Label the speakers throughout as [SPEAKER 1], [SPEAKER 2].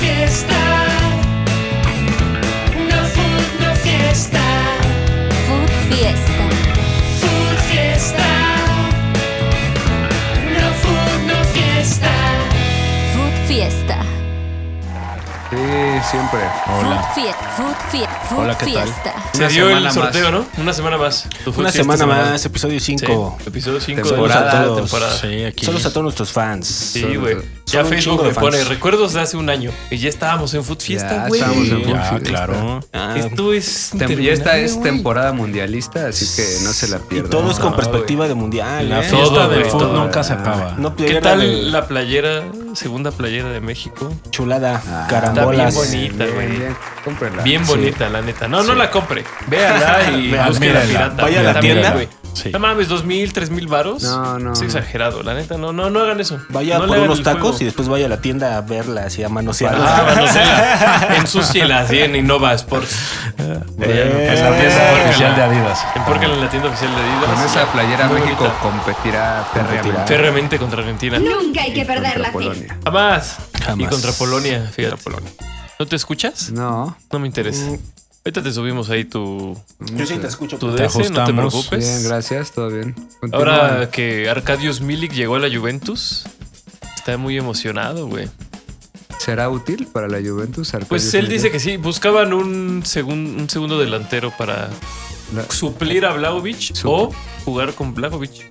[SPEAKER 1] fiesta. No food, no fiesta.
[SPEAKER 2] Food Fiesta.
[SPEAKER 1] Food fiesta. No food, no fiesta.
[SPEAKER 2] Food Fiesta.
[SPEAKER 3] Sí, siempre.
[SPEAKER 4] Hola.
[SPEAKER 2] Food Fiesta. Food, fie- food
[SPEAKER 4] Hola, ¿qué tal?
[SPEAKER 2] Fiesta.
[SPEAKER 5] Se dio
[SPEAKER 4] Una semana
[SPEAKER 5] el
[SPEAKER 4] más.
[SPEAKER 5] sorteo, ¿no? Una semana más. Tu
[SPEAKER 4] Una
[SPEAKER 5] Food Fiesta
[SPEAKER 4] semana
[SPEAKER 5] semanal.
[SPEAKER 4] más, episodio
[SPEAKER 5] Sí,
[SPEAKER 4] 5.
[SPEAKER 5] Episodio 5,
[SPEAKER 3] Temporada,
[SPEAKER 5] temporada. temporada. Sí,
[SPEAKER 4] Sí, aquí.
[SPEAKER 6] Saludos a todos nuestros fans.
[SPEAKER 3] Son-
[SPEAKER 5] güey.
[SPEAKER 3] son
[SPEAKER 5] Ya
[SPEAKER 4] un
[SPEAKER 5] Facebook
[SPEAKER 4] chingo de
[SPEAKER 5] me pone
[SPEAKER 4] fans.
[SPEAKER 5] recuerdos de hace un año. Y ya estábamos en Food
[SPEAKER 3] Ya
[SPEAKER 5] Fiesta, güey.
[SPEAKER 3] estábamos en Food
[SPEAKER 4] Ya,
[SPEAKER 3] Fiesta.
[SPEAKER 4] claro.
[SPEAKER 6] Ah,
[SPEAKER 5] Esto es.
[SPEAKER 3] Tem- este y
[SPEAKER 5] interminable,
[SPEAKER 3] esta es
[SPEAKER 5] güey.
[SPEAKER 3] temporada mundialista, así que no se la
[SPEAKER 6] y
[SPEAKER 3] pierdan.
[SPEAKER 6] todos con
[SPEAKER 3] No,
[SPEAKER 6] perspectiva de mundial.
[SPEAKER 4] La
[SPEAKER 6] ¿eh?
[SPEAKER 5] Todo,
[SPEAKER 4] fiesta del
[SPEAKER 5] güey,
[SPEAKER 4] food
[SPEAKER 5] todo.
[SPEAKER 4] nunca se acaba.
[SPEAKER 6] No
[SPEAKER 5] ¿Qué
[SPEAKER 6] pierde
[SPEAKER 5] tal la playera, segunda playera de México?
[SPEAKER 6] chulada.
[SPEAKER 3] Ah,
[SPEAKER 5] Está bien
[SPEAKER 6] carambolas.
[SPEAKER 5] bonita,
[SPEAKER 3] Bien,
[SPEAKER 5] güey.
[SPEAKER 3] bien, cómprenla.
[SPEAKER 5] Bien
[SPEAKER 3] Ah, Sí.
[SPEAKER 5] bonita, la neta. No, no la compre.
[SPEAKER 3] Véanla
[SPEAKER 5] Y
[SPEAKER 4] Vean,
[SPEAKER 5] busque la
[SPEAKER 4] mírala.
[SPEAKER 5] pirata.
[SPEAKER 6] Vaya a la
[SPEAKER 5] También,
[SPEAKER 6] tienda.
[SPEAKER 5] güey.
[SPEAKER 4] Sí.
[SPEAKER 5] No mames, dos mil, tres mil varos.
[SPEAKER 3] No, no.
[SPEAKER 5] Es exagerado, la neta. No, no, no hagan eso.
[SPEAKER 6] Vaya
[SPEAKER 5] No le
[SPEAKER 6] por
[SPEAKER 5] hagan
[SPEAKER 6] unos
[SPEAKER 5] el
[SPEAKER 6] tacos
[SPEAKER 5] juego.
[SPEAKER 6] y después vaya a la tienda a verlas y a manosearlas.
[SPEAKER 5] Ah, manosela. Ensúciela así en Innova Sports.
[SPEAKER 6] Eh.
[SPEAKER 5] pues
[SPEAKER 4] Es la pieza oficial de Adidas.
[SPEAKER 5] Empórquenla en la tienda oficial de Adidas.
[SPEAKER 3] Con esa playera
[SPEAKER 5] Muy
[SPEAKER 3] México
[SPEAKER 5] bonita.
[SPEAKER 3] competirá férreamente
[SPEAKER 5] Férreamente contra Argentina.
[SPEAKER 7] Nunca hay que perder
[SPEAKER 3] contra
[SPEAKER 7] la fe.
[SPEAKER 3] Polonia.
[SPEAKER 5] Jamás. Y
[SPEAKER 4] Jamás.
[SPEAKER 5] contra Polonia, fíjate. ¿No te escuchas?
[SPEAKER 3] No,
[SPEAKER 5] No me interesa. Ahorita te subimos ahí tu,
[SPEAKER 6] Yo sí te escucho.
[SPEAKER 5] tu
[SPEAKER 4] Te
[SPEAKER 5] DS, no te
[SPEAKER 4] ajustamos.
[SPEAKER 5] preocupes.
[SPEAKER 3] bien, gracias, todo bien.
[SPEAKER 5] Ahora que Arcadius Milik llegó a la Juventus, está muy emocionado, güey.
[SPEAKER 3] ¿Será útil para la Juventus?
[SPEAKER 5] Pues él dice que sí, buscaban un, segun- un segundo delantero para suplir a Vlaovic
[SPEAKER 3] Sup-
[SPEAKER 5] o jugar con Vlaovic.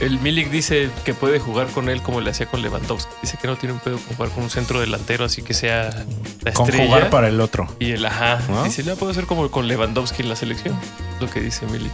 [SPEAKER 5] El Milik dice que puede jugar con él como le hacía con Lewandowski. Dice que no tiene un pedo con jugar con un centro delantero, así que sea la estrella.
[SPEAKER 4] Conjugar para el otro.
[SPEAKER 5] Y el ajá.
[SPEAKER 4] ¿No?
[SPEAKER 5] Dice, no, puedo ser como con Lewandowski en la selección. Lo que dice Milik.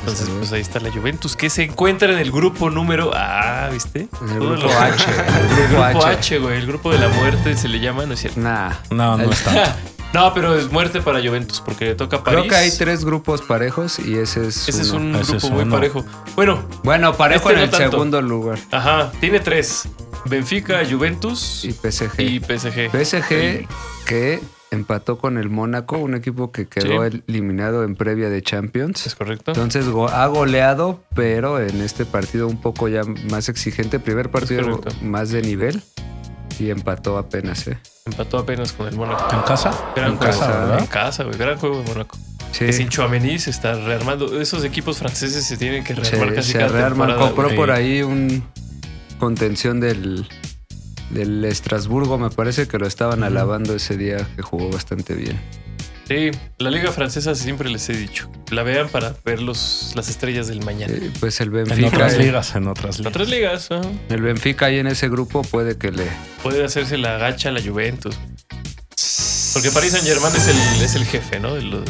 [SPEAKER 5] Entonces, pues ahí está la Juventus, que se encuentra en el grupo número. Ah, ¿viste?
[SPEAKER 3] En el
[SPEAKER 5] Todo
[SPEAKER 3] grupo
[SPEAKER 5] lo-
[SPEAKER 3] H. El
[SPEAKER 5] El
[SPEAKER 3] grupo
[SPEAKER 5] grupo
[SPEAKER 3] H.
[SPEAKER 5] H, güey. El grupo de la muerte se le llama, ¿no es cierto?
[SPEAKER 3] Nah.
[SPEAKER 4] No, no
[SPEAKER 3] El-
[SPEAKER 4] es tanto.
[SPEAKER 5] No, pero es muerte para Juventus, porque le toca París.
[SPEAKER 3] Mm. Creo que hay tres grupos parejos y Ah, ese es.
[SPEAKER 5] Ese es
[SPEAKER 3] uno.
[SPEAKER 5] un
[SPEAKER 4] Ese
[SPEAKER 5] grupo
[SPEAKER 4] es
[SPEAKER 5] muy
[SPEAKER 4] uno.
[SPEAKER 5] parejo. Bueno,
[SPEAKER 3] Bueno, parejo
[SPEAKER 5] Este
[SPEAKER 3] en
[SPEAKER 5] no
[SPEAKER 3] el
[SPEAKER 5] tanto.
[SPEAKER 3] segundo lugar.
[SPEAKER 5] ajá, tiene tres. Benfica, Juventus
[SPEAKER 3] Y
[SPEAKER 5] y,
[SPEAKER 3] PSG.
[SPEAKER 5] PSG.
[SPEAKER 3] PSG
[SPEAKER 5] Sí.
[SPEAKER 3] que empató con el Mónaco, un equipo que quedó
[SPEAKER 5] Sí.
[SPEAKER 3] eliminado en previa de Champions.
[SPEAKER 5] ¿Es correcto?
[SPEAKER 3] Entonces go- ha goleado, pero en este partido un poco ya más exigente. Primer partido
[SPEAKER 5] correcto.
[SPEAKER 3] más de nivel y empató apenas. ¿eh?
[SPEAKER 5] Empató apenas con el Mónaco.
[SPEAKER 4] ¿En casa?
[SPEAKER 5] Gran
[SPEAKER 3] en
[SPEAKER 5] juego.
[SPEAKER 3] casa, ¿verdad?
[SPEAKER 5] en casa, güey. Gran juego de Mónaco.
[SPEAKER 3] Sí.
[SPEAKER 5] Que sin Chouameni se está rearmando. Esos equipos franceses se tienen que rearmar
[SPEAKER 3] Se,
[SPEAKER 5] casi
[SPEAKER 3] se
[SPEAKER 5] cada
[SPEAKER 3] rearman.
[SPEAKER 5] temporada,
[SPEAKER 3] Compró
[SPEAKER 5] güey.
[SPEAKER 3] por ahí un contención del, del Estrasburgo. Me parece que lo estaban alabando ese día que jugó bastante bien.
[SPEAKER 5] Sí, la liga francesa siempre les he dicho. La vean para ver los, las estrellas del mañana.
[SPEAKER 3] Eh, pues el
[SPEAKER 4] En
[SPEAKER 3] Benfica.
[SPEAKER 4] otras
[SPEAKER 3] eh,
[SPEAKER 4] ligas, en otras
[SPEAKER 5] Las
[SPEAKER 4] ligas.
[SPEAKER 5] tres ligas, ajá.
[SPEAKER 3] El Benfica ahí en ese grupo puede que le.
[SPEAKER 5] puede hacerse la gacha a la Juventus. Porque Paris Saint Germain es el, es el jefe, ¿no? De los,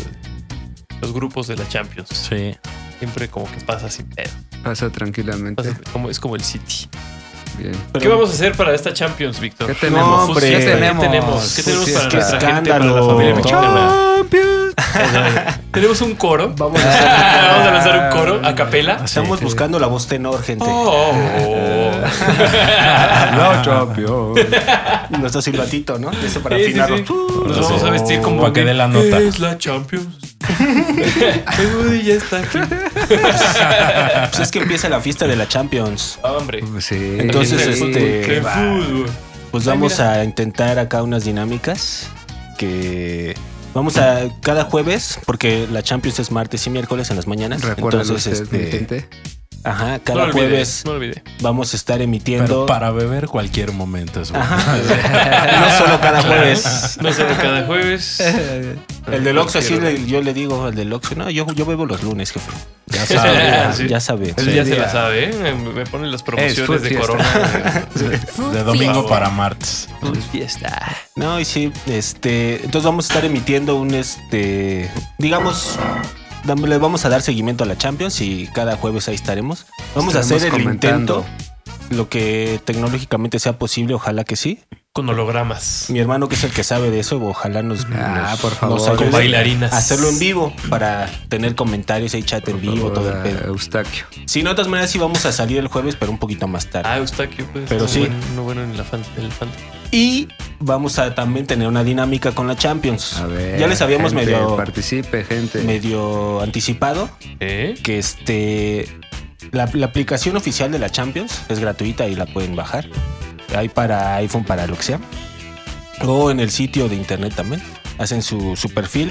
[SPEAKER 5] los grupos de la Champions.
[SPEAKER 4] Sí.
[SPEAKER 5] Siempre como que pasa así. pedo.
[SPEAKER 3] Pasa tranquilamente.
[SPEAKER 5] Pasa como, es como el City.
[SPEAKER 3] Bien.
[SPEAKER 5] ¿Qué vamos a hacer para esta Champions, Víctor?
[SPEAKER 3] ¿Qué tenemos?
[SPEAKER 5] Fus-
[SPEAKER 6] hombre.
[SPEAKER 5] ¿Qué
[SPEAKER 6] ¿Qué
[SPEAKER 5] tenemos?
[SPEAKER 3] tenemos?
[SPEAKER 5] ¿Qué tenemos
[SPEAKER 3] Fus-
[SPEAKER 5] para
[SPEAKER 3] qué
[SPEAKER 5] nuestra gente, para la
[SPEAKER 6] escándalo.
[SPEAKER 5] familia mexicana? Tenemos un coro.
[SPEAKER 6] Vamos a
[SPEAKER 5] Ah, Vamos a lanzar un coro a capela.
[SPEAKER 6] Estamos buscando la voz tenor, gente.
[SPEAKER 5] Oh.
[SPEAKER 3] No, Champions.
[SPEAKER 6] Nuestro silbatito, ¿no? Eso para
[SPEAKER 5] Sí, sí,
[SPEAKER 6] afinarlo.
[SPEAKER 5] sí. Nos vamos a vestir como
[SPEAKER 4] Para que dé la nota.
[SPEAKER 5] Es la Champions. El Woody ya está aquí.
[SPEAKER 6] Pues es que empieza la fiesta de la Champions.
[SPEAKER 5] Ah, hombre.
[SPEAKER 3] Sí.
[SPEAKER 6] Entonces,
[SPEAKER 5] También
[SPEAKER 6] este,
[SPEAKER 5] del fútbol, del
[SPEAKER 6] va.
[SPEAKER 5] fútbol.
[SPEAKER 6] Pues
[SPEAKER 5] Ay,
[SPEAKER 6] vamos
[SPEAKER 5] mira.
[SPEAKER 6] a intentar acá unas dinámicas que vamos a cada jueves, porque la Champions es martes y miércoles en las mañanas.
[SPEAKER 3] Recuerden
[SPEAKER 6] Entonces,
[SPEAKER 3] ustedes,
[SPEAKER 6] este,
[SPEAKER 3] Vicente.
[SPEAKER 6] ajá,
[SPEAKER 5] No lo
[SPEAKER 6] cada
[SPEAKER 5] olvidé,
[SPEAKER 6] jueves
[SPEAKER 5] No lo olvidé.
[SPEAKER 6] vamos a estar
[SPEAKER 4] Pero
[SPEAKER 6] emitiendo.
[SPEAKER 4] para beber cualquier momento es bueno.
[SPEAKER 6] Ajá. no solo cada jueves.
[SPEAKER 5] No sé, cada jueves.
[SPEAKER 6] El del Oxxo, así le- yo le digo al del Oxxo. No, yo, yo bebo los lunes, jefe. Ah,
[SPEAKER 4] Ya
[SPEAKER 6] Ya,
[SPEAKER 4] sabes.
[SPEAKER 5] Sí.
[SPEAKER 6] ya sabe.
[SPEAKER 5] Él ya se la sabe, ¿eh? Me- Me ponen las promociones
[SPEAKER 3] food
[SPEAKER 5] de
[SPEAKER 3] fiesta.
[SPEAKER 5] corona.
[SPEAKER 2] Food
[SPEAKER 4] De domingo
[SPEAKER 2] Fiesta.
[SPEAKER 4] para martes.
[SPEAKER 6] No, y sí, este, entonces vamos a estar emitiendo un, este, digamos, dam- le vamos a dar seguimiento a la Champions y cada jueves ahí estaremos. Vamos a hacer
[SPEAKER 3] Estaremos
[SPEAKER 6] el
[SPEAKER 3] comentando.
[SPEAKER 6] intento, lo que tecnológicamente sea posible, ojalá que sí.
[SPEAKER 5] Con hologramas.
[SPEAKER 6] Mi hermano que es el que sabe de eso, ojalá nos,
[SPEAKER 3] Ah,
[SPEAKER 6] nos-
[SPEAKER 3] por favor.
[SPEAKER 6] nos ayude
[SPEAKER 5] Con bailarinas.
[SPEAKER 6] a Hacerlo en vivo para tener comentarios y chat en vivo, todo el
[SPEAKER 3] Ahora,
[SPEAKER 6] pedo.
[SPEAKER 3] Eustaquio.
[SPEAKER 6] Si no, de todas maneras sí vamos a salir el jueves, pero un poquito más tarde.
[SPEAKER 5] Ah, Eustaquio, pues.
[SPEAKER 6] Pero
[SPEAKER 5] no
[SPEAKER 6] sí.
[SPEAKER 5] Bueno, no bueno en la fan, en el fan.
[SPEAKER 6] Y vamos a también tener una dinámica con la Champions.
[SPEAKER 3] A ver.
[SPEAKER 6] ya les habíamos
[SPEAKER 3] gente,
[SPEAKER 6] medio...
[SPEAKER 3] Participe, gente.
[SPEAKER 6] este, medio anticipado
[SPEAKER 5] ¿Eh?
[SPEAKER 6] que este la, la aplicación oficial de la Champions es gratuita y la pueden bajar. Hay para iPhone, para lo que sea. o en el sitio de internet también. Hacen su, su perfil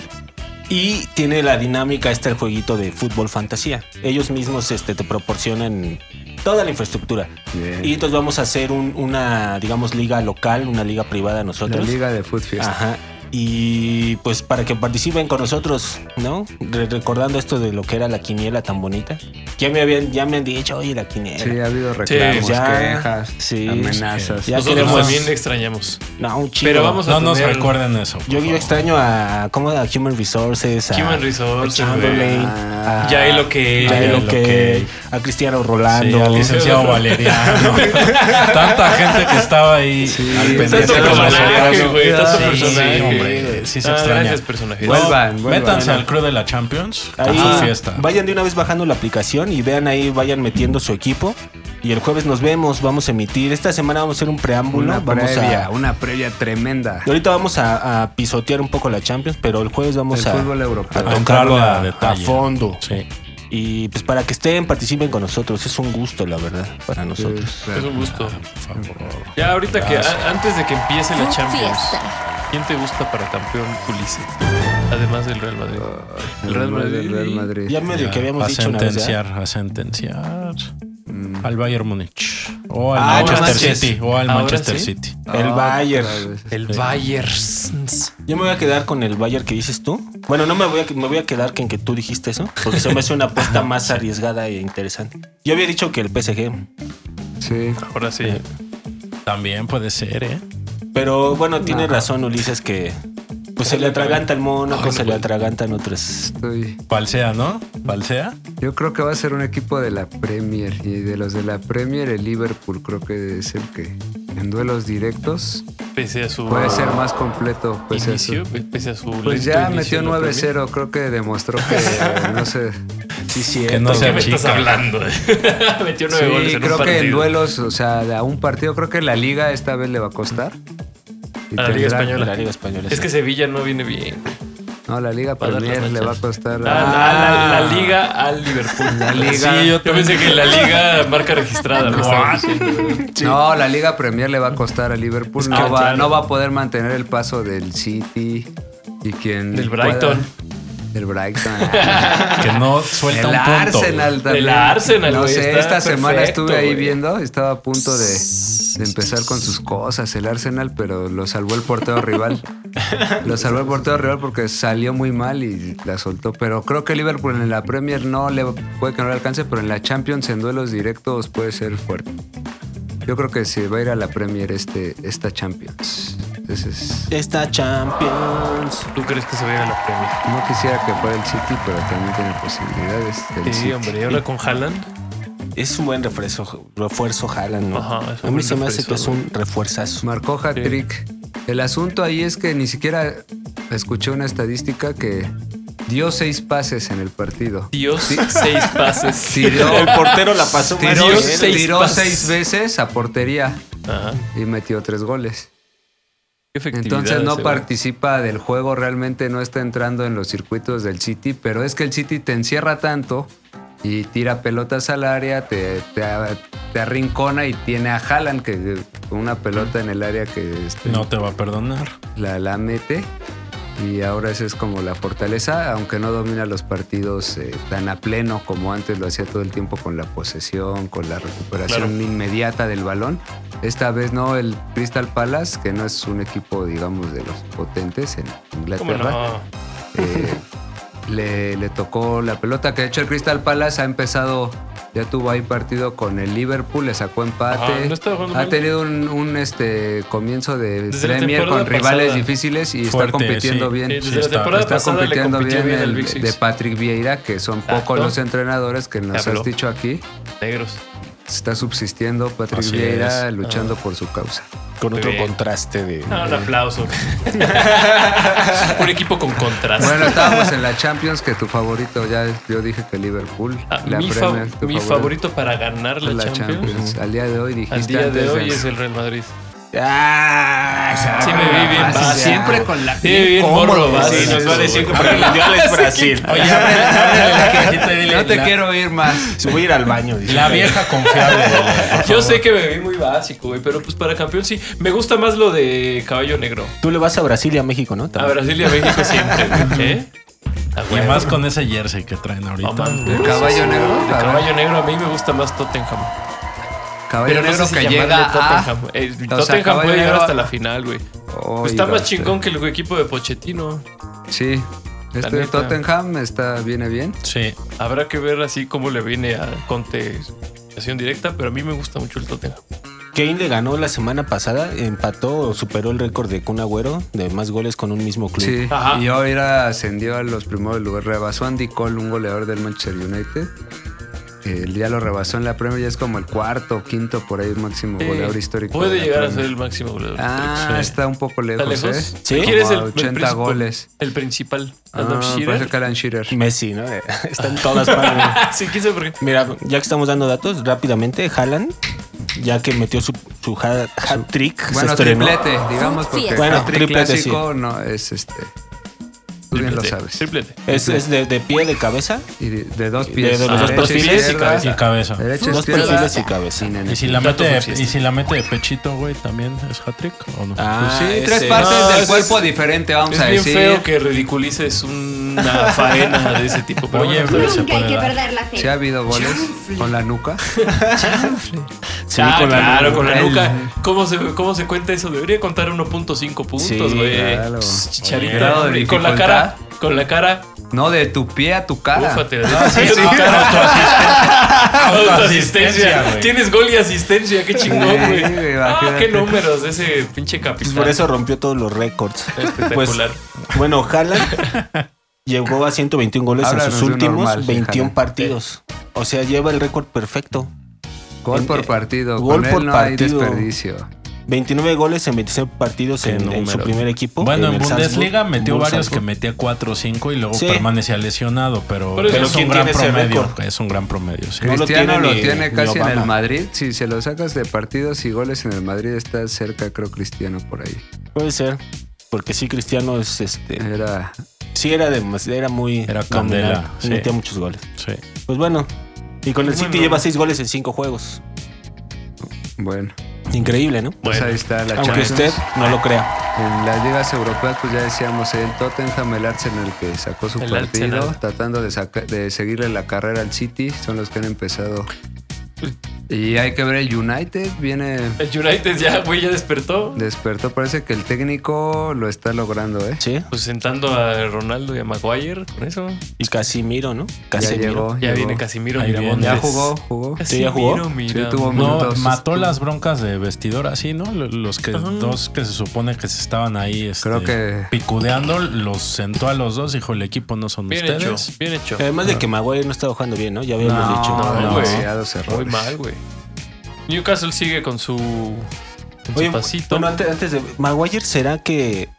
[SPEAKER 6] y tiene la dinámica este el jueguito de fútbol fantasía. Ellos mismos este, te proporcionan toda la infraestructura.
[SPEAKER 3] Bien.
[SPEAKER 6] Y entonces vamos a hacer un- una, digamos, liga local, una liga privada
[SPEAKER 3] La
[SPEAKER 6] nosotros. Ah,
[SPEAKER 3] liga de Food Fiesta.
[SPEAKER 6] Ajá. Este, Y pues para que participen con nosotros, ¿no? Re- recordando esto de lo que era la quiniela tan bonita. Ya me habían, ya me han dicho, oye, la quiniela. Pues
[SPEAKER 3] Sí, ha habido reclamos,
[SPEAKER 6] ya,
[SPEAKER 3] quejas,
[SPEAKER 6] sí.
[SPEAKER 3] amenazas.
[SPEAKER 6] Ya
[SPEAKER 5] Nosotros
[SPEAKER 6] queremos-
[SPEAKER 5] también extrañamos.
[SPEAKER 6] No, un chido.
[SPEAKER 5] Pero vamos a
[SPEAKER 4] No nos
[SPEAKER 5] tener-
[SPEAKER 4] recuerden eso. por
[SPEAKER 6] Yo, yo
[SPEAKER 4] favor.
[SPEAKER 6] extraño a, ¿cómo? A Human Resources, a,
[SPEAKER 5] Human Resources,
[SPEAKER 6] a Chamberlain,
[SPEAKER 3] Ah,
[SPEAKER 6] a-
[SPEAKER 5] Ya es lo que.
[SPEAKER 6] ya es
[SPEAKER 4] ya
[SPEAKER 6] lo
[SPEAKER 4] es lo
[SPEAKER 6] que-
[SPEAKER 4] que-
[SPEAKER 6] a Cristiano
[SPEAKER 4] Sí,
[SPEAKER 6] Rolando.
[SPEAKER 4] al licenciado Valeriano. Tanta gente que estaba ahí al pendiente
[SPEAKER 5] Tanto
[SPEAKER 4] de los
[SPEAKER 5] personaje,
[SPEAKER 4] resultados.
[SPEAKER 5] güey. Tanto
[SPEAKER 4] Sí,
[SPEAKER 5] personaje.
[SPEAKER 4] sí, hombre, sí se
[SPEAKER 5] Ah,
[SPEAKER 4] extraña.
[SPEAKER 5] Gracias, personaje.
[SPEAKER 4] No,
[SPEAKER 3] Vuelvan, vuelvan.
[SPEAKER 4] Métanse al crew de la Champions. con
[SPEAKER 6] Ahí,
[SPEAKER 4] su fiesta.
[SPEAKER 6] Vayan de una vez bajando la aplicación y vean ahí, vayan metiendo su equipo. Y el jueves nos vemos, vamos a emitir. Esta semana vamos a hacer un preámbulo.
[SPEAKER 3] una
[SPEAKER 6] vamos
[SPEAKER 3] previa,
[SPEAKER 6] a,
[SPEAKER 3] una previa tremenda.
[SPEAKER 6] Y Ahorita vamos a, a pisotear un poco la Champions, pero el jueves vamos
[SPEAKER 3] El
[SPEAKER 6] a,
[SPEAKER 3] fútbol europeo.
[SPEAKER 6] a
[SPEAKER 4] A
[SPEAKER 6] tocarlo
[SPEAKER 4] entrarlo
[SPEAKER 6] a,
[SPEAKER 4] a detalle.
[SPEAKER 6] a fondo.
[SPEAKER 4] Sí.
[SPEAKER 6] Y pues para que estén, participen con nosotros. Es un gusto, la verdad, para nosotros.
[SPEAKER 5] Es un gusto.
[SPEAKER 4] Por favor.
[SPEAKER 5] Ya ahorita que a- antes de que empiece la
[SPEAKER 2] Food
[SPEAKER 5] Champions,
[SPEAKER 2] Fiesta.
[SPEAKER 5] ¿quién te gusta para campeón Ulises? Además del Real Madrid.
[SPEAKER 3] Ah. El Real Madrid. Real Madrid.
[SPEAKER 6] Ya medio
[SPEAKER 4] Ya,
[SPEAKER 6] que habíamos
[SPEAKER 4] a
[SPEAKER 6] dicho una vez. ¿eh? ¿verdad?
[SPEAKER 4] sentenciar, a sentenciar al Bayern Múnich o al
[SPEAKER 6] Ah,
[SPEAKER 4] Manchester
[SPEAKER 5] no manches.
[SPEAKER 4] City o al
[SPEAKER 5] Ahora
[SPEAKER 4] Manchester
[SPEAKER 5] sí.
[SPEAKER 4] City.
[SPEAKER 6] El
[SPEAKER 3] Ah,
[SPEAKER 6] Bayern.
[SPEAKER 3] otra vez.
[SPEAKER 5] El
[SPEAKER 4] Sí.
[SPEAKER 5] Bayern.
[SPEAKER 6] Yo me voy a quedar con el Bayern que dices tú. Bueno, no me voy a, me voy a quedar con que tú dijiste eso, porque se me hace una apuesta más arriesgada e interesante. Yo había dicho que el PSG,
[SPEAKER 3] Sí.
[SPEAKER 5] Ahora sí.
[SPEAKER 4] También puede ser, ¿eh?
[SPEAKER 6] pero bueno, tiene razón Ulises que pues se le atraganta el mono, que se le atragantan otros.
[SPEAKER 3] Estoy.
[SPEAKER 4] Palsea, ¿no? Palsea.
[SPEAKER 3] Yo creo que va a ser un equipo de la Premier. Y de los de la Premier, el Liverpool creo que es el que en duelos directos
[SPEAKER 5] Pese a su
[SPEAKER 3] puede ser más completo. Pues,
[SPEAKER 5] inicio,
[SPEAKER 3] eso.
[SPEAKER 5] pese a su.
[SPEAKER 3] pues
[SPEAKER 5] lento
[SPEAKER 3] ya
[SPEAKER 5] inicio
[SPEAKER 3] metió
[SPEAKER 5] en la
[SPEAKER 3] 9-0. Creo que demostró que eh, no sé.
[SPEAKER 6] Sí, sí.
[SPEAKER 4] Que no
[SPEAKER 5] Premier.
[SPEAKER 4] sea
[SPEAKER 5] ¿Qué me estás
[SPEAKER 4] chica.
[SPEAKER 5] hablando? eh? metió nueve goles
[SPEAKER 3] Sí,
[SPEAKER 5] en
[SPEAKER 3] creo
[SPEAKER 5] un partido.
[SPEAKER 3] que en duelos, o sea, de a un partido, creo que la liga esta vez le va a costar. Y
[SPEAKER 5] A la
[SPEAKER 3] tendrá-
[SPEAKER 5] Liga Española.
[SPEAKER 6] La Liga Española.
[SPEAKER 5] Es que Sevilla no viene bien.
[SPEAKER 3] No, la liga
[SPEAKER 5] Va a dar las
[SPEAKER 3] Premier le va a
[SPEAKER 5] manchas.
[SPEAKER 3] costar.
[SPEAKER 5] La, la- la- la liga al Liverpool.
[SPEAKER 3] Ah. La liga.
[SPEAKER 5] Sí, yo, yo pensé que la liga marca registrada. ¿no?
[SPEAKER 3] No, la Liga Premier le va a costar a Liverpool.
[SPEAKER 5] Es que
[SPEAKER 3] no, va,
[SPEAKER 5] claro.
[SPEAKER 3] no va a poder mantener el paso del City y quien.
[SPEAKER 5] Del Brighton.
[SPEAKER 3] pueda- Del Brighton.
[SPEAKER 4] Que no suelta
[SPEAKER 3] el
[SPEAKER 4] un punto.
[SPEAKER 3] Arsenal también.
[SPEAKER 5] Del Arsenal,
[SPEAKER 3] No
[SPEAKER 5] güey,
[SPEAKER 3] sé,
[SPEAKER 5] está
[SPEAKER 3] esta semana
[SPEAKER 5] perfecto,
[SPEAKER 3] estuve ahí
[SPEAKER 5] güey.
[SPEAKER 3] viendo, estaba a punto de, de empezar con sus cosas el Arsenal, pero lo salvó el portero rival. Lo salvó el portero rival porque salió muy mal y la soltó. Pero creo que Liverpool en la Premier no le puede que no le alcance, pero en la Champions en duelos directos puede ser fuerte. Yo creo que se va a ir a la Premier este, esta Champions. Entonces,
[SPEAKER 6] Esta Champions.
[SPEAKER 5] ¿Tú crees que se va a ir a la Premier?
[SPEAKER 3] no quisiera que fuera el City, pero también tiene posibilidades. del
[SPEAKER 5] Sí,
[SPEAKER 3] City.
[SPEAKER 5] hombre, y ahora con Haaland.
[SPEAKER 6] Es un buen refuerzo, refuerzo Haaland, ¿no?
[SPEAKER 5] Ajá, es un
[SPEAKER 6] A mí
[SPEAKER 5] buen
[SPEAKER 6] se me hace
[SPEAKER 5] refuerzo,
[SPEAKER 6] que es un refuerzazo.
[SPEAKER 3] Marcó hat-trick. El asunto ahí es que ni siquiera escuché una estadística que dio seis pases en el partido.
[SPEAKER 5] Dios, seis pases.
[SPEAKER 3] Tiró,
[SPEAKER 6] El portero la pasó más
[SPEAKER 3] tiró,
[SPEAKER 5] dio
[SPEAKER 6] bien.
[SPEAKER 5] seis
[SPEAKER 3] tiró
[SPEAKER 5] pases.
[SPEAKER 3] seis veces a portería
[SPEAKER 5] Ajá.
[SPEAKER 3] y metió tres goles.
[SPEAKER 5] Qué efectividad
[SPEAKER 3] Entonces no
[SPEAKER 5] ese, güey.
[SPEAKER 3] participa del juego, realmente no está entrando en los circuitos del City, pero es que el City te encierra tanto y tira pelotas al área, te, te, te arrincona y tiene a Haaland que una pelota en el área que este,
[SPEAKER 4] No te va a perdonar.
[SPEAKER 3] la, la mete y ahora esa es como la fortaleza, aunque no domina los partidos eh, tan a pleno como antes lo hacía todo el tiempo con la posesión, con la recuperación inmediata del balón. Esta vez no el Crystal Palace, que no es un equipo, digamos, de los potentes en
[SPEAKER 5] ¿Cómo
[SPEAKER 3] Inglaterra.
[SPEAKER 5] no?
[SPEAKER 3] Eh, le, le tocó la pelota, que de hecho el Crystal Palace ha empezado, ya tuvo ahí partido con el Liverpool, le sacó empate.
[SPEAKER 5] Ajá, Ah, no estaba jugando
[SPEAKER 3] ha
[SPEAKER 5] mal.
[SPEAKER 3] tenido un, un, este comienzo de
[SPEAKER 5] Desde la
[SPEAKER 3] Premier con
[SPEAKER 5] temporada
[SPEAKER 3] rivales
[SPEAKER 5] pasada.
[SPEAKER 3] difíciles y
[SPEAKER 4] Fuerte,
[SPEAKER 3] está compitiendo
[SPEAKER 4] sí.
[SPEAKER 3] bien.
[SPEAKER 5] Sí, desde
[SPEAKER 4] Sí,
[SPEAKER 5] la
[SPEAKER 4] está-
[SPEAKER 5] temporada
[SPEAKER 3] Está
[SPEAKER 5] pasada le
[SPEAKER 3] compitiendo
[SPEAKER 5] compitió
[SPEAKER 3] bien,
[SPEAKER 5] bien al
[SPEAKER 3] el
[SPEAKER 5] Big
[SPEAKER 3] de
[SPEAKER 5] Six.
[SPEAKER 3] Patrick Vieira, que son pocos
[SPEAKER 5] Exacto.
[SPEAKER 3] los entrenadores que nos
[SPEAKER 5] Habló.
[SPEAKER 3] has dicho aquí.
[SPEAKER 5] Negros.
[SPEAKER 3] Está subsistiendo Patrick
[SPEAKER 4] Así
[SPEAKER 3] Vieira
[SPEAKER 4] es.
[SPEAKER 3] luchando por su causa.
[SPEAKER 6] Con otro
[SPEAKER 5] Bien.
[SPEAKER 6] contraste de.
[SPEAKER 5] Ah, un aplauso. un equipo con contraste.
[SPEAKER 3] Bueno, estábamos en la Champions, que tu favorito ya yo dije que Liverpool.
[SPEAKER 5] Ah,
[SPEAKER 3] la
[SPEAKER 5] mi, fa-
[SPEAKER 3] Premier, tu
[SPEAKER 5] mi favorito para ganar la,
[SPEAKER 3] la
[SPEAKER 5] Champions,
[SPEAKER 3] Champions. Al día de hoy dijiste
[SPEAKER 5] al día de
[SPEAKER 3] antes
[SPEAKER 5] hoy es el Real Madrid.
[SPEAKER 6] Ah,
[SPEAKER 5] Sí me vi bien
[SPEAKER 3] Ah, sí,
[SPEAKER 5] fácil.
[SPEAKER 3] siempre con la
[SPEAKER 5] Sí, bien morro,
[SPEAKER 3] ¿verdad?
[SPEAKER 5] sí, nos va a decir
[SPEAKER 6] que el mundial es Brasil.
[SPEAKER 4] Oye, ábrele, ábrele la cajita y dile,
[SPEAKER 3] No te
[SPEAKER 4] la-
[SPEAKER 3] quiero ir más.
[SPEAKER 6] Se voy a ir al baño. dice.
[SPEAKER 4] La vieja confiable. güey, por
[SPEAKER 5] Yo
[SPEAKER 4] favor.
[SPEAKER 5] sé que me vi muy básico, güey, pero pues para campeón sí. Me gusta más lo de caballo negro.
[SPEAKER 6] Tú le vas a Brasil y a México, ¿no?
[SPEAKER 5] A Brasil y a México siempre, güey. ¿eh? A
[SPEAKER 4] Y
[SPEAKER 5] huevo.
[SPEAKER 4] más con ese jersey que traen
[SPEAKER 5] No
[SPEAKER 4] ahorita.
[SPEAKER 5] mames.
[SPEAKER 3] ¿De caballo negro?
[SPEAKER 5] De
[SPEAKER 3] A ver.
[SPEAKER 5] caballo negro a mí me gusta más Tottenham.
[SPEAKER 3] Caballo
[SPEAKER 5] Pero no
[SPEAKER 3] negro
[SPEAKER 5] sé si
[SPEAKER 3] que
[SPEAKER 5] llamarle
[SPEAKER 3] llega
[SPEAKER 5] Tottenham.
[SPEAKER 3] a...
[SPEAKER 5] Eh,
[SPEAKER 3] O sea,
[SPEAKER 5] Tottenham
[SPEAKER 3] Caballo
[SPEAKER 5] puede llegar
[SPEAKER 3] Negro-
[SPEAKER 5] hasta la final, güey.
[SPEAKER 3] Oh,
[SPEAKER 5] Pues está
[SPEAKER 3] y
[SPEAKER 5] más
[SPEAKER 3] basta.
[SPEAKER 5] chingón que el equipo de Pochettino.
[SPEAKER 3] Sí.
[SPEAKER 5] La
[SPEAKER 3] Este
[SPEAKER 5] neta.
[SPEAKER 3] Tottenham está, viene bien.
[SPEAKER 4] Sí.
[SPEAKER 5] Habrá que ver así cómo le viene a Conte su acción directa, pero a mí me gusta mucho el Tottenham.
[SPEAKER 6] Kane le ganó la semana pasada, empató o superó el récord de Kun Agüero de más goles con un mismo club.
[SPEAKER 3] Sí.
[SPEAKER 5] Ajá.
[SPEAKER 3] Y ahora ascendió a los primeros lugares. Rebasó a Andy Cole, un goleador del Manchester United. Él ya lo rebasó en la Premier, ya es como el cuarto, quinto por ahí máximo goleador
[SPEAKER 5] Eh,
[SPEAKER 3] histórico. de
[SPEAKER 5] Puede
[SPEAKER 3] la
[SPEAKER 5] llegar a
[SPEAKER 3] Premier.
[SPEAKER 5] ser el máximo goleador.
[SPEAKER 3] Ah,
[SPEAKER 5] Sí.
[SPEAKER 3] está un poco
[SPEAKER 5] ¿Está
[SPEAKER 3] lejos,
[SPEAKER 5] lejos?
[SPEAKER 3] ¿eh?
[SPEAKER 6] Sí.
[SPEAKER 5] ¿Quién es
[SPEAKER 3] Como
[SPEAKER 5] el,
[SPEAKER 3] a
[SPEAKER 5] el
[SPEAKER 3] 80
[SPEAKER 5] principal-
[SPEAKER 3] goles.
[SPEAKER 5] El principal.
[SPEAKER 3] Ah,
[SPEAKER 5] Adam Shearer. Ah,
[SPEAKER 3] parece que Alan Shearer.
[SPEAKER 6] Messi, ¿no? Está en todas partes.
[SPEAKER 5] sí, quién sabe por qué.
[SPEAKER 6] Mira, ya que estamos dando datos, rápidamente, Haaland, ya que metió su, su hat, trick,
[SPEAKER 3] Bueno, triplete, digamos, porque
[SPEAKER 2] Bueno,
[SPEAKER 3] el triple
[SPEAKER 6] triplete,
[SPEAKER 3] clásico no es este. Tú bien lo
[SPEAKER 5] Triplete,
[SPEAKER 3] sabes.
[SPEAKER 5] Triplete.
[SPEAKER 6] Es, es de, de pie, de cabeza,
[SPEAKER 3] Y de, de dos
[SPEAKER 6] de
[SPEAKER 3] pies.
[SPEAKER 6] los
[SPEAKER 3] Derecha,
[SPEAKER 6] dos perfiles y
[SPEAKER 3] izquierda,
[SPEAKER 4] Y cabeza.
[SPEAKER 3] Derecha,
[SPEAKER 6] dos
[SPEAKER 3] izquierda.
[SPEAKER 6] perfiles y cabeza.
[SPEAKER 3] Sí, nene.
[SPEAKER 4] Y si la
[SPEAKER 5] Tanto
[SPEAKER 4] mete,
[SPEAKER 5] por
[SPEAKER 4] y si la mete de pechito, güey, también es hat-trick o no?
[SPEAKER 6] Ah,
[SPEAKER 3] Sí, tres
[SPEAKER 6] ese.
[SPEAKER 3] partes
[SPEAKER 5] No,
[SPEAKER 3] del
[SPEAKER 5] es-
[SPEAKER 3] cuerpo diferente, vamos
[SPEAKER 5] Es
[SPEAKER 3] a
[SPEAKER 5] bien
[SPEAKER 3] decir.
[SPEAKER 5] feo que ridiculices una faena de ese tipo. Pero
[SPEAKER 4] Oye,
[SPEAKER 5] bueno,
[SPEAKER 4] güey, se
[SPEAKER 7] Nunca hay
[SPEAKER 4] puede
[SPEAKER 7] que
[SPEAKER 4] dar.
[SPEAKER 7] perder la fe.
[SPEAKER 3] Si ha habido goles con la nuca.
[SPEAKER 6] Sí,
[SPEAKER 5] ah,
[SPEAKER 6] con la
[SPEAKER 5] claro,
[SPEAKER 6] nuca.
[SPEAKER 5] con la
[SPEAKER 3] El-
[SPEAKER 5] nuca. ¿Cómo se, ¿Cómo se cuenta eso? Debería contar 1.5
[SPEAKER 6] Sí,
[SPEAKER 5] puntos, güey.
[SPEAKER 3] claro.
[SPEAKER 5] Pss,
[SPEAKER 4] Oye,
[SPEAKER 5] Chicharito.
[SPEAKER 3] grado de
[SPEAKER 5] Y con la cara. Con la cara.
[SPEAKER 3] No, de tu pie a tu
[SPEAKER 6] Ah.
[SPEAKER 3] cara.
[SPEAKER 5] Úfate.
[SPEAKER 4] sí, sí. Autoasistencia,
[SPEAKER 5] Autoasistencia.
[SPEAKER 4] güey.
[SPEAKER 5] Tienes gol y asistencia. Qué chingón, güey.
[SPEAKER 3] Sí, güey,
[SPEAKER 5] ah,
[SPEAKER 3] imagínate.
[SPEAKER 5] qué números de ese pinche
[SPEAKER 6] Pues
[SPEAKER 5] capitán.
[SPEAKER 6] por eso rompió todos los récords.
[SPEAKER 5] Espectacular.
[SPEAKER 6] Pues, bueno, Haaland llegó a 121 goles en
[SPEAKER 3] Háblanos
[SPEAKER 6] sus
[SPEAKER 3] de un
[SPEAKER 6] últimos
[SPEAKER 3] normal de
[SPEAKER 6] 21
[SPEAKER 3] Haaland.
[SPEAKER 6] partidos. O sea, lleva el récord perfecto.
[SPEAKER 3] Gol
[SPEAKER 6] En- eh,
[SPEAKER 3] por partido.
[SPEAKER 6] gol
[SPEAKER 3] Con él
[SPEAKER 6] por
[SPEAKER 3] no
[SPEAKER 6] partido.
[SPEAKER 3] hay desperdicio.
[SPEAKER 6] 29 goles en 26 partidos
[SPEAKER 4] Qué
[SPEAKER 6] en, en su
[SPEAKER 4] número.
[SPEAKER 6] primer equipo.
[SPEAKER 4] Bueno, en,
[SPEAKER 6] el
[SPEAKER 4] Bundesliga
[SPEAKER 6] Salzburg.
[SPEAKER 4] metió
[SPEAKER 6] Bund
[SPEAKER 4] varios que
[SPEAKER 6] Salzburg.
[SPEAKER 4] metía 4 o 5 y luego
[SPEAKER 6] Sí.
[SPEAKER 4] permanecía lesionado, pero,
[SPEAKER 5] Pero
[SPEAKER 4] pero
[SPEAKER 5] ¿quién
[SPEAKER 4] es un
[SPEAKER 6] tiene
[SPEAKER 4] gran
[SPEAKER 6] ese
[SPEAKER 4] promedio.
[SPEAKER 6] récord?
[SPEAKER 4] Es un gran promedio, sí.
[SPEAKER 6] No lo
[SPEAKER 3] Cristiano
[SPEAKER 6] tiene
[SPEAKER 3] lo
[SPEAKER 6] ni-
[SPEAKER 3] tiene,
[SPEAKER 6] ni
[SPEAKER 3] casi en
[SPEAKER 6] Obama.
[SPEAKER 3] el Madrid. Si se lo sacas de partidos y goles en el Madrid, está cerca, creo, Cristiano por ahí.
[SPEAKER 6] Puede ser. Porque sí, Cristiano es este.
[SPEAKER 3] Era.
[SPEAKER 6] Sí, era, de, era muy.
[SPEAKER 4] Era candela,
[SPEAKER 6] dominante,
[SPEAKER 4] sí.
[SPEAKER 6] Metía muchos goles.
[SPEAKER 4] Sí.
[SPEAKER 6] Pues bueno. Y con el
[SPEAKER 5] Bueno.
[SPEAKER 6] City lleva 6 goles en 5 juegos.
[SPEAKER 3] Bueno,
[SPEAKER 6] Increíble, ¿no?
[SPEAKER 3] pues
[SPEAKER 5] Bueno.
[SPEAKER 3] ahí está la
[SPEAKER 6] Aunque
[SPEAKER 3] Champions.
[SPEAKER 6] usted no lo crea.
[SPEAKER 3] En las ligas europeas, pues ya decíamos, el Tottenham, el Arsenal que sacó su
[SPEAKER 5] El
[SPEAKER 3] partido,
[SPEAKER 5] Arsenal.
[SPEAKER 3] tratando de, saca- de seguirle la carrera al City, son los que han empezado. Y hay que ver el United, viene,
[SPEAKER 5] El United ya, güey, ya despertó.
[SPEAKER 3] despertó, parece que el técnico lo está logrando, ¿eh?
[SPEAKER 6] Sí.
[SPEAKER 5] Pues sentando a Ronaldo y a Maguire con eso.
[SPEAKER 6] Y Casimiro, ¿no?
[SPEAKER 3] Ya
[SPEAKER 6] Casimiro.
[SPEAKER 3] llegó,
[SPEAKER 5] Ya
[SPEAKER 3] llegó.
[SPEAKER 5] viene Casimiro
[SPEAKER 4] Ahí
[SPEAKER 5] Miramontes.
[SPEAKER 4] viene.
[SPEAKER 3] Ya jugó, jugó.
[SPEAKER 6] Sí, ya jugó.
[SPEAKER 5] Casimiro Miramontes.
[SPEAKER 3] tuvo
[SPEAKER 4] No,
[SPEAKER 3] Minutos.
[SPEAKER 4] mató las broncas de vestidor así, ¿no? Lo- Los que
[SPEAKER 5] Ajá.
[SPEAKER 4] dos que se supone que se estaban ahí este,
[SPEAKER 3] Creo que-
[SPEAKER 4] picudeando, los sentó a los dos, dijo, el equipo no son de
[SPEAKER 5] Bien
[SPEAKER 4] ustedes.
[SPEAKER 5] hecho, bien hecho.
[SPEAKER 6] Además de que Maguire no está jugando bien, ¿no? Ya habíamos
[SPEAKER 3] No,
[SPEAKER 6] dicho.
[SPEAKER 5] No,
[SPEAKER 3] no,
[SPEAKER 5] güey.
[SPEAKER 3] demasiados
[SPEAKER 5] Muy
[SPEAKER 3] errores.
[SPEAKER 5] mal, güey. Newcastle sigue con su, con su
[SPEAKER 6] Oye,
[SPEAKER 5] pasito.
[SPEAKER 6] bueno, antes, antes de. ¿Maguire será que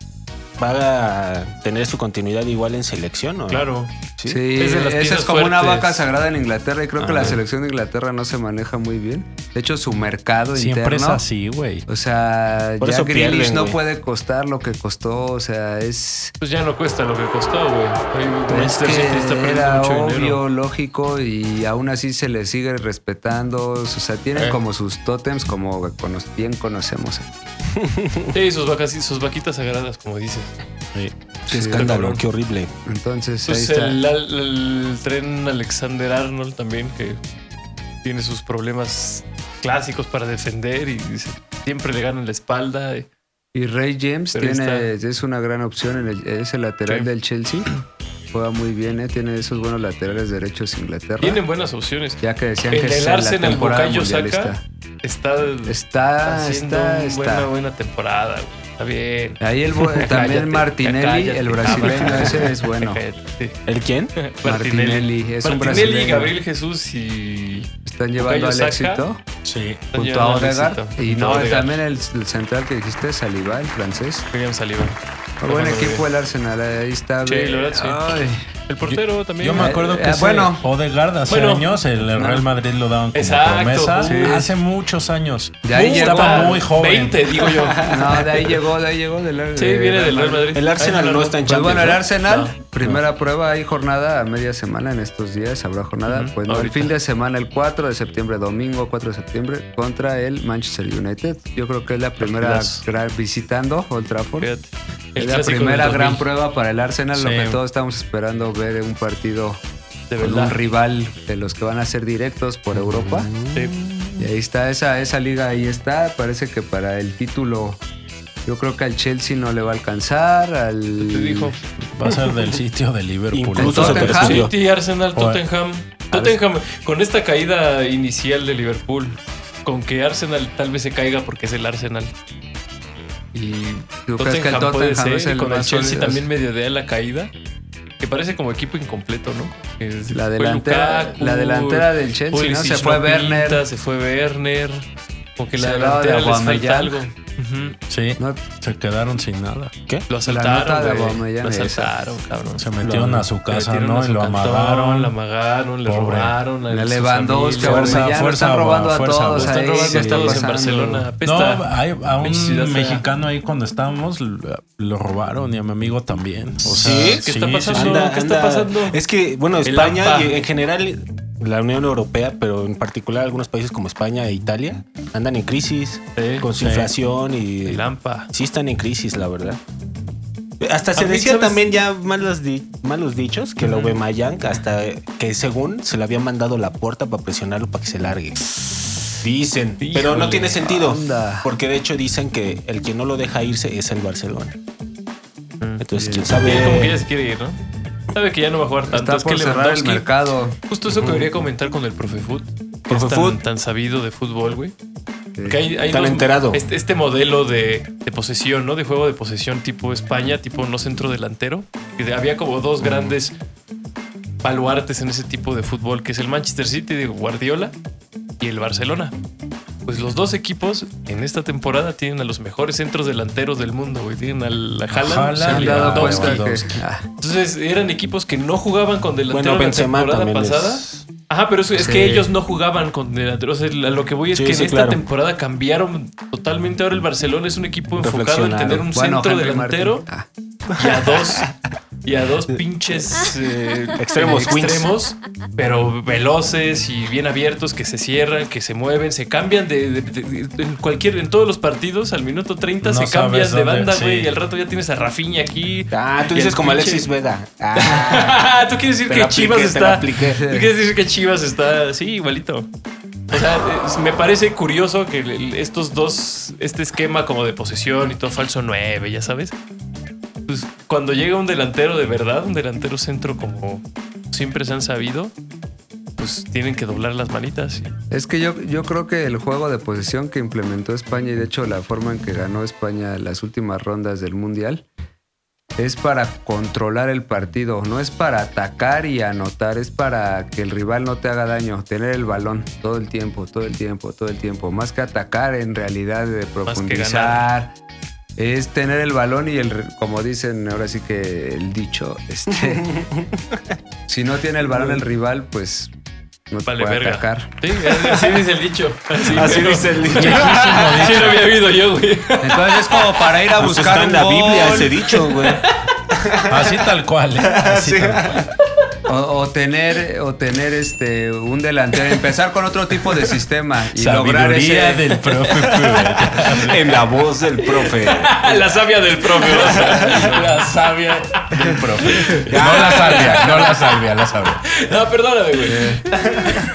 [SPEAKER 6] va a tener su continuidad igual en selección? ¿o?
[SPEAKER 5] claro.
[SPEAKER 6] Sí.
[SPEAKER 3] Sí,
[SPEAKER 5] Es de las
[SPEAKER 3] esa es
[SPEAKER 5] piezas
[SPEAKER 3] como una
[SPEAKER 5] fuertes.
[SPEAKER 3] vaca sagrada en Inglaterra y creo que
[SPEAKER 6] Ah.
[SPEAKER 3] la selección de Inglaterra no se maneja muy bien. De hecho, su mercado
[SPEAKER 4] Siempre es
[SPEAKER 3] interno
[SPEAKER 4] así, güey.
[SPEAKER 3] O sea,
[SPEAKER 6] Por
[SPEAKER 3] ya
[SPEAKER 6] eso
[SPEAKER 3] Grealish
[SPEAKER 6] pierden,
[SPEAKER 3] no
[SPEAKER 6] güey.
[SPEAKER 3] puede costar lo que costó. O sea, es,
[SPEAKER 5] Pues ya no cuesta lo que costó, güey. Hoy
[SPEAKER 3] es
[SPEAKER 5] Manchester City está
[SPEAKER 3] que
[SPEAKER 5] perdiendo
[SPEAKER 3] era
[SPEAKER 5] mucho
[SPEAKER 3] obvio,
[SPEAKER 5] dinero.
[SPEAKER 3] lógico y aún así se le sigue respetando. O sea, tienen
[SPEAKER 5] Eh.
[SPEAKER 3] como sus tótems como cono- bien conocemos.
[SPEAKER 5] Sí, sus, vacas, sus vaquitas sagradas, como dices.
[SPEAKER 4] Sí.
[SPEAKER 6] Qué
[SPEAKER 3] Sí,
[SPEAKER 6] escándalo,
[SPEAKER 5] cabrón.
[SPEAKER 6] qué horrible.
[SPEAKER 3] Entonces, ahí
[SPEAKER 5] Pues
[SPEAKER 3] está.
[SPEAKER 5] el, el- el tren Alexander Arnold también, que tiene sus problemas clásicos para defender y dice, siempre le ganan la espalda. Y-
[SPEAKER 3] Y Ray James
[SPEAKER 5] Pero ahí
[SPEAKER 3] tiene, es una gran opción. en el- es el lateral
[SPEAKER 5] Sí.
[SPEAKER 3] del Chelsea. Juega muy bien, ¿eh? tiene esos buenos laterales derechos Inglaterra.
[SPEAKER 5] Tienen buenas opciones.
[SPEAKER 3] ya que decían
[SPEAKER 5] El
[SPEAKER 3] que
[SPEAKER 5] del
[SPEAKER 3] es la
[SPEAKER 5] Arsenal,
[SPEAKER 3] temporada
[SPEAKER 5] Bukayo Saka,
[SPEAKER 3] mundialista.
[SPEAKER 5] Está,
[SPEAKER 3] Está,
[SPEAKER 5] haciendo
[SPEAKER 3] está,
[SPEAKER 5] una
[SPEAKER 3] está.
[SPEAKER 5] buena, buena temporada. güey. Está bien.
[SPEAKER 3] Ahí el, bu-
[SPEAKER 5] Cállate,
[SPEAKER 3] también Martinelli,
[SPEAKER 5] cállate, Ah,
[SPEAKER 3] el brasileño,
[SPEAKER 5] cállate.
[SPEAKER 3] ese es bueno.
[SPEAKER 5] Cállate, sí.
[SPEAKER 6] ¿El quién?
[SPEAKER 3] Martinelli, es un
[SPEAKER 5] Martinelli,
[SPEAKER 3] brasileño.
[SPEAKER 5] Gabriel Jesús y.
[SPEAKER 3] Están llevando
[SPEAKER 5] Bukayo
[SPEAKER 3] al
[SPEAKER 5] Saka,
[SPEAKER 3] éxito
[SPEAKER 4] Sí.
[SPEAKER 5] están
[SPEAKER 3] junto a
[SPEAKER 5] llevando al
[SPEAKER 3] Odegaard.
[SPEAKER 5] éxito.
[SPEAKER 3] Y
[SPEAKER 5] Junto a
[SPEAKER 3] no,
[SPEAKER 5] Odegaard.
[SPEAKER 3] también el, el central que dijiste, Saliba, el francés.
[SPEAKER 5] William Saliba.
[SPEAKER 3] Muy buen
[SPEAKER 5] Ajá,
[SPEAKER 3] equipo
[SPEAKER 5] güey.
[SPEAKER 3] el Arsenal, ahí está.
[SPEAKER 5] Sí,
[SPEAKER 3] bien.
[SPEAKER 5] la verdad, sí.
[SPEAKER 3] Ay,
[SPEAKER 5] El portero también.
[SPEAKER 4] Yo me acuerdo que
[SPEAKER 3] Eh,
[SPEAKER 4] ese
[SPEAKER 3] bueno.
[SPEAKER 4] Odegaard hace
[SPEAKER 5] Bueno.
[SPEAKER 4] años, el el Real Madrid lo daban como
[SPEAKER 5] Exacto.
[SPEAKER 4] promesa
[SPEAKER 5] Sí.
[SPEAKER 4] hace muchos años.
[SPEAKER 3] De ahí
[SPEAKER 4] Estaba
[SPEAKER 5] Puta,
[SPEAKER 4] muy joven.
[SPEAKER 5] 20, digo yo.
[SPEAKER 3] No, de ahí llegó, de ahí llegó. Del,
[SPEAKER 5] Sí,
[SPEAKER 3] de-
[SPEAKER 5] viene del Real Madrid.
[SPEAKER 6] El Arsenal no está en
[SPEAKER 3] Pues
[SPEAKER 6] Champions.
[SPEAKER 3] bueno, el
[SPEAKER 6] ¿no?
[SPEAKER 3] Arsenal, primera prueba, hay jornada a media semana en estos días, habrá jornada. Pues no, el
[SPEAKER 5] ahorita.
[SPEAKER 3] fin de semana, el 4 de septiembre, domingo 4 de septiembre, contra el Manchester United. Yo creo que es la primera
[SPEAKER 5] Partidazo.
[SPEAKER 3] gran- visitando Old Trafford.
[SPEAKER 5] Fíjate.
[SPEAKER 3] Es
[SPEAKER 5] El
[SPEAKER 3] la
[SPEAKER 5] clásico del
[SPEAKER 3] primera
[SPEAKER 5] 2000,
[SPEAKER 3] gran prueba para el Arsenal, lo
[SPEAKER 4] Sí.
[SPEAKER 3] que todos estamos esperando ver en un partido
[SPEAKER 5] De
[SPEAKER 3] con un
[SPEAKER 5] verdad.
[SPEAKER 3] rival de los que van a ser directos por Europa.
[SPEAKER 5] Sí.
[SPEAKER 3] Y ahí está, esa, esa liga ahí está. Parece que para el título, yo creo que al Chelsea no le va a alcanzar. Al...
[SPEAKER 5] Te dijo.
[SPEAKER 4] Va a ser del sitio de Liverpool.
[SPEAKER 6] Incluso se
[SPEAKER 3] Tottenham.
[SPEAKER 6] perdió.
[SPEAKER 5] City, Arsenal,
[SPEAKER 4] Joder.
[SPEAKER 5] Tottenham. Tottenham, con esta caída inicial de Liverpool, con que Arsenal tal vez se caiga porque es el Arsenal. Y
[SPEAKER 3] ¿Tú
[SPEAKER 5] Tottenham,
[SPEAKER 3] crees que el
[SPEAKER 5] puede
[SPEAKER 3] Tottenham
[SPEAKER 5] ser,
[SPEAKER 3] es el
[SPEAKER 5] y con el
[SPEAKER 3] más
[SPEAKER 5] Chelsea
[SPEAKER 3] sólido?
[SPEAKER 5] también medio de la caída. Que parece como equipo incompleto, ¿no? Que se
[SPEAKER 3] La
[SPEAKER 5] fue
[SPEAKER 3] delantera-
[SPEAKER 5] Lukaku,
[SPEAKER 3] la delantera del Chelsea, ¿no? Se
[SPEAKER 5] Pulisic
[SPEAKER 3] fue
[SPEAKER 5] no
[SPEAKER 3] Werner.
[SPEAKER 5] pinta, Se fue Werner. Como que la
[SPEAKER 3] Se hablaba de
[SPEAKER 5] delantera les falta
[SPEAKER 3] Aubameyang.
[SPEAKER 5] algo. Ujú.
[SPEAKER 4] Sí,
[SPEAKER 3] No,
[SPEAKER 4] se quedaron sin nada.
[SPEAKER 5] Lo
[SPEAKER 3] nota de
[SPEAKER 5] asaltaron, güey.
[SPEAKER 3] Aubameyang
[SPEAKER 5] Lo
[SPEAKER 3] es esa.
[SPEAKER 5] asaltaron, cabrón.
[SPEAKER 4] Se metieron a su casa, ¿no? Y lo
[SPEAKER 5] Lo
[SPEAKER 4] amagaron.
[SPEAKER 5] amagaron, le
[SPEAKER 4] Pobre.
[SPEAKER 5] robaron. a
[SPEAKER 3] Le
[SPEAKER 5] sus
[SPEAKER 3] Lewandowski,
[SPEAKER 5] amigos.
[SPEAKER 4] Fuerza,
[SPEAKER 3] Aubameyang,
[SPEAKER 4] fuerza,
[SPEAKER 3] están robando a
[SPEAKER 4] fuerza,
[SPEAKER 3] todos
[SPEAKER 4] fuerza.
[SPEAKER 5] Están
[SPEAKER 3] ahí,
[SPEAKER 5] robando
[SPEAKER 3] sí,
[SPEAKER 5] a todos en
[SPEAKER 3] pasando.
[SPEAKER 5] Barcelona.
[SPEAKER 4] No,
[SPEAKER 5] Ah, Apesta.
[SPEAKER 4] hay, a un
[SPEAKER 5] Pinche ciudad fea.
[SPEAKER 4] mexicano ahí cuando estábamos lo- lo robaron y a mi amigo también. O sea,
[SPEAKER 5] ¿Sí? ¿Qué está pasando? ¿Qué está pasando?
[SPEAKER 6] Es que, bueno,
[SPEAKER 5] El
[SPEAKER 6] España
[SPEAKER 5] AMPA.
[SPEAKER 6] y en general la Unión Europea, pero en particular algunos países como España e Italia, andan en crisis
[SPEAKER 5] Sí,
[SPEAKER 6] con su
[SPEAKER 5] sí.
[SPEAKER 6] inflación y
[SPEAKER 5] Lampa.
[SPEAKER 6] sí están en crisis, la verdad. Hasta se
[SPEAKER 5] A mí,
[SPEAKER 6] decía
[SPEAKER 5] ¿sabes?
[SPEAKER 6] también ya malos, di- malos dichos que lo ve Mayank hasta que según se le había mandado la puerta para presionarlo para que se largue. Dicen, pero no
[SPEAKER 5] Híjole,
[SPEAKER 6] tiene sentido.
[SPEAKER 3] anda.
[SPEAKER 6] Porque de hecho dicen que el que no lo deja irse es el Barcelona. Entonces, quién
[SPEAKER 5] Y él Mm, como que
[SPEAKER 6] sabe.
[SPEAKER 5] ya se quiere ir, ¿no? Sabe que ya no va a jugar tanto.
[SPEAKER 3] está
[SPEAKER 5] Es que
[SPEAKER 3] por cerrar el
[SPEAKER 5] Lewandowski-
[SPEAKER 3] mercado.
[SPEAKER 5] Justo eso que quería comentar con el Profe Food. que
[SPEAKER 6] Profe
[SPEAKER 5] es tan-
[SPEAKER 6] Food.
[SPEAKER 5] Tan sabido de fútbol, güey.
[SPEAKER 3] Sí.
[SPEAKER 5] Que hay- hay
[SPEAKER 6] Tan
[SPEAKER 5] dos-
[SPEAKER 6] enterado.
[SPEAKER 5] Este, este modelo de, de posesión, ¿no? De juego de posesión tipo España, tipo no centro delantero. Y de- había como dos grandes baluartes en ese tipo de fútbol, que es el Manchester City de Guardiola y el Barcelona. Pues los dos equipos en esta temporada tienen a los mejores centros delanteros del mundo, güey. Tienen al Haaland,
[SPEAKER 4] Haaland,
[SPEAKER 3] Se han
[SPEAKER 5] y
[SPEAKER 4] a
[SPEAKER 5] a
[SPEAKER 3] dado
[SPEAKER 5] Lewandowski.
[SPEAKER 3] cuenta que
[SPEAKER 4] Lewandowski.
[SPEAKER 3] ah,
[SPEAKER 5] Entonces eran equipos que no jugaban con delantero
[SPEAKER 6] Bueno,
[SPEAKER 5] la
[SPEAKER 6] Benzema
[SPEAKER 5] temporada
[SPEAKER 6] también
[SPEAKER 5] pasada.
[SPEAKER 6] es-
[SPEAKER 5] Ajá, pero es, es
[SPEAKER 3] Sí.
[SPEAKER 5] que ellos no jugaban con delanteros. O sea, a lo que voy es
[SPEAKER 6] Sí,
[SPEAKER 5] que
[SPEAKER 6] sí,
[SPEAKER 5] en esta
[SPEAKER 6] claro.
[SPEAKER 5] temporada cambiaron totalmente. Ahora el Barcelona es un equipo enfocado en
[SPEAKER 6] Reflexionado.
[SPEAKER 5] tener un
[SPEAKER 3] bueno,
[SPEAKER 5] centro
[SPEAKER 3] Henry
[SPEAKER 5] delantero
[SPEAKER 3] Martin. Ah,
[SPEAKER 5] y a dos y a dos pinches eh,
[SPEAKER 6] Extremos, wings.
[SPEAKER 5] extremos, pero veloces y bien abiertos que se cierran, que se mueven, se cambian de, de- de- de- en cualquier en todos los partidos al minuto 30
[SPEAKER 4] No
[SPEAKER 5] se
[SPEAKER 4] sabes
[SPEAKER 5] cambian de
[SPEAKER 4] dónde,
[SPEAKER 5] banda,
[SPEAKER 4] sí.
[SPEAKER 5] güey, y al rato ya tienes a Rafinha aquí.
[SPEAKER 6] Ah, tú
[SPEAKER 5] y
[SPEAKER 6] dices
[SPEAKER 5] al
[SPEAKER 6] como
[SPEAKER 5] pinche-
[SPEAKER 6] Alexis Vega. Ah,
[SPEAKER 5] Tú quieres decir
[SPEAKER 6] Te
[SPEAKER 5] que
[SPEAKER 6] la
[SPEAKER 5] Chivas
[SPEAKER 6] apliqué, te la
[SPEAKER 5] está. Tú
[SPEAKER 6] apliqué.
[SPEAKER 5] quieres decir que Chivas está así, igualito. O sea, es- me parece curioso que el- el- estos dos, este esquema como de posesión y todo falso 9, ya sabes. Pues cuando llega un delantero de verdad, un delantero centro como siempre se han sabido, pues tienen que doblar las manitas.
[SPEAKER 3] Es que yo, yo creo que el juego de posesión que implementó España y de hecho la forma en que ganó España las últimas rondas del Mundial es para controlar el partido, no es para atacar y anotar, es para que el rival no te haga daño, tener el balón todo el tiempo, todo el tiempo, todo el tiempo, más que atacar en realidad de profundizar. Es tener el balón y el, re- como dicen ahora sí que el dicho, este, si no tiene el balón el rival, pues no te
[SPEAKER 5] Vale,
[SPEAKER 3] puede
[SPEAKER 5] verga.
[SPEAKER 3] atacar.
[SPEAKER 5] Sí, así dice el dicho. Así, pero-
[SPEAKER 6] el dicho.
[SPEAKER 5] Así lo había oído yo, güey.
[SPEAKER 3] Entonces es como para ir a
[SPEAKER 6] Pues está
[SPEAKER 3] buscar
[SPEAKER 6] en
[SPEAKER 3] un
[SPEAKER 6] la Biblia
[SPEAKER 3] gol,
[SPEAKER 6] ese dicho, güey.
[SPEAKER 4] Así tal cual. ¿eh? Así tal cual.
[SPEAKER 3] o, o tener o tener este un delantero, empezar con otro tipo de sistema y lograr
[SPEAKER 4] Sabiduría
[SPEAKER 3] ese
[SPEAKER 4] del profe Pubert.
[SPEAKER 6] en la voz del profe.
[SPEAKER 5] La sabia del profe. o sea.
[SPEAKER 4] La sabia del
[SPEAKER 3] Ah.
[SPEAKER 4] profe. No la sabia, no la sabia, la sabia.
[SPEAKER 5] No, perdóname, güey.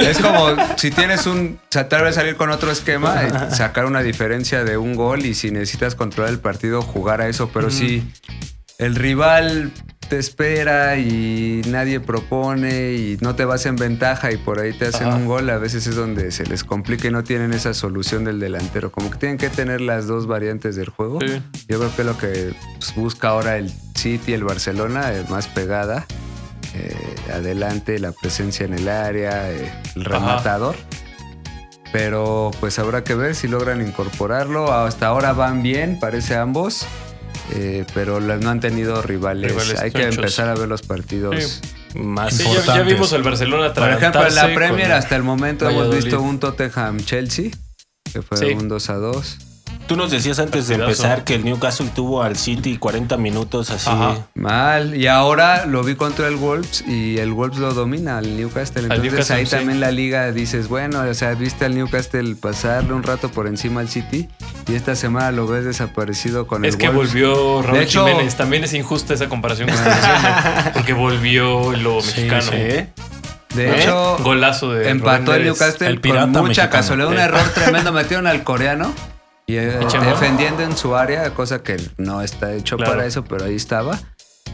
[SPEAKER 3] es como si tienes un o sea, tal vez salir con otro esquema, eh, sacar una diferencia de un gol y si necesitas controlar el partido jugar a eso, pero si el rival te espera y nadie propone y no te vas en ventaja y por ahí te hacen un gol, a veces es donde se les complica y no tienen esa solución del delantero. Como que tienen que tener las dos variantes del juego.
[SPEAKER 5] Sí.
[SPEAKER 3] Yo creo que lo que pues, busca ahora el City, el Barcelona, eh, más pegada, eh, adelante, la presencia en el área, eh, el
[SPEAKER 5] Ajá.
[SPEAKER 3] rematador. Pero pues habrá que ver si logran incorporarlo. Hasta ahora van bien, parece ambos. eh, pero la- no han tenido rivales.
[SPEAKER 5] Rivales
[SPEAKER 3] Hay que
[SPEAKER 5] chonchos.
[SPEAKER 3] empezar a ver los partidos
[SPEAKER 6] más
[SPEAKER 5] Sí, ya- ya,
[SPEAKER 4] Importantes.
[SPEAKER 5] vimos al Barcelona
[SPEAKER 3] Por ejemplo, en la
[SPEAKER 5] atragantarse
[SPEAKER 3] Premier
[SPEAKER 5] con-
[SPEAKER 3] hasta el momento hemos
[SPEAKER 5] Valladolid.
[SPEAKER 3] visto un Tottenham-Chelsea, que fue
[SPEAKER 5] Sí.
[SPEAKER 3] un 2 a 2.
[SPEAKER 6] Tú nos decías antes de
[SPEAKER 5] Partidazo.
[SPEAKER 6] empezar que el Newcastle tuvo al City 40 minutos así.
[SPEAKER 5] Ajá.
[SPEAKER 3] Mal. Y ahora lo vi contra el Wolves y el Wolves lo domina al Newcastle. Entonces
[SPEAKER 5] Newcastle,
[SPEAKER 3] ahí
[SPEAKER 5] sí.
[SPEAKER 3] también la liga dices, bueno, o sea, viste al Newcastle pasarle un rato por encima al City y esta semana lo ves desaparecido con
[SPEAKER 5] Es
[SPEAKER 3] el
[SPEAKER 5] que
[SPEAKER 3] Wolves.
[SPEAKER 5] volvió Raúl
[SPEAKER 3] De hecho-
[SPEAKER 5] Jiménez. También es injusta esa comparación que estás haciendo. Porque volvió el lobo mexicano.
[SPEAKER 6] Sí.
[SPEAKER 3] De
[SPEAKER 6] ¿Eh?
[SPEAKER 3] hecho,
[SPEAKER 5] Golazo de.
[SPEAKER 3] empató el
[SPEAKER 5] Raúl Jiménez.
[SPEAKER 3] Newcastle
[SPEAKER 4] el pirata
[SPEAKER 3] con mucha
[SPEAKER 4] mexicano.
[SPEAKER 3] casualidad. Un
[SPEAKER 5] Eh.
[SPEAKER 3] error tremendo. Metieron al coreano y, eh,
[SPEAKER 5] Chamba.
[SPEAKER 3] defendiendo en su área, cosa que no está hecho
[SPEAKER 5] Claro.
[SPEAKER 3] para eso, pero ahí estaba.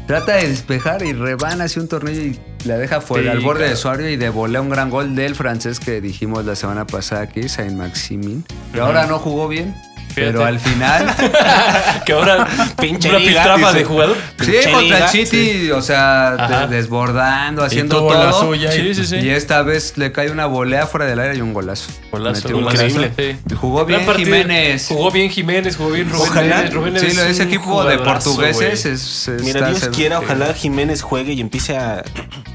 [SPEAKER 3] Trata de despejar y rebana así un tornillo y la deja fuera
[SPEAKER 5] Sí,
[SPEAKER 3] al borde
[SPEAKER 5] claro.
[SPEAKER 3] de su área y de volea un gran gol del francés que dijimos la semana pasada aquí, Saint Maximin. Que ahora no jugó bien, pero al final.
[SPEAKER 5] Que ahora.
[SPEAKER 6] Pinche
[SPEAKER 5] una
[SPEAKER 6] liga,
[SPEAKER 5] piltrafa
[SPEAKER 6] dice.
[SPEAKER 5] de jugador.
[SPEAKER 3] sí,
[SPEAKER 6] Pinche
[SPEAKER 3] contra
[SPEAKER 6] liga,
[SPEAKER 3] el City, o
[SPEAKER 5] Ajá.
[SPEAKER 3] sea, de- desbordando, haciendo
[SPEAKER 4] tuvo
[SPEAKER 3] todo.
[SPEAKER 4] la suya
[SPEAKER 5] Sí, sí, sí.
[SPEAKER 3] Y esta vez le cae una volea fuera del área y un golazo.
[SPEAKER 5] Golazo,
[SPEAKER 3] Metió un golazo.
[SPEAKER 5] increíble. Sí.
[SPEAKER 3] Jugó
[SPEAKER 5] Gran
[SPEAKER 3] bien
[SPEAKER 5] partido.
[SPEAKER 3] Jiménez.
[SPEAKER 5] Jugó bien Jiménez, jugó bien Rubén.
[SPEAKER 6] Ojalá.
[SPEAKER 5] Neves. Rubén
[SPEAKER 3] sí,
[SPEAKER 5] Neves es
[SPEAKER 3] ese
[SPEAKER 5] un
[SPEAKER 3] equipo de
[SPEAKER 5] jugadorazo,
[SPEAKER 3] portugueses
[SPEAKER 5] güey.
[SPEAKER 3] es,
[SPEAKER 6] Mira,
[SPEAKER 3] está-
[SPEAKER 6] Dios
[SPEAKER 3] se-
[SPEAKER 6] quiera, ojalá Jiménez juegue y empiece a.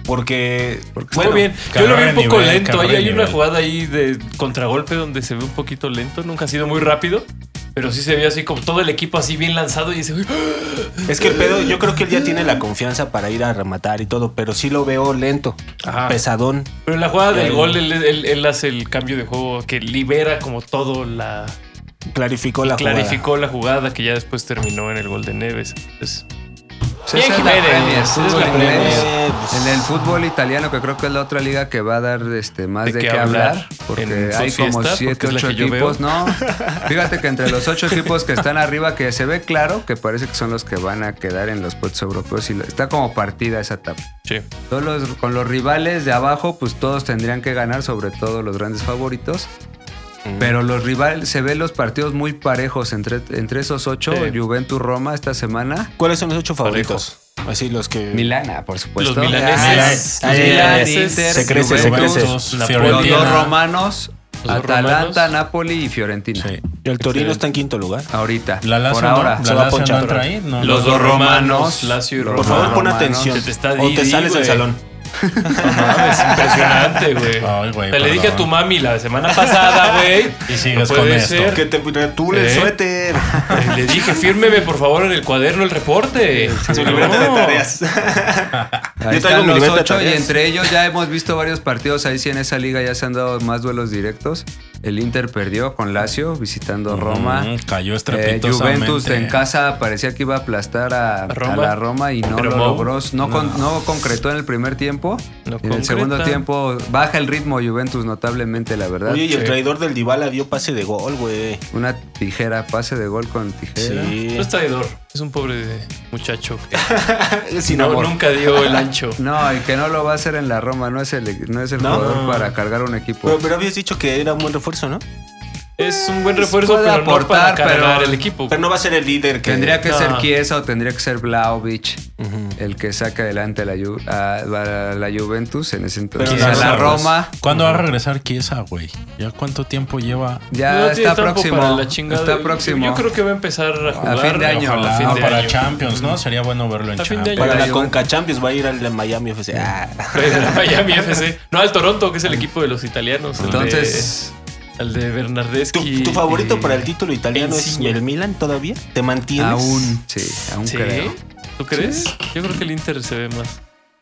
[SPEAKER 6] Porque.
[SPEAKER 5] Muy bien. Yo lo vi
[SPEAKER 4] carrera
[SPEAKER 5] un poco
[SPEAKER 4] nivel,
[SPEAKER 5] lento. Ahí
[SPEAKER 4] carrera
[SPEAKER 5] hay una
[SPEAKER 4] nivel.
[SPEAKER 5] jugada ahí de contragolpe donde se ve un poquito lento. Nunca ha sido muy rápido. Pero sí se ve así como todo el equipo así bien lanzado y dice, "Uy,
[SPEAKER 6] Es que el pedo, yo creo que él ya tiene la confianza para ir a rematar y todo, pero sí lo veo lento,
[SPEAKER 5] Ajá.
[SPEAKER 6] pesadón.
[SPEAKER 5] Pero en la jugada del
[SPEAKER 6] El-
[SPEAKER 5] gol, él, él- él hace el cambio de juego que libera como todo la.
[SPEAKER 6] Clarificó la
[SPEAKER 5] clarificó la jugada que ya después terminó en el gol de Neves. Entonces,
[SPEAKER 3] Pues esa
[SPEAKER 5] Bien,
[SPEAKER 3] es la
[SPEAKER 5] Jiménez,
[SPEAKER 3] Premier,
[SPEAKER 5] es
[SPEAKER 3] fútbol
[SPEAKER 5] la
[SPEAKER 3] inglés.
[SPEAKER 5] Premier.
[SPEAKER 6] Eh, pues,
[SPEAKER 3] En el fútbol italiano, que creo que es la otra liga que va a dar este, más
[SPEAKER 5] ¿De
[SPEAKER 3] de,
[SPEAKER 5] qué
[SPEAKER 3] qué
[SPEAKER 5] hablar?
[SPEAKER 3] hablar,
[SPEAKER 5] En
[SPEAKER 3] porque
[SPEAKER 5] sus
[SPEAKER 3] hay como
[SPEAKER 5] fiestas, porque
[SPEAKER 3] siete,
[SPEAKER 5] es la
[SPEAKER 3] ocho
[SPEAKER 5] que yo veo.
[SPEAKER 3] equipos, ¿no? Fíjate que entre los ocho equipos que están arriba, que se ve claro que parece que son los que van a quedar en los puestos europeos, y lo- está como partida esa etapa.
[SPEAKER 5] sí.
[SPEAKER 3] Todos los- con los rivales de abajo, pues todos tendrían que ganar, sobre todo los grandes favoritos. Pero los rivales, se ven los partidos muy parejos entre, entre esos ocho,
[SPEAKER 5] Sí.
[SPEAKER 3] Juventus-Roma esta semana.
[SPEAKER 6] ¿Cuáles son los ocho favoritos? Así los que.
[SPEAKER 3] Milana, por supuesto.
[SPEAKER 5] Los milaneses.
[SPEAKER 3] Ah, Milan,
[SPEAKER 5] Milaneses.
[SPEAKER 3] Inter,
[SPEAKER 6] Se crece, se
[SPEAKER 3] Juventus,
[SPEAKER 6] crece.
[SPEAKER 4] Juventus,
[SPEAKER 5] La
[SPEAKER 3] Los dos
[SPEAKER 4] Fiorentina.
[SPEAKER 3] romanos,
[SPEAKER 5] Los dos
[SPEAKER 3] Atalanta,
[SPEAKER 5] romanos.
[SPEAKER 3] Napoli y Fiorentina.
[SPEAKER 4] Sí.
[SPEAKER 6] El Torino está en quinto lugar.
[SPEAKER 3] Ahorita,
[SPEAKER 4] La Lazio,
[SPEAKER 3] por
[SPEAKER 4] no-
[SPEAKER 3] ahora.
[SPEAKER 4] la
[SPEAKER 6] se va a
[SPEAKER 4] Lazio no
[SPEAKER 6] ponchar.
[SPEAKER 4] entra ahí. No.
[SPEAKER 5] Los dos romanos, Lazio y
[SPEAKER 3] los
[SPEAKER 5] Roma.
[SPEAKER 6] Por favor, pon
[SPEAKER 3] romanos.
[SPEAKER 6] atención.
[SPEAKER 5] Se te está
[SPEAKER 6] o te
[SPEAKER 5] Didi,
[SPEAKER 6] sales
[SPEAKER 5] güey.
[SPEAKER 6] del salón.
[SPEAKER 5] No mames, impresionante, güey.
[SPEAKER 4] Ay, güey,
[SPEAKER 5] Te le
[SPEAKER 4] perdón.
[SPEAKER 5] dije a tu mami la semana pasada, güey.
[SPEAKER 4] Y sigues
[SPEAKER 5] No
[SPEAKER 4] con
[SPEAKER 5] puede
[SPEAKER 4] esto.
[SPEAKER 5] ser.
[SPEAKER 6] Que te retule
[SPEAKER 5] ¿Eh?
[SPEAKER 6] el suéter.
[SPEAKER 5] Le dije, fírmeme por favor en el cuaderno el reporte.
[SPEAKER 6] Su
[SPEAKER 5] No.
[SPEAKER 6] libreta de tareas.
[SPEAKER 3] Ahí
[SPEAKER 6] Yo traigo
[SPEAKER 3] están
[SPEAKER 6] mi
[SPEAKER 3] los
[SPEAKER 6] libreta de
[SPEAKER 3] ocho y
[SPEAKER 6] tareas.
[SPEAKER 3] entre ellos ya hemos visto varios partidos. Ahí sí en esa liga ya se han dado más duelos directos. El Inter perdió con Lazio visitando a Roma.
[SPEAKER 4] Mm, cayó
[SPEAKER 3] Eh,
[SPEAKER 4] estrepitosamente.
[SPEAKER 3] Juventus en casa parecía que iba a aplastar a,
[SPEAKER 5] Roma.
[SPEAKER 3] a la Roma y no
[SPEAKER 5] Pero
[SPEAKER 3] lo
[SPEAKER 5] Mou-
[SPEAKER 3] logró. No, con- no concretó en el primer tiempo.
[SPEAKER 5] No
[SPEAKER 3] en el segundo
[SPEAKER 5] concreta.
[SPEAKER 3] tiempo baja el ritmo Juventus notablemente, la verdad.
[SPEAKER 6] Oye, y el
[SPEAKER 5] Sí.
[SPEAKER 6] traidor del Dybala dio pase de gol, güey.
[SPEAKER 3] Una tijera, pase de gol con tijera.
[SPEAKER 6] Sí.
[SPEAKER 5] No es traidor. Es un pobre muchacho que
[SPEAKER 6] Sin
[SPEAKER 5] no,
[SPEAKER 6] amor.
[SPEAKER 5] nunca dio el ancho.
[SPEAKER 3] No, y que no lo va a hacer en la Roma, no es el, no es el
[SPEAKER 6] No.
[SPEAKER 3] jugador para cargar un equipo.
[SPEAKER 6] Pero, pero habías dicho que era un buen refuerzo, ¿no?
[SPEAKER 5] Es un buen refuerzo,
[SPEAKER 3] Puede
[SPEAKER 5] pero no para
[SPEAKER 3] aportar, pero-
[SPEAKER 5] cargar el equipo.
[SPEAKER 6] Pero no va a ser el líder que.
[SPEAKER 3] Tendría que
[SPEAKER 5] No.
[SPEAKER 3] ser Chiesa o tendría que ser Vlaovic
[SPEAKER 6] Ujú.
[SPEAKER 3] el que saque adelante a la, Ju- a- a la Juventus en ese entonces.
[SPEAKER 6] Pero
[SPEAKER 3] O sea,
[SPEAKER 6] no,
[SPEAKER 3] la
[SPEAKER 6] no,
[SPEAKER 3] Roma
[SPEAKER 4] ¿Cuándo va a regresar Kiesa, güey? ¿Ya cuánto tiempo lleva?
[SPEAKER 3] ya
[SPEAKER 5] No tiene
[SPEAKER 3] está
[SPEAKER 5] tiempo para
[SPEAKER 3] próximo.
[SPEAKER 5] la chingada.
[SPEAKER 3] Está
[SPEAKER 5] Yo-
[SPEAKER 3] próximo.
[SPEAKER 5] Yo creo que va a empezar a jugar
[SPEAKER 3] fin de año.
[SPEAKER 5] ojalá,
[SPEAKER 4] Ojalá,
[SPEAKER 5] a fin de
[SPEAKER 4] para
[SPEAKER 5] año.
[SPEAKER 4] Champions, ¿no? Sería bueno verlo en
[SPEAKER 5] A fin de
[SPEAKER 4] Champions.
[SPEAKER 5] año.
[SPEAKER 6] Para la
[SPEAKER 3] Juventus.
[SPEAKER 6] Conca Champions va a ir al de Miami FC. Ah.
[SPEAKER 5] Pero Miami FC. No, al Toronto, que es el equipo de los italianos. el
[SPEAKER 3] Entonces,
[SPEAKER 5] de- Al de
[SPEAKER 6] ¿Tu,
[SPEAKER 5] Bernardeschi.
[SPEAKER 6] tu favorito
[SPEAKER 5] y-
[SPEAKER 6] para el título italiano es
[SPEAKER 5] Insigne.
[SPEAKER 6] el Milan todavía? ¿Te mantienes?
[SPEAKER 3] aún, sí, aún
[SPEAKER 5] ¿Sí?
[SPEAKER 3] creo.
[SPEAKER 5] ¿Tú crees? Yo creo que el Inter se ve más.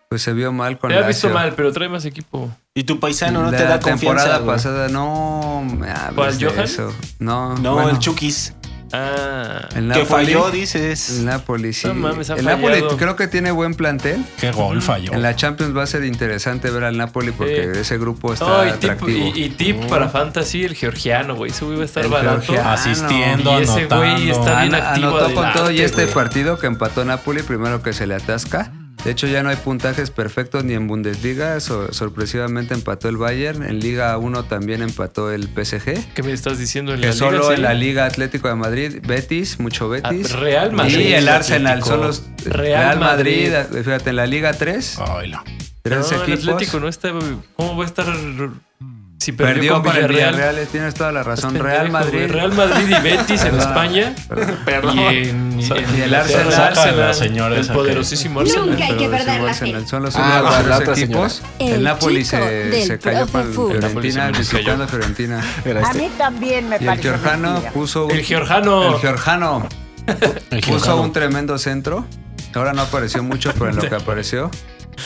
[SPEAKER 3] Pues se vio mal con
[SPEAKER 5] Te ha
[SPEAKER 3] la
[SPEAKER 5] visto mal, pero trae más equipo.
[SPEAKER 6] ¿Y tu paisano no
[SPEAKER 3] la
[SPEAKER 6] te da
[SPEAKER 3] temporada
[SPEAKER 6] confianza? güey?
[SPEAKER 3] pasada no me hables
[SPEAKER 5] ¿Cuál,
[SPEAKER 3] de
[SPEAKER 5] Johan?
[SPEAKER 3] eso. No,
[SPEAKER 6] No,
[SPEAKER 3] bueno,
[SPEAKER 6] el Chukis.
[SPEAKER 5] Ah.
[SPEAKER 3] el
[SPEAKER 6] Que
[SPEAKER 3] Napoli-
[SPEAKER 6] falló, dices.
[SPEAKER 3] El Napoli, sí.
[SPEAKER 5] No mames, ha
[SPEAKER 3] el Napoli
[SPEAKER 5] fallado.
[SPEAKER 3] creo que tiene buen plantel.
[SPEAKER 4] Qué gol falló.
[SPEAKER 3] En la Champions va a ser interesante ver al Napoli porque
[SPEAKER 5] Sí.
[SPEAKER 3] ese grupo está
[SPEAKER 5] No, Oh, y tip,
[SPEAKER 3] atractivo. Oh.
[SPEAKER 5] y, y tip para fantasy, el georgiano, güey. Ese güey va a estar
[SPEAKER 3] El
[SPEAKER 5] barato.
[SPEAKER 3] georgiano.
[SPEAKER 4] Ah, Asistiendo,
[SPEAKER 5] Y ese güey
[SPEAKER 4] anotando.
[SPEAKER 5] está bien
[SPEAKER 3] Ana-
[SPEAKER 5] activo
[SPEAKER 3] anotó con
[SPEAKER 5] adelante,
[SPEAKER 3] todo y este
[SPEAKER 5] güey.
[SPEAKER 3] partido que empató Napoli, primero que se le atasca. De hecho, ya no hay puntajes perfectos ni en Bundesliga. so- sorpresivamente empató el Bayern. En Liga 1 también empató el PSG.
[SPEAKER 5] ¿Qué me estás diciendo? En
[SPEAKER 3] Que
[SPEAKER 5] la
[SPEAKER 3] solo
[SPEAKER 5] liga, sí?
[SPEAKER 3] en la Liga Atlético de Madrid, Betis, mucho Betis.
[SPEAKER 5] Ah, Real Madrid,
[SPEAKER 3] Y el Arsenal,
[SPEAKER 5] Atlético.
[SPEAKER 3] son los
[SPEAKER 5] Real
[SPEAKER 3] Real, Madrid.
[SPEAKER 5] Madrid.
[SPEAKER 3] Fíjate, en la Liga 3,
[SPEAKER 4] Ay, la-
[SPEAKER 5] No,
[SPEAKER 3] 3
[SPEAKER 5] el
[SPEAKER 3] equipos.
[SPEAKER 5] Atlético no está. ¿Cómo va a estar Si perdió,
[SPEAKER 3] Perdió,
[SPEAKER 5] con
[SPEAKER 3] para el
[SPEAKER 5] Villarreal.
[SPEAKER 3] Villarreal, tienes toda la razón.
[SPEAKER 5] Pendejo,
[SPEAKER 3] Real Madrid.
[SPEAKER 5] güey. Real Madrid y Betis en
[SPEAKER 3] Perdón.
[SPEAKER 5] España.
[SPEAKER 3] Perdón.
[SPEAKER 5] Y en,
[SPEAKER 4] Saca-
[SPEAKER 5] en el
[SPEAKER 3] saca
[SPEAKER 5] Arsenal.
[SPEAKER 4] la
[SPEAKER 5] Arsenal,
[SPEAKER 4] señora
[SPEAKER 5] el
[SPEAKER 4] esa que-
[SPEAKER 5] poderosísimo Arsenal.
[SPEAKER 2] Nunca hay que
[SPEAKER 3] Pero
[SPEAKER 2] perder
[SPEAKER 3] sí,
[SPEAKER 2] la
[SPEAKER 3] Arsenal
[SPEAKER 2] fe.
[SPEAKER 3] son los
[SPEAKER 7] Ah,
[SPEAKER 3] únicos
[SPEAKER 7] la- la
[SPEAKER 3] tres
[SPEAKER 7] otra
[SPEAKER 3] equipos.
[SPEAKER 2] El
[SPEAKER 3] El Napoli
[SPEAKER 2] chico
[SPEAKER 3] se,
[SPEAKER 2] del
[SPEAKER 3] se cayó
[SPEAKER 2] profe
[SPEAKER 3] para el
[SPEAKER 2] Fu.
[SPEAKER 3] Fiorentina,
[SPEAKER 5] El Napoli se nos
[SPEAKER 3] visitando a
[SPEAKER 5] cayó.
[SPEAKER 3] Fiorentina.
[SPEAKER 6] Era
[SPEAKER 8] A
[SPEAKER 6] este.
[SPEAKER 8] mí también me
[SPEAKER 3] Y el
[SPEAKER 8] parece.
[SPEAKER 3] Giorjano
[SPEAKER 8] mentira.
[SPEAKER 3] puso.
[SPEAKER 5] El Giorjano.
[SPEAKER 3] El Giorjano
[SPEAKER 6] El
[SPEAKER 3] puso
[SPEAKER 6] Giorgano.
[SPEAKER 3] un tremendo centro. Ahora no apareció mucho, pero en lo que apareció.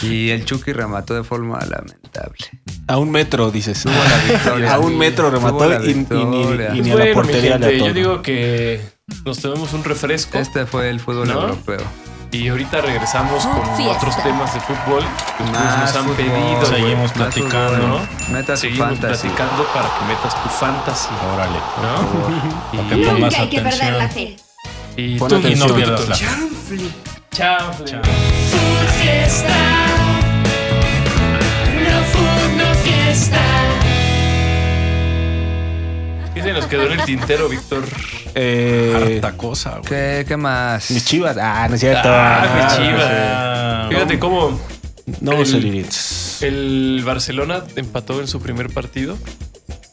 [SPEAKER 3] Y el Chucky remató de forma lamentable.
[SPEAKER 6] A un metro, dices.
[SPEAKER 3] Tuvo la victoria.
[SPEAKER 6] A un metro remató
[SPEAKER 3] Tuvo la
[SPEAKER 6] y, y ni,
[SPEAKER 3] victoria.
[SPEAKER 6] y ni a
[SPEAKER 5] Bueno,
[SPEAKER 6] la
[SPEAKER 5] mi
[SPEAKER 6] portería
[SPEAKER 5] gente,
[SPEAKER 6] le
[SPEAKER 5] yo
[SPEAKER 6] atoró.
[SPEAKER 5] digo que nos tomemos un refresco
[SPEAKER 3] Este fue el fútbol
[SPEAKER 5] ¿No?
[SPEAKER 3] europeo.
[SPEAKER 5] y ahorita regresamos
[SPEAKER 2] Food
[SPEAKER 5] con
[SPEAKER 2] fiesta.
[SPEAKER 5] otros temas de fútbol que ustedes nos han
[SPEAKER 3] fútbol,
[SPEAKER 5] pedido.
[SPEAKER 3] güey,
[SPEAKER 5] güey.
[SPEAKER 4] Seguimos
[SPEAKER 3] más fútbol.
[SPEAKER 4] platicando,
[SPEAKER 5] ¿no?
[SPEAKER 3] Metas y
[SPEAKER 5] Seguimos
[SPEAKER 3] fantasy.
[SPEAKER 5] platicando para que metas tu fantasy,
[SPEAKER 4] Órale.
[SPEAKER 5] ¿no?
[SPEAKER 4] Para que
[SPEAKER 5] Y-
[SPEAKER 4] pongas
[SPEAKER 2] Nunca hay que perder
[SPEAKER 4] atención.
[SPEAKER 2] la fe.
[SPEAKER 5] Y
[SPEAKER 6] Pon
[SPEAKER 5] tú
[SPEAKER 6] atención.
[SPEAKER 5] y
[SPEAKER 4] Y
[SPEAKER 5] no
[SPEAKER 4] no
[SPEAKER 5] pierdas
[SPEAKER 4] pierdas la
[SPEAKER 5] la
[SPEAKER 4] fe.
[SPEAKER 5] Chanfle.
[SPEAKER 1] Food fiesta. No food, no fiesta.
[SPEAKER 5] ¿Qué se nos quedó en el tintero, Víctor?
[SPEAKER 6] Eh,
[SPEAKER 4] Harta cosa, güey.
[SPEAKER 3] ¿Qué, qué más?
[SPEAKER 6] mis chivas. Ah, no es cierto.
[SPEAKER 5] Ah, mis chivas.
[SPEAKER 4] Ah,
[SPEAKER 5] Fíjate cómo
[SPEAKER 6] No,
[SPEAKER 5] El-
[SPEAKER 6] Soliritz.
[SPEAKER 5] el Barcelona empató en su primer partido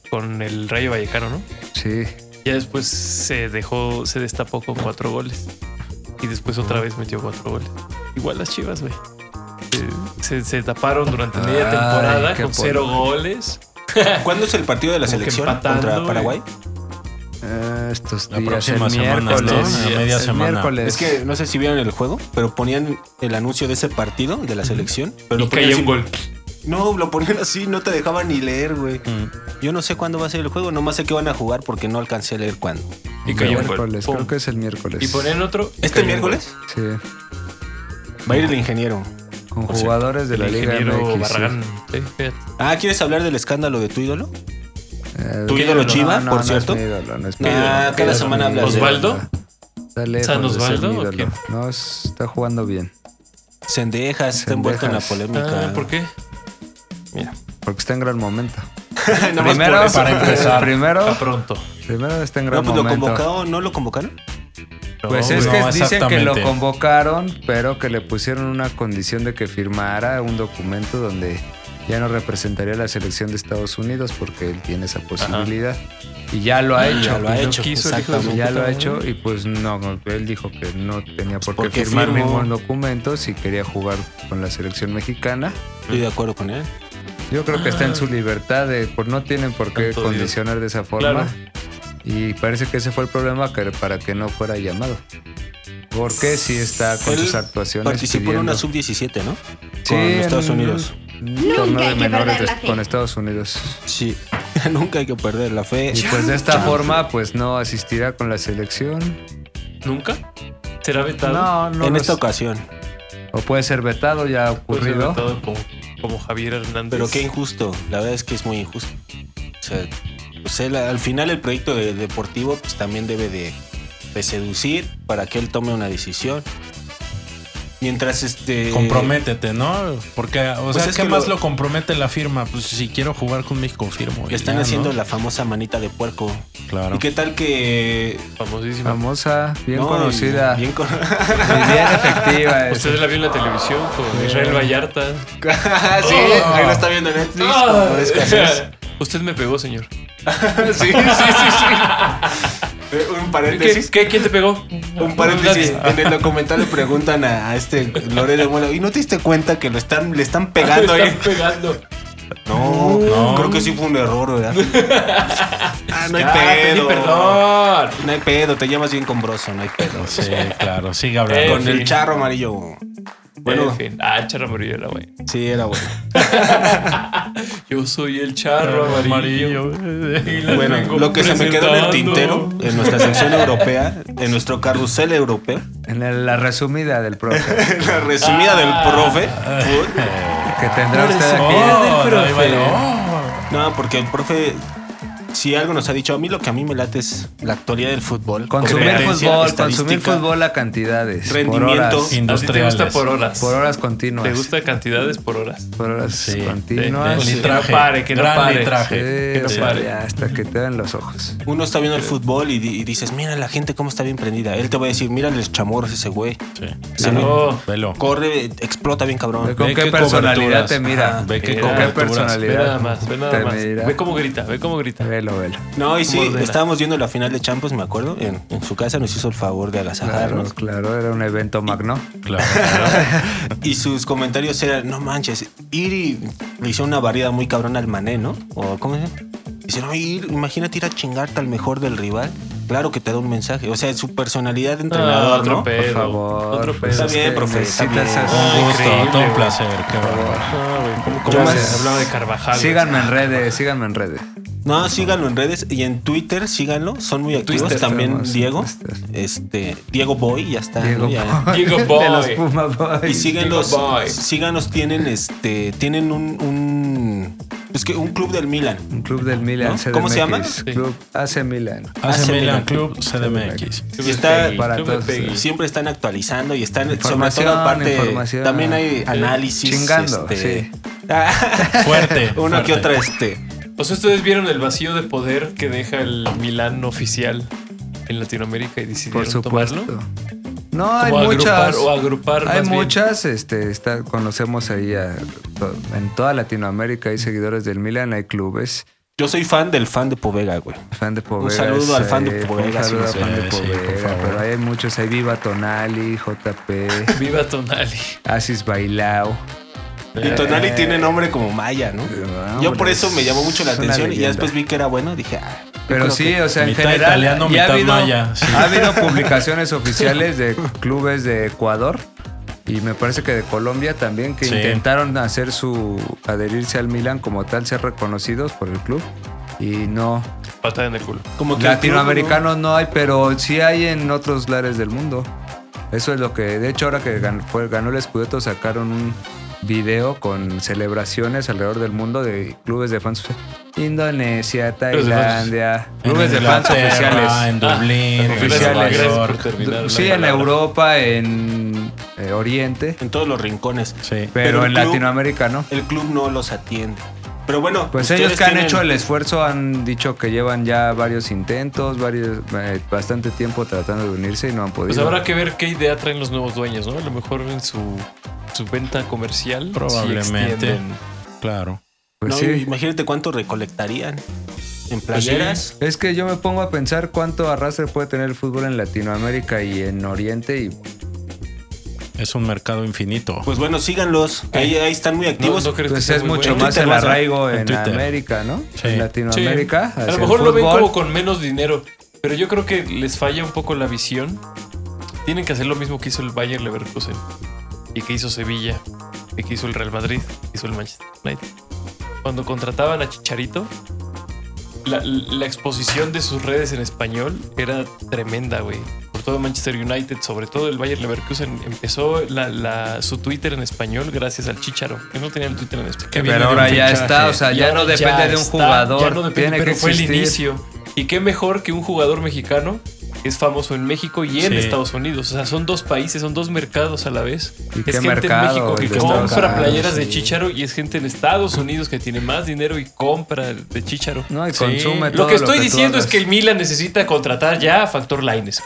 [SPEAKER 5] con el Rayo Vallecano, ¿no?
[SPEAKER 3] Sí.
[SPEAKER 5] Ya después se dejó, se destapó con cuatro goles. Y después otra vez metió cuatro goles. Igual las chivas, güey. Se, se- se taparon durante media
[SPEAKER 3] Ay,
[SPEAKER 5] temporada
[SPEAKER 3] qué
[SPEAKER 5] con cero
[SPEAKER 3] porra.
[SPEAKER 5] goles.
[SPEAKER 6] Eh, ¿Cuándo es el partido de la
[SPEAKER 5] Como que
[SPEAKER 6] selección
[SPEAKER 5] empatando,
[SPEAKER 6] contra
[SPEAKER 5] güey.
[SPEAKER 6] Paraguay?
[SPEAKER 3] Eh, estos
[SPEAKER 4] La
[SPEAKER 3] días.
[SPEAKER 4] próxima
[SPEAKER 3] el
[SPEAKER 4] semana, ¿no?
[SPEAKER 3] miércoles.
[SPEAKER 5] A
[SPEAKER 4] media
[SPEAKER 3] el
[SPEAKER 4] semana.
[SPEAKER 3] miércoles.
[SPEAKER 6] Es que no sé si vieron el juego, pero ponían el anuncio de ese partido de la selección. Pero
[SPEAKER 5] Y
[SPEAKER 6] lo ponían
[SPEAKER 5] cayó un
[SPEAKER 6] así-
[SPEAKER 5] gol.
[SPEAKER 6] No, lo ponían así, no te dejaban ni leer, güey.
[SPEAKER 4] Mm.
[SPEAKER 6] Yo no sé cuándo va a ser el juego, nomás sé que van a jugar porque no alcancé a leer cuándo.
[SPEAKER 5] Y
[SPEAKER 3] El
[SPEAKER 5] cayó un gol.
[SPEAKER 3] miércoles,
[SPEAKER 5] Pum.
[SPEAKER 3] creo que es el miércoles.
[SPEAKER 5] Y ponían otro. y
[SPEAKER 6] ¿Este
[SPEAKER 5] cayó un
[SPEAKER 6] miércoles?
[SPEAKER 3] Sí,
[SPEAKER 6] Va a ir el ingeniero.
[SPEAKER 3] con
[SPEAKER 5] O sea,
[SPEAKER 3] jugadores de la
[SPEAKER 5] gol. El
[SPEAKER 3] Liga
[SPEAKER 5] ingeniero
[SPEAKER 3] MX. sí.
[SPEAKER 5] Barragán. Sí, fíjate.
[SPEAKER 6] Ah, ¿quieres hablar del escándalo de tu ídolo?
[SPEAKER 3] Eh,
[SPEAKER 6] ¿Tu
[SPEAKER 3] no,
[SPEAKER 6] ídolo
[SPEAKER 3] no,
[SPEAKER 6] Chiva,
[SPEAKER 3] no,
[SPEAKER 6] por
[SPEAKER 3] no es
[SPEAKER 6] cierto?
[SPEAKER 3] mi ídolo, no es mi
[SPEAKER 6] Nah,
[SPEAKER 3] ídolo.
[SPEAKER 6] cada
[SPEAKER 3] Ídolo,
[SPEAKER 6] semana
[SPEAKER 3] mi
[SPEAKER 6] hablas de-
[SPEAKER 3] ídolo.
[SPEAKER 5] ¿Osvaldo?
[SPEAKER 3] Está lejos
[SPEAKER 5] ¿San
[SPEAKER 3] de ser
[SPEAKER 5] Osvaldo
[SPEAKER 3] mi
[SPEAKER 5] o
[SPEAKER 3] ídolo.
[SPEAKER 5] quién?
[SPEAKER 3] No, es- está jugando bien.
[SPEAKER 6] Cendejas, está envuelto en la
[SPEAKER 3] Zendejas.
[SPEAKER 6] polémica.
[SPEAKER 5] Ah, ¿Por qué?
[SPEAKER 3] Porque está en gran momento.
[SPEAKER 6] Nomás
[SPEAKER 3] primero,
[SPEAKER 6] por eso. Ah,
[SPEAKER 4] para empezar.
[SPEAKER 3] primero,
[SPEAKER 5] Está pronto.
[SPEAKER 3] primero está en gran
[SPEAKER 6] No, pues lo
[SPEAKER 3] momento.
[SPEAKER 6] convocaron, ¿no lo convocaron?
[SPEAKER 3] Pues
[SPEAKER 4] No,
[SPEAKER 3] es que
[SPEAKER 4] no,
[SPEAKER 3] dicen que lo
[SPEAKER 4] exactamente.
[SPEAKER 3] convocaron, pero que le pusieron una condición de que firmara un documento donde ya no representaría a la selección de Estados Unidos porque él tiene esa posibilidad. Y ya lo ha hecho.
[SPEAKER 6] Ah, Ya lo ha
[SPEAKER 5] no
[SPEAKER 6] hecho,
[SPEAKER 5] quiso el hijo de su
[SPEAKER 6] exactamente.
[SPEAKER 3] Ya lo ha hecho y pues no, él dijo que no tenía por qué
[SPEAKER 6] Porque
[SPEAKER 3] firmar
[SPEAKER 6] firmó.
[SPEAKER 3] ningún documento si quería jugar con la selección mexicana.
[SPEAKER 6] Estoy de acuerdo con él.
[SPEAKER 3] Yo creo que está
[SPEAKER 6] Ah.
[SPEAKER 3] en su libertad, de, por, no tienen por qué
[SPEAKER 5] Santo Dios.
[SPEAKER 3] condicionar de esa forma.
[SPEAKER 5] Claro.
[SPEAKER 3] Y parece que ese fue el problema que, para que no fuera llamado. Porque sí está con
[SPEAKER 6] Él
[SPEAKER 3] sus actuaciones.
[SPEAKER 6] Participó en una
[SPEAKER 3] pidiendo-
[SPEAKER 6] sub-17, ¿no?
[SPEAKER 3] Sí,
[SPEAKER 6] con
[SPEAKER 3] en
[SPEAKER 6] Estados Unidos.
[SPEAKER 3] un torneo
[SPEAKER 2] hay
[SPEAKER 3] de
[SPEAKER 2] que
[SPEAKER 3] menores
[SPEAKER 2] perder la
[SPEAKER 3] de-
[SPEAKER 2] fe.
[SPEAKER 3] con Estados Unidos.
[SPEAKER 6] Sí. Nunca hay que perder la fe.
[SPEAKER 3] Y pues de esta forma, pues no asistirá con la selección.
[SPEAKER 5] ¿Nunca? ¿Será vetado?
[SPEAKER 3] No, no.
[SPEAKER 6] en
[SPEAKER 3] lo
[SPEAKER 6] esta
[SPEAKER 3] sé.
[SPEAKER 6] ocasión.
[SPEAKER 3] o puede ser vetado, ya ha
[SPEAKER 5] Puede ser
[SPEAKER 3] ocurrido.
[SPEAKER 5] vetado como, como Javier Hernández.
[SPEAKER 6] Pero qué injusto, la verdad es que es muy injusto. O sea, pues él, al final el proyecto de- deportivo pues también debe de, de seducir para que él tome una decisión. Mientras este...
[SPEAKER 4] Comprométete, ¿no? Porque, o
[SPEAKER 6] Pues
[SPEAKER 4] sea,
[SPEAKER 6] es
[SPEAKER 4] ¿qué
[SPEAKER 6] que
[SPEAKER 4] más
[SPEAKER 6] lo-
[SPEAKER 4] lo... compromete la firma? Pues si quiero jugar con México, firmo.
[SPEAKER 6] Le están haciendo la famosa manita de puerco.
[SPEAKER 4] Claro.
[SPEAKER 6] ¿Y qué tal que...
[SPEAKER 5] Famosísimo.
[SPEAKER 3] Ah, Famosa, bien
[SPEAKER 6] no,
[SPEAKER 3] conocida
[SPEAKER 6] y- bien con-
[SPEAKER 3] y bien efectiva. es.
[SPEAKER 5] Usted la vio en la televisión con Israel Vallarta.
[SPEAKER 6] Ah, sí, ahí lo está viendo Netflix.
[SPEAKER 5] Ah.
[SPEAKER 6] con Flores Caseras.
[SPEAKER 5] Usted me pegó, señor.
[SPEAKER 6] sí, sí, sí, sí. Eh, Un
[SPEAKER 5] ¿Qué,
[SPEAKER 6] paréntesis.
[SPEAKER 5] qué, quién te pegó?
[SPEAKER 6] Un paréntesis,
[SPEAKER 5] Nadie.
[SPEAKER 6] en el documental le preguntan a, a este Lore de Mola, ¿y no te diste cuenta que lo están, le están
[SPEAKER 5] Me
[SPEAKER 6] pegando eh. ahí?
[SPEAKER 5] están pegando.
[SPEAKER 6] No,
[SPEAKER 4] No.
[SPEAKER 6] creo que sí fue un error, ¿verdad? ah, no hay
[SPEAKER 5] Ya, pedí
[SPEAKER 6] pedo.
[SPEAKER 5] perdón.
[SPEAKER 6] No hay pedo, te llamas bien combroso, no hay pedo.
[SPEAKER 4] Sí, claro. Sigue hablando.
[SPEAKER 5] En
[SPEAKER 6] Con el
[SPEAKER 5] fin.
[SPEAKER 6] charro amarillo.
[SPEAKER 5] Bueno.
[SPEAKER 6] Bueno,
[SPEAKER 5] Ah, Charro Amarillo era güey.
[SPEAKER 6] sí, era bueno.
[SPEAKER 5] Yo soy el Charro Amarillo. Y les
[SPEAKER 6] eh, Bueno,
[SPEAKER 5] vengo
[SPEAKER 6] lo que se me quedó en el
[SPEAKER 5] presentando.
[SPEAKER 6] tintero, en nuestra sección europea, en nuestro carrusel europeo,
[SPEAKER 3] En la, la resumida del profe
[SPEAKER 6] en la resumida del profe.
[SPEAKER 3] que tendrá usted
[SPEAKER 4] Oh,
[SPEAKER 3] aquí.
[SPEAKER 4] no, ahí va, no.
[SPEAKER 6] No, porque el profe si algo nos ha dicho, a mí lo que a mí me late es la actualidad del fútbol.
[SPEAKER 3] Consumir
[SPEAKER 6] competencia,
[SPEAKER 3] fútbol, consumir
[SPEAKER 6] estadística.
[SPEAKER 3] fútbol a cantidades. Por
[SPEAKER 6] Rendimiento.
[SPEAKER 3] horas,
[SPEAKER 5] A ti te
[SPEAKER 4] Industriales.
[SPEAKER 5] gusta por horas.
[SPEAKER 3] por horas continuas.
[SPEAKER 5] Te gusta cantidades por horas.
[SPEAKER 3] Por horas
[SPEAKER 4] Sí.
[SPEAKER 3] continuas.
[SPEAKER 5] Sí,
[SPEAKER 3] Sí,
[SPEAKER 5] sí. Que no pare, que no
[SPEAKER 4] Gran
[SPEAKER 5] pare.
[SPEAKER 4] litraje.
[SPEAKER 3] sí,
[SPEAKER 5] no
[SPEAKER 3] o sea,
[SPEAKER 5] pare.
[SPEAKER 3] ya hasta que te den los ojos.
[SPEAKER 6] Uno está viendo el fútbol y, di- y dices, mira la gente cómo está bien prendida. Él te va a decir, mira los chamorros ese güey.
[SPEAKER 4] Sí.
[SPEAKER 6] Ese
[SPEAKER 5] No.
[SPEAKER 6] güey
[SPEAKER 4] Oh. Velo.
[SPEAKER 6] Corre, explota bien cabrón.
[SPEAKER 3] Ve con
[SPEAKER 4] Ve
[SPEAKER 3] qué,
[SPEAKER 4] qué
[SPEAKER 3] personalidad
[SPEAKER 4] coberturas.
[SPEAKER 3] te mira.
[SPEAKER 4] Ajá, ve qué
[SPEAKER 3] con qué
[SPEAKER 5] coberturas. Ve
[SPEAKER 3] personalidad.
[SPEAKER 5] nada más, ve nada
[SPEAKER 3] te
[SPEAKER 5] más.
[SPEAKER 3] mira.
[SPEAKER 5] Ve cómo grita, ve cómo grita.
[SPEAKER 3] Velo, velo.
[SPEAKER 6] No, y sí,
[SPEAKER 5] Mordela.
[SPEAKER 6] estábamos viendo la final de Champions, me acuerdo, en, en su casa nos hizo el favor de
[SPEAKER 3] Claro,
[SPEAKER 6] agasajarnos.
[SPEAKER 3] claro, era un evento magno.
[SPEAKER 4] Claro.
[SPEAKER 6] Y sus comentarios eran, no manches, ir y le hicieron una barrida muy cabrón al mané, ¿no? O cómo se llama? Dicen, "Oye, ir, imagínate ir a chingarte al mejor del rival. Claro que te da un mensaje. O sea, su personalidad de
[SPEAKER 5] Ah,
[SPEAKER 6] entrenador,
[SPEAKER 5] otro
[SPEAKER 6] ¿no?
[SPEAKER 5] pedo.
[SPEAKER 3] Por favor.
[SPEAKER 5] Otro
[SPEAKER 3] pues,
[SPEAKER 5] pedo.
[SPEAKER 6] Está
[SPEAKER 3] es
[SPEAKER 6] bien,
[SPEAKER 3] que
[SPEAKER 6] profe, está
[SPEAKER 3] necesitas
[SPEAKER 6] bien.
[SPEAKER 3] hacer-
[SPEAKER 4] Un gusto,
[SPEAKER 5] Increíble.
[SPEAKER 4] todo un placer. Qué bárbaro.
[SPEAKER 5] No, güey, ¿cómo,
[SPEAKER 3] Ya
[SPEAKER 5] cómo
[SPEAKER 3] sé.
[SPEAKER 5] se hablaba de Carvajal?
[SPEAKER 3] Síganme en redes, síganme en redes.
[SPEAKER 6] No, síganlo en redes y en Twitter, síganlo. Son muy activos.
[SPEAKER 3] Twitter
[SPEAKER 6] También
[SPEAKER 3] estamos,
[SPEAKER 6] Diego.
[SPEAKER 3] Twitter.
[SPEAKER 6] Este, Diego Boy, ya está. ¿no?
[SPEAKER 3] Diego
[SPEAKER 6] Ya.
[SPEAKER 3] Boy.
[SPEAKER 5] Diego
[SPEAKER 3] De los
[SPEAKER 5] Boy.
[SPEAKER 3] Puma Boy.
[SPEAKER 6] Y síganos,
[SPEAKER 5] Diego Boy.
[SPEAKER 6] síganos, tienen este, tienen un, un es que un club del Milan.
[SPEAKER 3] Un club del Milan.
[SPEAKER 6] ¿No?
[SPEAKER 3] CDMX,
[SPEAKER 6] ¿Cómo se llama?
[SPEAKER 3] Club AC Milan.
[SPEAKER 4] AC
[SPEAKER 6] AC
[SPEAKER 4] Milan
[SPEAKER 6] Milan
[SPEAKER 4] Club CDMX.
[SPEAKER 5] Tú
[SPEAKER 6] Y
[SPEAKER 5] me
[SPEAKER 6] está
[SPEAKER 5] pegues,
[SPEAKER 3] para
[SPEAKER 5] tú me
[SPEAKER 3] todos.
[SPEAKER 5] pegues.
[SPEAKER 6] Siempre están actualizando y están sobre
[SPEAKER 3] Información,
[SPEAKER 6] todo aparte
[SPEAKER 3] información.
[SPEAKER 6] también hay análisis
[SPEAKER 3] Chingando,
[SPEAKER 6] este,
[SPEAKER 3] sí.
[SPEAKER 4] Fuerte,
[SPEAKER 6] Una
[SPEAKER 4] fuerte.
[SPEAKER 6] que otra este.
[SPEAKER 5] O sea, ustedes vieron el vacío de poder que deja el Milán oficial en Latinoamérica y decidieron
[SPEAKER 3] Por supuesto.
[SPEAKER 5] tomarlo.
[SPEAKER 3] No, hay
[SPEAKER 5] o agrupar,
[SPEAKER 3] muchas.
[SPEAKER 5] o agrupar
[SPEAKER 3] Hay
[SPEAKER 5] más bien.
[SPEAKER 3] muchas, este, está, conocemos ahí a- to- en toda Latinoamérica hay seguidores del Milan, hay clubes,
[SPEAKER 6] Yo soy fan del fan de Povega, güey.
[SPEAKER 3] fan de Poveras.
[SPEAKER 6] saludo al fan de
[SPEAKER 3] eh,
[SPEAKER 6] Povega,
[SPEAKER 3] Un saludo
[SPEAKER 6] sí,
[SPEAKER 3] al fan
[SPEAKER 4] sí,
[SPEAKER 3] de
[SPEAKER 4] sí, por
[SPEAKER 3] Povega,
[SPEAKER 4] favor.
[SPEAKER 3] pero hay muchos, hay Viva Tonali, JP,
[SPEAKER 5] Viva Tonali.
[SPEAKER 3] Asis Bailao.
[SPEAKER 6] Y Tonali tiene nombre como maya, ¿no?
[SPEAKER 3] Ah,
[SPEAKER 6] Yo
[SPEAKER 3] Eh. hombre,
[SPEAKER 6] por eso me llamó
[SPEAKER 3] es
[SPEAKER 6] mucho la
[SPEAKER 3] una
[SPEAKER 6] atención y
[SPEAKER 3] leyenda.
[SPEAKER 6] ya después vi que era bueno, dije, ah, yo
[SPEAKER 3] Pero
[SPEAKER 6] creo
[SPEAKER 3] sí,
[SPEAKER 6] que-
[SPEAKER 3] o sea, en
[SPEAKER 4] mitad
[SPEAKER 3] general
[SPEAKER 4] italiano,
[SPEAKER 3] ya ha
[SPEAKER 4] mitad
[SPEAKER 3] habido,
[SPEAKER 4] maya, sí.
[SPEAKER 3] ha habido publicaciones oficiales de clubes de Ecuador y me parece que de Colombia también que
[SPEAKER 4] Sí.
[SPEAKER 3] intentaron hacer su adherirse al Milan como tal ser reconocidos por el club y no
[SPEAKER 5] Patada en el culo.
[SPEAKER 6] como que el club, ¿no?
[SPEAKER 3] latinoamericanos no hay, pero sí hay en otros lares del mundo. Eso es lo que de hecho ahora que gan- fue- ganó el Scudetto sacaron un video con celebraciones alrededor del mundo de clubes de fans Indonesia,
[SPEAKER 5] Clubes de fans.
[SPEAKER 3] Tailandia,
[SPEAKER 4] En
[SPEAKER 3] clubes de fans
[SPEAKER 4] Inglaterra,
[SPEAKER 3] oficiales.
[SPEAKER 4] En Dublín,
[SPEAKER 5] Ah,
[SPEAKER 4] en
[SPEAKER 5] gracias,
[SPEAKER 4] Nueva
[SPEAKER 5] gracias por
[SPEAKER 4] York.
[SPEAKER 5] terminar la
[SPEAKER 3] Sí, en
[SPEAKER 5] palabra.
[SPEAKER 3] Europa, en eh, Oriente,
[SPEAKER 6] en todos los rincones.
[SPEAKER 4] Sí.
[SPEAKER 3] pero, en
[SPEAKER 6] Pero el club-
[SPEAKER 3] Latinoamérica no.
[SPEAKER 6] El club no los atiende. Pero bueno,
[SPEAKER 3] Pues
[SPEAKER 6] ustedes
[SPEAKER 3] ellos que han
[SPEAKER 6] tienen-
[SPEAKER 3] hecho el esfuerzo han dicho que llevan ya varios intentos, varios eh, bastante tiempo tratando de unirse y no han podido.
[SPEAKER 5] Pues habrá que ver qué idea traen los nuevos dueños, ¿no? A lo mejor en su, su venta comercial. sí
[SPEAKER 4] Probablemente.
[SPEAKER 5] extienden.
[SPEAKER 4] Claro.
[SPEAKER 3] Pues
[SPEAKER 6] no,
[SPEAKER 3] sí.
[SPEAKER 6] Imagínate cuánto recolectarían
[SPEAKER 5] Pues
[SPEAKER 6] en
[SPEAKER 5] sí.
[SPEAKER 6] playeras.
[SPEAKER 3] Es que yo me pongo a pensar cuánto arrastre puede tener el fútbol en Latinoamérica y en Oriente y
[SPEAKER 5] Pues
[SPEAKER 4] Es un mercado infinito.
[SPEAKER 6] Pues bueno, síganlos.
[SPEAKER 3] Eh.
[SPEAKER 6] Ahí, ahí están muy
[SPEAKER 5] No,
[SPEAKER 6] activos.
[SPEAKER 5] no creo que
[SPEAKER 3] pues
[SPEAKER 5] sea
[SPEAKER 3] es
[SPEAKER 5] muy
[SPEAKER 3] mucho
[SPEAKER 5] bueno.
[SPEAKER 3] más
[SPEAKER 6] En
[SPEAKER 3] el
[SPEAKER 6] Twitter vas a-
[SPEAKER 3] arraigo
[SPEAKER 4] en
[SPEAKER 3] en,
[SPEAKER 4] Twitter.
[SPEAKER 3] América, ¿no?
[SPEAKER 4] Sí.
[SPEAKER 3] En
[SPEAKER 5] Sí.
[SPEAKER 3] Latinoamérica.
[SPEAKER 5] A
[SPEAKER 3] hacia
[SPEAKER 5] lo
[SPEAKER 3] el
[SPEAKER 5] mejor lo ven
[SPEAKER 3] fútbol.
[SPEAKER 5] como con menos dinero, pero yo creo que les falla un poco la visión. Tienen que hacer lo mismo que hizo el Bayern Leverkusen y que hizo Sevilla y que hizo el Real Madrid, que hizo el Manchester United. Cuando contrataban a Chicharito, la, la exposición de sus redes en español era tremenda, güey. Por todo Manchester United, sobre todo el Bayern Leverkusen, empezó la- la- su Twitter en español gracias al Chicharo. Él no tenía el Twitter en español.
[SPEAKER 3] Pero ahora ya está, o sea, ya,
[SPEAKER 5] Y
[SPEAKER 3] no
[SPEAKER 5] ahora
[SPEAKER 3] depende
[SPEAKER 5] ya
[SPEAKER 3] de un
[SPEAKER 5] está,
[SPEAKER 3] jugador.
[SPEAKER 5] ya no depende,
[SPEAKER 3] tiene
[SPEAKER 5] pero
[SPEAKER 3] que
[SPEAKER 5] fue el
[SPEAKER 3] existir.
[SPEAKER 5] inicio. Y qué mejor que un jugador mexicano que es famoso en México y en
[SPEAKER 4] Sí.
[SPEAKER 5] Estados Unidos. O sea, son dos países, son dos mercados a la vez.
[SPEAKER 3] ¿Y
[SPEAKER 5] es
[SPEAKER 3] qué
[SPEAKER 5] gente
[SPEAKER 3] mercado,
[SPEAKER 5] en México
[SPEAKER 3] el
[SPEAKER 5] que
[SPEAKER 3] de
[SPEAKER 5] compra
[SPEAKER 3] Estados Unidos,
[SPEAKER 5] playeras de
[SPEAKER 3] sí.
[SPEAKER 5] Chicharo y es gente en Estados Unidos que tiene más dinero y compra de Chicharo.
[SPEAKER 3] No, y
[SPEAKER 4] Sí.
[SPEAKER 3] consume todo
[SPEAKER 5] Lo que estoy
[SPEAKER 3] tú
[SPEAKER 5] diciendo es
[SPEAKER 3] hagas.
[SPEAKER 5] que el Milan necesita contratar ya a Factor Lines.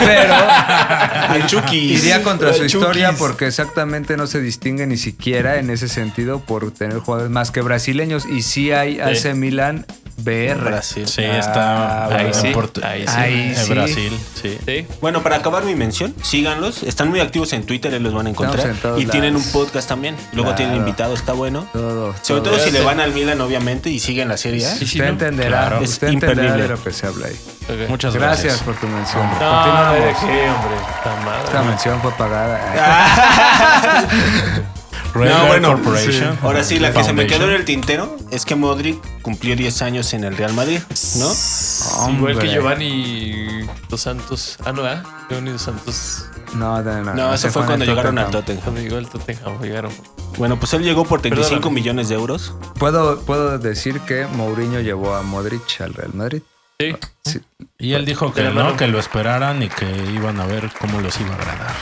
[SPEAKER 3] Pero
[SPEAKER 6] Al Chucky.
[SPEAKER 3] iría contra
[SPEAKER 5] Los
[SPEAKER 3] su historia
[SPEAKER 5] Chukis.
[SPEAKER 3] porque exactamente no se distingue ni siquiera en ese sentido por tener jugadores más que brasileños. Y sí hay AC Milan BR.
[SPEAKER 6] Brasil.
[SPEAKER 4] Sí, está
[SPEAKER 5] ahí
[SPEAKER 4] eh,
[SPEAKER 5] sí,
[SPEAKER 4] en Port-
[SPEAKER 5] ahí
[SPEAKER 3] ah, sí. Ahí
[SPEAKER 4] en
[SPEAKER 3] sí.
[SPEAKER 4] Brasil. Sí.
[SPEAKER 5] ¿sí?
[SPEAKER 6] Bueno, para acabar mi mención, síganlos. Están muy activos en Twitter, ahí los van a encontrar.
[SPEAKER 3] Estamos en todos
[SPEAKER 6] Y tienen un
[SPEAKER 3] lados.
[SPEAKER 6] podcast también. Luego
[SPEAKER 3] Claro.
[SPEAKER 6] tienen invitado, está bueno.
[SPEAKER 3] Todo,
[SPEAKER 6] Sobre
[SPEAKER 3] todo.
[SPEAKER 6] todo si le van al Milan, obviamente, y siguen la serie. ¿eh?
[SPEAKER 5] Sí.
[SPEAKER 3] Usted entenderá,
[SPEAKER 4] Claro.
[SPEAKER 6] Es
[SPEAKER 3] usted entenderá
[SPEAKER 6] imperdible.
[SPEAKER 3] de lo que se habla ahí.
[SPEAKER 5] Ok.
[SPEAKER 4] Muchas gracias.
[SPEAKER 3] Gracias por tu mención.
[SPEAKER 5] No, ¿de
[SPEAKER 3] Continuamos.
[SPEAKER 5] qué, hombre? Está
[SPEAKER 3] Esta
[SPEAKER 5] madre.
[SPEAKER 3] mención fue pagada.
[SPEAKER 6] Ah.
[SPEAKER 4] Red
[SPEAKER 6] No,
[SPEAKER 4] Bear
[SPEAKER 6] bueno,
[SPEAKER 4] Corporation.
[SPEAKER 6] Ahora sí, la que se me quedó en
[SPEAKER 4] Foundation.
[SPEAKER 6] el tintero es que Modric cumplió 10 años en el Real Madrid, ¿no?
[SPEAKER 5] Igual
[SPEAKER 3] Hombre.
[SPEAKER 5] que ¿eh? Giovanni Dos Santos. Ah, no, ¿ah? Giovanni Dos Santos
[SPEAKER 3] No, no, no.
[SPEAKER 6] No, eso fue cuando llegaron al
[SPEAKER 3] Tottenham.
[SPEAKER 6] Tottenham.
[SPEAKER 5] Cuando llegó el Tottenham, llegaron.
[SPEAKER 6] Bueno, pues él llegó por 35
[SPEAKER 5] Perdóname.
[SPEAKER 6] millones de euros.
[SPEAKER 3] Puedo, puedo decir que Mourinho llevó a Modric al Real Madrid.
[SPEAKER 5] Sí.
[SPEAKER 3] Sí.
[SPEAKER 4] Y él dijo que
[SPEAKER 5] Pero
[SPEAKER 4] no,
[SPEAKER 5] no.
[SPEAKER 4] que lo esperaran y que iban a ver cómo los iba a agradar.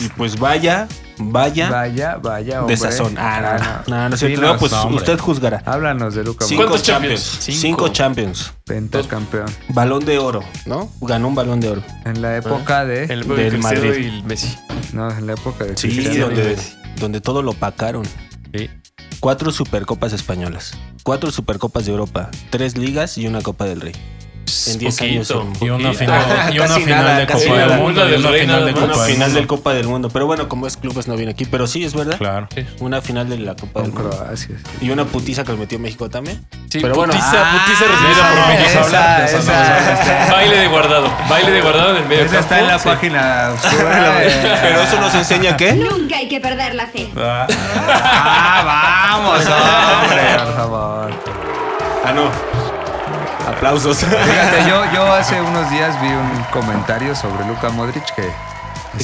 [SPEAKER 6] Y pues vaya, vaya,
[SPEAKER 3] Vaya, vaya,
[SPEAKER 6] de
[SPEAKER 3] hombre.
[SPEAKER 6] sazón. Ah, no, no, no, no es cierto.
[SPEAKER 3] Dinos,
[SPEAKER 6] No, pues
[SPEAKER 4] no, hombre.
[SPEAKER 6] usted juzgará.
[SPEAKER 3] Háblanos de Luca
[SPEAKER 6] Cinco
[SPEAKER 5] ¿Cuántos
[SPEAKER 6] Champions.
[SPEAKER 5] Champions?
[SPEAKER 6] Cinco
[SPEAKER 5] Cinco.
[SPEAKER 6] Champions.
[SPEAKER 3] pentacampeón.
[SPEAKER 6] Balón de oro, ¿no? Ganó un balón de oro.
[SPEAKER 3] En la época de...
[SPEAKER 5] El
[SPEAKER 6] Del
[SPEAKER 5] Cristiano
[SPEAKER 6] Madrid.
[SPEAKER 5] y el Messi.
[SPEAKER 3] No, en la época de...
[SPEAKER 6] Sí,
[SPEAKER 5] Cristiano y
[SPEAKER 6] donde,
[SPEAKER 5] Messi.
[SPEAKER 6] donde todo lo pacaron.
[SPEAKER 5] Sí.
[SPEAKER 6] Cuatro supercopas españolas, cuatro supercopas de Europa, tres ligas y una Copa del Rey. En 10 años.
[SPEAKER 5] Poquito.
[SPEAKER 6] en-
[SPEAKER 4] Y una
[SPEAKER 5] Poquito.
[SPEAKER 4] final, y una
[SPEAKER 3] casi
[SPEAKER 4] final
[SPEAKER 3] nada,
[SPEAKER 4] de
[SPEAKER 3] casi
[SPEAKER 4] Copa
[SPEAKER 5] nada.
[SPEAKER 4] del Mundo. Y
[SPEAKER 5] Del
[SPEAKER 4] una
[SPEAKER 5] Rey
[SPEAKER 4] final
[SPEAKER 5] nada
[SPEAKER 4] de
[SPEAKER 5] más.
[SPEAKER 4] Copa
[SPEAKER 6] Una
[SPEAKER 4] del
[SPEAKER 6] final
[SPEAKER 4] Mundo.
[SPEAKER 6] del Copa del Mundo. Pero bueno, como es clubes no viene aquí. Pero sí, es verdad.
[SPEAKER 4] Claro.
[SPEAKER 6] Una final de la Copa
[SPEAKER 3] Con
[SPEAKER 6] del Mundo.
[SPEAKER 3] Croacia.
[SPEAKER 6] Y una putiza que le metió México también.
[SPEAKER 5] Sí,
[SPEAKER 6] Pero bueno.
[SPEAKER 5] putiza,
[SPEAKER 3] Ah,
[SPEAKER 5] putiza recibida por
[SPEAKER 3] esa,
[SPEAKER 5] México.
[SPEAKER 3] esa, esa.
[SPEAKER 5] Baile de guardado. Baile de guardado en el medio
[SPEAKER 3] Esa está
[SPEAKER 5] campo.
[SPEAKER 3] en la
[SPEAKER 5] Sí.
[SPEAKER 3] página oscura. de-
[SPEAKER 6] Pero eso nos enseña que
[SPEAKER 2] Nunca hay que perder la fe.
[SPEAKER 4] Ah,
[SPEAKER 3] Ah, vamos, hombre, por favor.
[SPEAKER 6] Ah, no. Aplausos.
[SPEAKER 3] Fíjate, yo, yo hace unos días vi un comentario sobre Luka Modric que.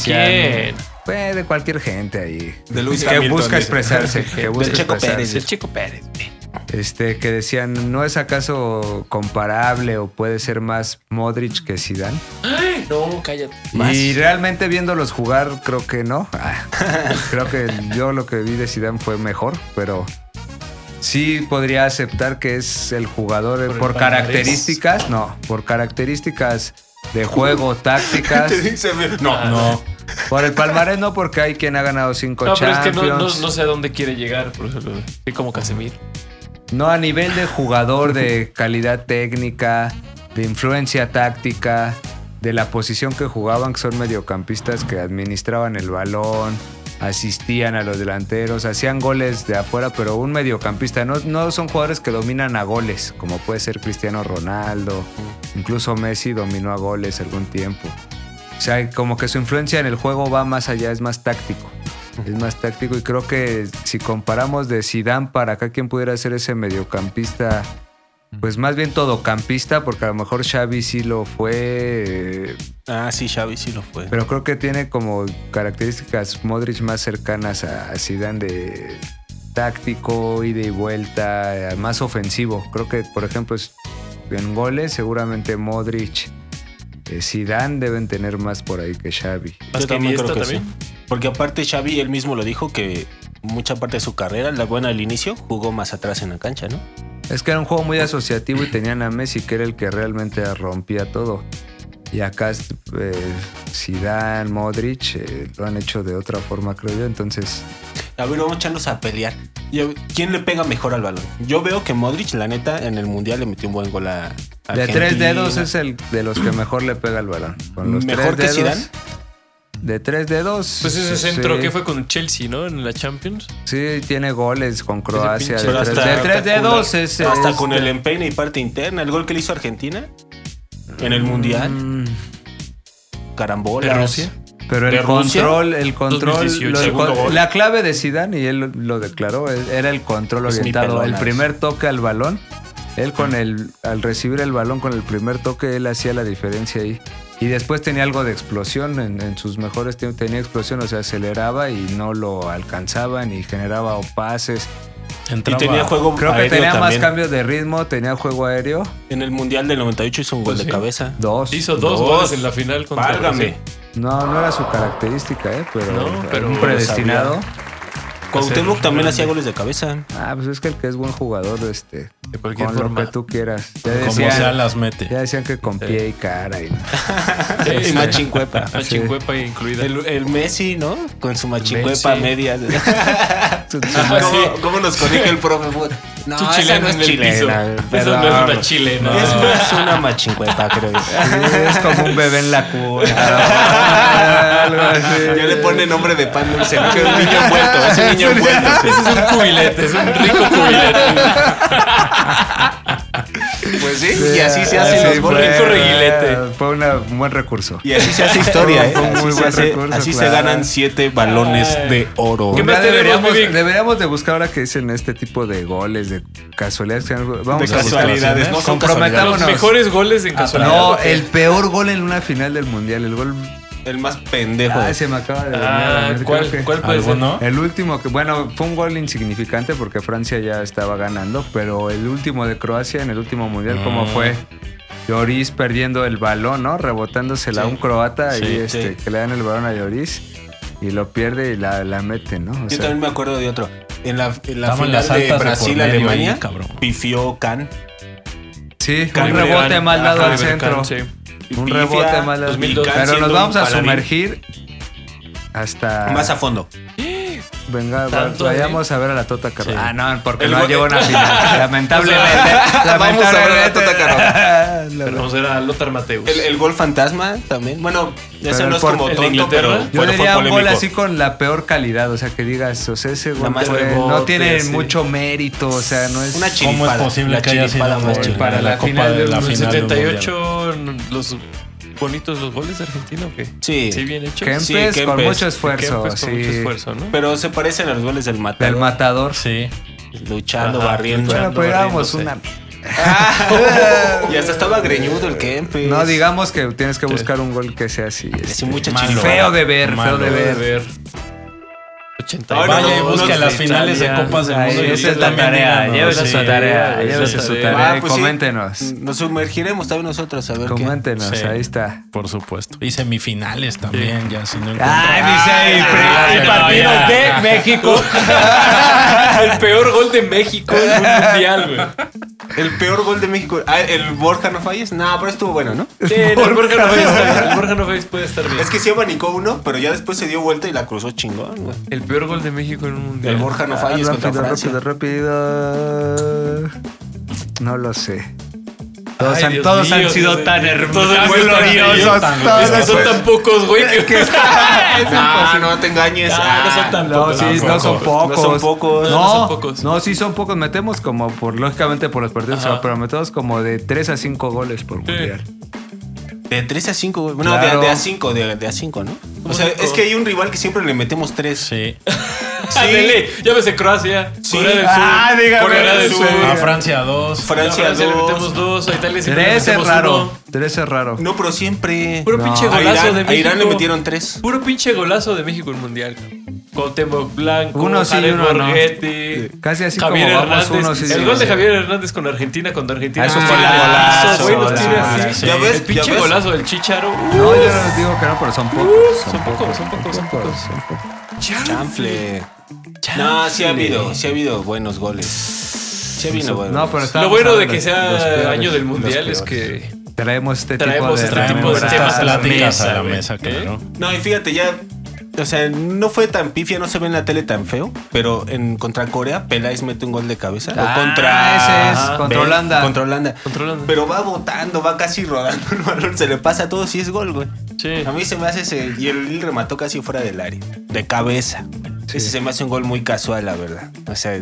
[SPEAKER 5] quién?
[SPEAKER 3] Pues, de cualquier gente ahí.
[SPEAKER 6] De Luis
[SPEAKER 3] que
[SPEAKER 6] Hamilton,
[SPEAKER 3] busca
[SPEAKER 6] dice.
[SPEAKER 3] expresarse. Que
[SPEAKER 6] Del
[SPEAKER 3] busca
[SPEAKER 6] Checo
[SPEAKER 3] expresarse.
[SPEAKER 6] Pérez.
[SPEAKER 5] Es el Chico Pérez. güey.
[SPEAKER 3] Este, que decían, ¿no es acaso comparable o puede ser más Modric que Zidane?
[SPEAKER 5] No, cállate.
[SPEAKER 3] Y realmente viéndolos jugar, creo que no. Ah, creo que yo lo que vi de Zidane fue mejor, pero sí podría aceptar que es el jugador eh,
[SPEAKER 5] el
[SPEAKER 3] por
[SPEAKER 5] palmarés.
[SPEAKER 3] características, no, por características de juego, tácticas.
[SPEAKER 6] Te dice,
[SPEAKER 5] Ah,
[SPEAKER 6] no.
[SPEAKER 4] no.
[SPEAKER 3] Por el palmarés no, porque hay quien ha ganado cinco
[SPEAKER 5] No, pero es
[SPEAKER 3] Champions.
[SPEAKER 5] que no, no,
[SPEAKER 3] no,
[SPEAKER 5] no sé a dónde quiere llegar. Por eso lo sí, como Casemiro.
[SPEAKER 3] a nivel de jugador, de calidad técnica, de influencia táctica, de la posición que jugaban, que son mediocampistas que administraban el balón, asistían a los delanteros, hacían goles de afuera, pero un mediocampista. No, no son jugadores que dominan a goles, como puede ser Cristiano Ronaldo, incluso Messi dominó a goles algún tiempo. O sea, como que su influencia en el juego va más allá, es más táctico. Es más táctico y creo que si comparamos de Zidane para acá, ¿quién pudiera ser ese mediocampista? Pues más bien todocampista, porque a lo mejor Xavi sí lo fue, eh,
[SPEAKER 6] Ah, sí, Xavi sí lo fue.
[SPEAKER 3] pero creo que tiene como características Modric más cercanas a a Zidane de táctico, ida y vuelta, eh, más ofensivo. Creo que, por ejemplo, es- en goles seguramente Modric, eh, Zidane deben tener más por ahí que Xavi.
[SPEAKER 5] Más
[SPEAKER 6] Yo
[SPEAKER 5] que
[SPEAKER 6] también
[SPEAKER 5] Iniesta
[SPEAKER 6] creo que
[SPEAKER 5] también.
[SPEAKER 6] sí. Porque aparte Xavi él mismo lo dijo que mucha parte de su carrera, la buena al inicio, jugó más atrás en la cancha, ¿no?
[SPEAKER 3] Es que era un juego muy asociativo y tenían a Messi, que era el que realmente rompía todo. Y acá eh, Zidane, Modric eh, lo han hecho de otra forma, creo yo. Entonces,
[SPEAKER 6] A ver, vamos a echarlos a pelear. Y a ver, ¿Quién le pega mejor al balón? Yo veo que Modric, la neta, en el Mundial le metió un buen gol
[SPEAKER 3] de
[SPEAKER 6] a Argentina.
[SPEAKER 3] tres dedos es el de los que mejor le pega el balón. Con los
[SPEAKER 6] ¿Mejor
[SPEAKER 3] tres
[SPEAKER 6] que
[SPEAKER 3] dedos,
[SPEAKER 6] Zidane?
[SPEAKER 3] De tres dedos.
[SPEAKER 5] Pues ese
[SPEAKER 3] sí,
[SPEAKER 5] centro
[SPEAKER 3] sí.
[SPEAKER 5] que fue con Chelsea, ¿no? En la Champions.
[SPEAKER 3] Sí, tiene goles con Croacia.
[SPEAKER 5] pinche-
[SPEAKER 3] De
[SPEAKER 6] Pero
[SPEAKER 3] tres,
[SPEAKER 6] hasta-
[SPEAKER 3] de tres
[SPEAKER 6] hasta con
[SPEAKER 3] dedos
[SPEAKER 6] la-
[SPEAKER 3] es.
[SPEAKER 6] Hasta
[SPEAKER 3] es- este.
[SPEAKER 6] con el empeine y parte interna. El gol que le hizo Argentina en el Mundial.
[SPEAKER 3] Mm,
[SPEAKER 6] Carambola.
[SPEAKER 5] ¿De Rusia?
[SPEAKER 3] Pero el
[SPEAKER 6] ¿De Rusia?
[SPEAKER 3] control, el control,
[SPEAKER 5] 2018,
[SPEAKER 3] lo- el
[SPEAKER 5] segundo
[SPEAKER 3] con-
[SPEAKER 5] gol.
[SPEAKER 3] la clave de Zidane y él lo declaró, es- era el control
[SPEAKER 6] Es mi
[SPEAKER 3] orientado, el
[SPEAKER 6] pelona,
[SPEAKER 3] primer toque al balón. Él
[SPEAKER 5] Mm.
[SPEAKER 3] con el al recibir el balón con el primer toque él hacía la diferencia ahí. Y después tenía algo de explosión en, en sus mejores tiempos tenía explosión, o sea, aceleraba y no lo alcanzaban y generaba o pases.
[SPEAKER 6] Y
[SPEAKER 4] Entraba,
[SPEAKER 6] tenía juego
[SPEAKER 3] Creo que
[SPEAKER 6] aéreo
[SPEAKER 3] tenía más
[SPEAKER 6] también.
[SPEAKER 3] cambios de ritmo, tenía juego aéreo.
[SPEAKER 6] En el Mundial del 98 hizo un gol
[SPEAKER 5] Pues
[SPEAKER 6] de
[SPEAKER 5] sí.
[SPEAKER 6] cabeza.
[SPEAKER 3] Dos.
[SPEAKER 5] Hizo dos,
[SPEAKER 6] Dos.
[SPEAKER 5] goles en la final contra
[SPEAKER 6] Válgame.
[SPEAKER 5] Brasil.
[SPEAKER 3] No, no era su característica, eh, pero,
[SPEAKER 5] No, pero
[SPEAKER 3] un
[SPEAKER 5] lo
[SPEAKER 3] predestinado. Pues
[SPEAKER 6] Cuauhtémoc
[SPEAKER 5] Hacer-
[SPEAKER 6] también hacía goles de cabeza.
[SPEAKER 3] Ah, pues es que el que es buen jugador, este,
[SPEAKER 5] De cualquier
[SPEAKER 3] con
[SPEAKER 5] forma.
[SPEAKER 3] lo que tú quieras. Ya
[SPEAKER 4] Como
[SPEAKER 3] decían,
[SPEAKER 4] sea, las mete.
[SPEAKER 3] ya decían que con pie y cara. Y,
[SPEAKER 5] Sí,
[SPEAKER 6] Y
[SPEAKER 5] sí.
[SPEAKER 6] Machincuepa.
[SPEAKER 5] Machincuepa incluida.
[SPEAKER 6] El, el Messi, ¿no? Con su machincuepa
[SPEAKER 5] Messi.
[SPEAKER 6] media.
[SPEAKER 5] Messi.
[SPEAKER 6] ¿Cómo, cómo nos corrige el profe? No,
[SPEAKER 5] Tu
[SPEAKER 6] esa
[SPEAKER 5] chilena
[SPEAKER 6] no es
[SPEAKER 5] en el
[SPEAKER 6] chilena.
[SPEAKER 5] piso. Eso
[SPEAKER 3] perdón.
[SPEAKER 5] no es una chilena. Ah.
[SPEAKER 6] Es más una machincuepa, creo.
[SPEAKER 3] es como un bebé en la cuna. algo así.
[SPEAKER 6] Ya le pone nombre de pan dulce. ¿no? Que es un niño envuelto. Es un niño envuelto.
[SPEAKER 5] Ese es un cubilete, es un rico cubilete.
[SPEAKER 6] Pues sí, y así se hacen
[SPEAKER 3] Sí,
[SPEAKER 6] los
[SPEAKER 3] fue-
[SPEAKER 6] goles.
[SPEAKER 5] Rico reguilete.
[SPEAKER 3] Fue una- un buen recurso.
[SPEAKER 6] Y así se hace historia, ¿eh?
[SPEAKER 3] Fue un muy
[SPEAKER 6] Así, se,
[SPEAKER 3] buen
[SPEAKER 6] hace-
[SPEAKER 3] recurso,
[SPEAKER 6] así se
[SPEAKER 3] claro.
[SPEAKER 6] ganan siete balones
[SPEAKER 5] Ay.
[SPEAKER 6] de oro.
[SPEAKER 5] ¿Qué
[SPEAKER 3] Un día
[SPEAKER 5] más tenemos,
[SPEAKER 3] deberíamos,
[SPEAKER 5] Mivik?
[SPEAKER 3] deberíamos de buscar ahora que dicen este tipo de goles, de casualidades. que- Vamos
[SPEAKER 6] De
[SPEAKER 3] a buscar.
[SPEAKER 6] casualidades, no son
[SPEAKER 3] Comprometámonos.
[SPEAKER 5] Los mejores goles en casualidad.
[SPEAKER 3] No, el peor gol en una final del mundial. El gol
[SPEAKER 6] el más pendejo.
[SPEAKER 3] Ah, se me acaba de venir a la
[SPEAKER 5] Ah,
[SPEAKER 3] mente,
[SPEAKER 5] ¿cuál,
[SPEAKER 3] creo que-
[SPEAKER 5] ¿cuál puede ser?
[SPEAKER 4] ¿Alguno?
[SPEAKER 3] El último que, bueno, fue un gol insignificante porque Francia ya estaba ganando, pero el último de Croacia en el último mundial, ¿cómo
[SPEAKER 4] Mm.
[SPEAKER 6] Ah.
[SPEAKER 3] fue? Lloris perdiendo el balón, ¿no? Rebotándosela a
[SPEAKER 6] Sí.
[SPEAKER 3] un croata
[SPEAKER 6] Sí,
[SPEAKER 3] y este,
[SPEAKER 6] sí.
[SPEAKER 3] que le dan el balón a Lloris y lo pierde y la, la mete, ¿no? O
[SPEAKER 6] Yo
[SPEAKER 3] sea,
[SPEAKER 6] también me acuerdo de otro. En la, en la
[SPEAKER 4] Estamos en las
[SPEAKER 6] final de
[SPEAKER 4] altas de por medio
[SPEAKER 6] Brasil-Alemania,
[SPEAKER 4] ahí, cabrón.
[SPEAKER 6] pifió Can.
[SPEAKER 3] sí, un
[SPEAKER 5] Can-
[SPEAKER 3] rebote
[SPEAKER 5] Can-
[SPEAKER 3] mal dado
[SPEAKER 5] Ajá,
[SPEAKER 3] al centro.
[SPEAKER 5] Can, sí.
[SPEAKER 3] Un rebote mal dado.
[SPEAKER 5] 2002.
[SPEAKER 3] Pero nos vamos a
[SPEAKER 6] sumar
[SPEAKER 3] sumergir hasta...
[SPEAKER 6] Más a fondo.
[SPEAKER 3] Venga,
[SPEAKER 5] Tanto,
[SPEAKER 3] vayamos a ver a la Tota Carrera.
[SPEAKER 5] Sí.
[SPEAKER 3] Ah, no, porque
[SPEAKER 6] El
[SPEAKER 3] no
[SPEAKER 6] gol-
[SPEAKER 3] llegó a una final. Lamentablemente.
[SPEAKER 6] Vamos a ver a la
[SPEAKER 3] lamentablemente.
[SPEAKER 6] Tota
[SPEAKER 5] Pero nos era Lothar Mateus.
[SPEAKER 6] El, el gol fantasma también. Bueno, ese
[SPEAKER 3] Pero
[SPEAKER 6] no es
[SPEAKER 3] por-
[SPEAKER 6] como
[SPEAKER 5] ¿el de
[SPEAKER 6] tonto,
[SPEAKER 5] Inglaterra?
[SPEAKER 6] pero
[SPEAKER 5] Yo
[SPEAKER 3] Yo
[SPEAKER 6] fue, fue
[SPEAKER 3] diría un gol
[SPEAKER 6] polémico.
[SPEAKER 3] así con la peor calidad. O sea, que digas, o sea, ese gol
[SPEAKER 6] más
[SPEAKER 3] fue- no
[SPEAKER 5] rebote,
[SPEAKER 3] tiene
[SPEAKER 5] sí.
[SPEAKER 3] mucho mérito. O sea, no es.
[SPEAKER 6] Una
[SPEAKER 4] ¿Cómo es
[SPEAKER 6] chiripada,
[SPEAKER 4] posible
[SPEAKER 6] la
[SPEAKER 4] que haya sido
[SPEAKER 6] chiripada más
[SPEAKER 4] gol
[SPEAKER 6] chingona.
[SPEAKER 3] Para
[SPEAKER 4] de
[SPEAKER 3] la
[SPEAKER 4] la Copa
[SPEAKER 3] final
[SPEAKER 4] de
[SPEAKER 3] del
[SPEAKER 4] la
[SPEAKER 5] En el
[SPEAKER 4] final del Mundial?
[SPEAKER 5] 78, los bonitos los goles de Argentina, ¿o qué?
[SPEAKER 6] Sí.
[SPEAKER 5] Sí, bien hechos.
[SPEAKER 3] Kempes,
[SPEAKER 6] Sí,
[SPEAKER 3] con
[SPEAKER 6] Kempes.
[SPEAKER 3] mucho esfuerzo.
[SPEAKER 5] Kempes con
[SPEAKER 3] sí.
[SPEAKER 5] mucho esfuerzo, ¿no?
[SPEAKER 6] Pero se parecen a los goles del
[SPEAKER 3] Del
[SPEAKER 6] matador.
[SPEAKER 3] matador.
[SPEAKER 4] Sí.
[SPEAKER 6] luchando,
[SPEAKER 5] Ajá,
[SPEAKER 6] barriendo.
[SPEAKER 3] Bueno,
[SPEAKER 5] luchando.
[SPEAKER 3] pues digamos
[SPEAKER 5] riéndose.
[SPEAKER 3] una.
[SPEAKER 6] Y hasta estaba greñudo el Kempes.
[SPEAKER 3] No, digamos que tienes que buscar un gol que sea así.
[SPEAKER 6] Así
[SPEAKER 3] este,
[SPEAKER 6] mucha
[SPEAKER 4] Malo.
[SPEAKER 6] chiripada.
[SPEAKER 3] Feo de ver,
[SPEAKER 4] Malo
[SPEAKER 3] feo de
[SPEAKER 5] Debe
[SPEAKER 3] ver.
[SPEAKER 5] haber 80
[SPEAKER 6] Ahora
[SPEAKER 4] Vaya y
[SPEAKER 6] no,
[SPEAKER 4] busca
[SPEAKER 6] no,
[SPEAKER 4] las
[SPEAKER 6] sí,
[SPEAKER 4] finales de
[SPEAKER 5] Italia.
[SPEAKER 4] Copas del
[SPEAKER 3] Ahí,
[SPEAKER 4] Mundo. y
[SPEAKER 3] esa
[SPEAKER 4] usted
[SPEAKER 3] es la
[SPEAKER 4] también
[SPEAKER 3] tarea,
[SPEAKER 4] díganos,
[SPEAKER 3] llévese
[SPEAKER 4] sí.
[SPEAKER 3] su tarea,
[SPEAKER 5] sí,
[SPEAKER 3] llévese
[SPEAKER 5] esa
[SPEAKER 3] su
[SPEAKER 5] tarea.
[SPEAKER 3] tarea, y
[SPEAKER 6] pues sí.
[SPEAKER 3] eh, coméntenos.
[SPEAKER 6] Nos sumergiremos también nosotros a ver qué.
[SPEAKER 3] Coméntenos,
[SPEAKER 4] Sí.
[SPEAKER 3] ahí está.
[SPEAKER 4] Por supuesto. Y semifinales también, ya si no
[SPEAKER 3] Ay,
[SPEAKER 4] encuentran-
[SPEAKER 3] dice ahí,
[SPEAKER 4] Ah,
[SPEAKER 3] pri-
[SPEAKER 4] ah,
[SPEAKER 3] el
[SPEAKER 4] no,
[SPEAKER 3] partido
[SPEAKER 4] ya.
[SPEAKER 3] de
[SPEAKER 4] Ah,
[SPEAKER 3] México.
[SPEAKER 5] El peor gol de México en un mundial, güey.
[SPEAKER 6] El peor gol de México. Ah, el Borja no falles. No, pero estuvo bueno, ¿no?
[SPEAKER 5] Sí, no, el Borja Novelis está bien, el Borja Novelis puede estar bien.
[SPEAKER 6] Es que sí abanicó uno, pero ya después se dio vuelta y la cruzó chingón, güey.
[SPEAKER 5] El peor gol de México en un mundial.
[SPEAKER 6] El Borja no falles
[SPEAKER 3] Ah,
[SPEAKER 6] contra
[SPEAKER 3] rápido,
[SPEAKER 6] Francia.
[SPEAKER 3] rápido, rápido. No lo sé. Todos,
[SPEAKER 5] Ay,
[SPEAKER 3] han,
[SPEAKER 5] Dios
[SPEAKER 3] todos
[SPEAKER 5] mío,
[SPEAKER 3] han sido
[SPEAKER 5] Dios
[SPEAKER 3] tan
[SPEAKER 5] mío.
[SPEAKER 3] hermosos,
[SPEAKER 5] Todos
[SPEAKER 3] tan
[SPEAKER 5] fueron
[SPEAKER 3] gloriosos.
[SPEAKER 4] tan
[SPEAKER 3] todos-
[SPEAKER 5] Es que son tan pocos, güey. que-
[SPEAKER 6] No, no te engañes.
[SPEAKER 5] Ah, no son tan
[SPEAKER 3] No,
[SPEAKER 5] pocos.
[SPEAKER 3] sí, no
[SPEAKER 4] tampoco.
[SPEAKER 3] son pocos.
[SPEAKER 6] No son pocos.
[SPEAKER 3] No,
[SPEAKER 5] No son pocos.
[SPEAKER 3] no, sí son pocos. Metemos como por, lógicamente por los partidos,
[SPEAKER 5] Ajá.
[SPEAKER 3] pero metemos como de 3 a 5 goles por mundial.
[SPEAKER 6] De 3 a 5, güey. Bueno,
[SPEAKER 3] Claro.
[SPEAKER 6] de, de a 5, de, de a 5, ¿no? O sea,
[SPEAKER 5] cinco?
[SPEAKER 6] es que hay un rival que siempre le metemos 3.
[SPEAKER 4] Sí.
[SPEAKER 5] Ándele, llámese Croacia,
[SPEAKER 6] Sí.
[SPEAKER 5] Corea del Sur.
[SPEAKER 3] Ah, dígame.
[SPEAKER 5] Corea del
[SPEAKER 6] Sur.
[SPEAKER 5] Sur.
[SPEAKER 4] A Francia 2.
[SPEAKER 5] A
[SPEAKER 6] Francia,
[SPEAKER 5] Francia le
[SPEAKER 6] dos.
[SPEAKER 5] metemos dos, a Italia siempre le
[SPEAKER 3] 3 es
[SPEAKER 5] metemos
[SPEAKER 3] raro.
[SPEAKER 5] uno.
[SPEAKER 3] 3 es raro.
[SPEAKER 6] No, pero siempre.
[SPEAKER 5] Puro
[SPEAKER 3] No.
[SPEAKER 5] pinche
[SPEAKER 6] a,
[SPEAKER 5] golazo de
[SPEAKER 6] Irán,
[SPEAKER 5] México.
[SPEAKER 6] a Irán le metieron 3.
[SPEAKER 5] Puro pinche golazo de México en el mundial. cabrón. Cuauhtémoc Blanco,
[SPEAKER 3] Uno sí y
[SPEAKER 5] Jared
[SPEAKER 3] uno no.
[SPEAKER 5] Borghetti,
[SPEAKER 3] Casi así
[SPEAKER 5] Javier
[SPEAKER 3] como vamos
[SPEAKER 5] Hernández.
[SPEAKER 3] uno. sí,
[SPEAKER 5] el
[SPEAKER 3] sí,
[SPEAKER 5] gol
[SPEAKER 3] sí.
[SPEAKER 5] de Javier Hernández con Argentina cuando Argentina
[SPEAKER 3] Ah, eso
[SPEAKER 5] nos
[SPEAKER 3] fue
[SPEAKER 5] tira
[SPEAKER 3] golazo,
[SPEAKER 5] así, güey, nos tira
[SPEAKER 3] golazo.
[SPEAKER 5] así.
[SPEAKER 6] Ya ves,
[SPEAKER 5] El pinche
[SPEAKER 6] ya ves.
[SPEAKER 5] golazo del Chicharo.
[SPEAKER 3] No, yo no les digo que no, pero son pocos.
[SPEAKER 5] son pocos, son pocos, son pocos.
[SPEAKER 3] son pocos.
[SPEAKER 6] Chanfle. No, sí ha habido, sí ha habido buenos goles. Sí ha habido buenos
[SPEAKER 3] No, pero
[SPEAKER 5] Lo
[SPEAKER 3] estábamos
[SPEAKER 5] bueno de
[SPEAKER 3] hablando
[SPEAKER 5] que
[SPEAKER 3] los peores,
[SPEAKER 5] sea año del
[SPEAKER 3] los
[SPEAKER 5] mundial
[SPEAKER 3] peores.
[SPEAKER 5] es que
[SPEAKER 3] traemos este
[SPEAKER 5] traemos
[SPEAKER 3] tipo de
[SPEAKER 5] este tipo de
[SPEAKER 3] remembranzas,
[SPEAKER 5] temas a la
[SPEAKER 4] pláticas a la
[SPEAKER 5] mesa,
[SPEAKER 4] mesa,
[SPEAKER 5] güey.
[SPEAKER 4] claro.
[SPEAKER 6] No, y fíjate, ya. O sea, no fue tan pifia, no se ve en la tele tan feo, pero en contra Corea, Peláez mete un gol de cabeza.
[SPEAKER 3] Ah,
[SPEAKER 6] o contra.
[SPEAKER 3] ese es, contra
[SPEAKER 6] Bel-
[SPEAKER 3] Holanda.
[SPEAKER 6] Contra Holanda.
[SPEAKER 5] controlan.
[SPEAKER 6] Pero va botando, va casi rodando el balón, se le pasa todo si es gol, güey.
[SPEAKER 5] Sí.
[SPEAKER 6] A mí se me hace ese. Y el Lille remató casi fuera del área, de cabeza. Ese se me hace un gol muy casual, la verdad. O sea,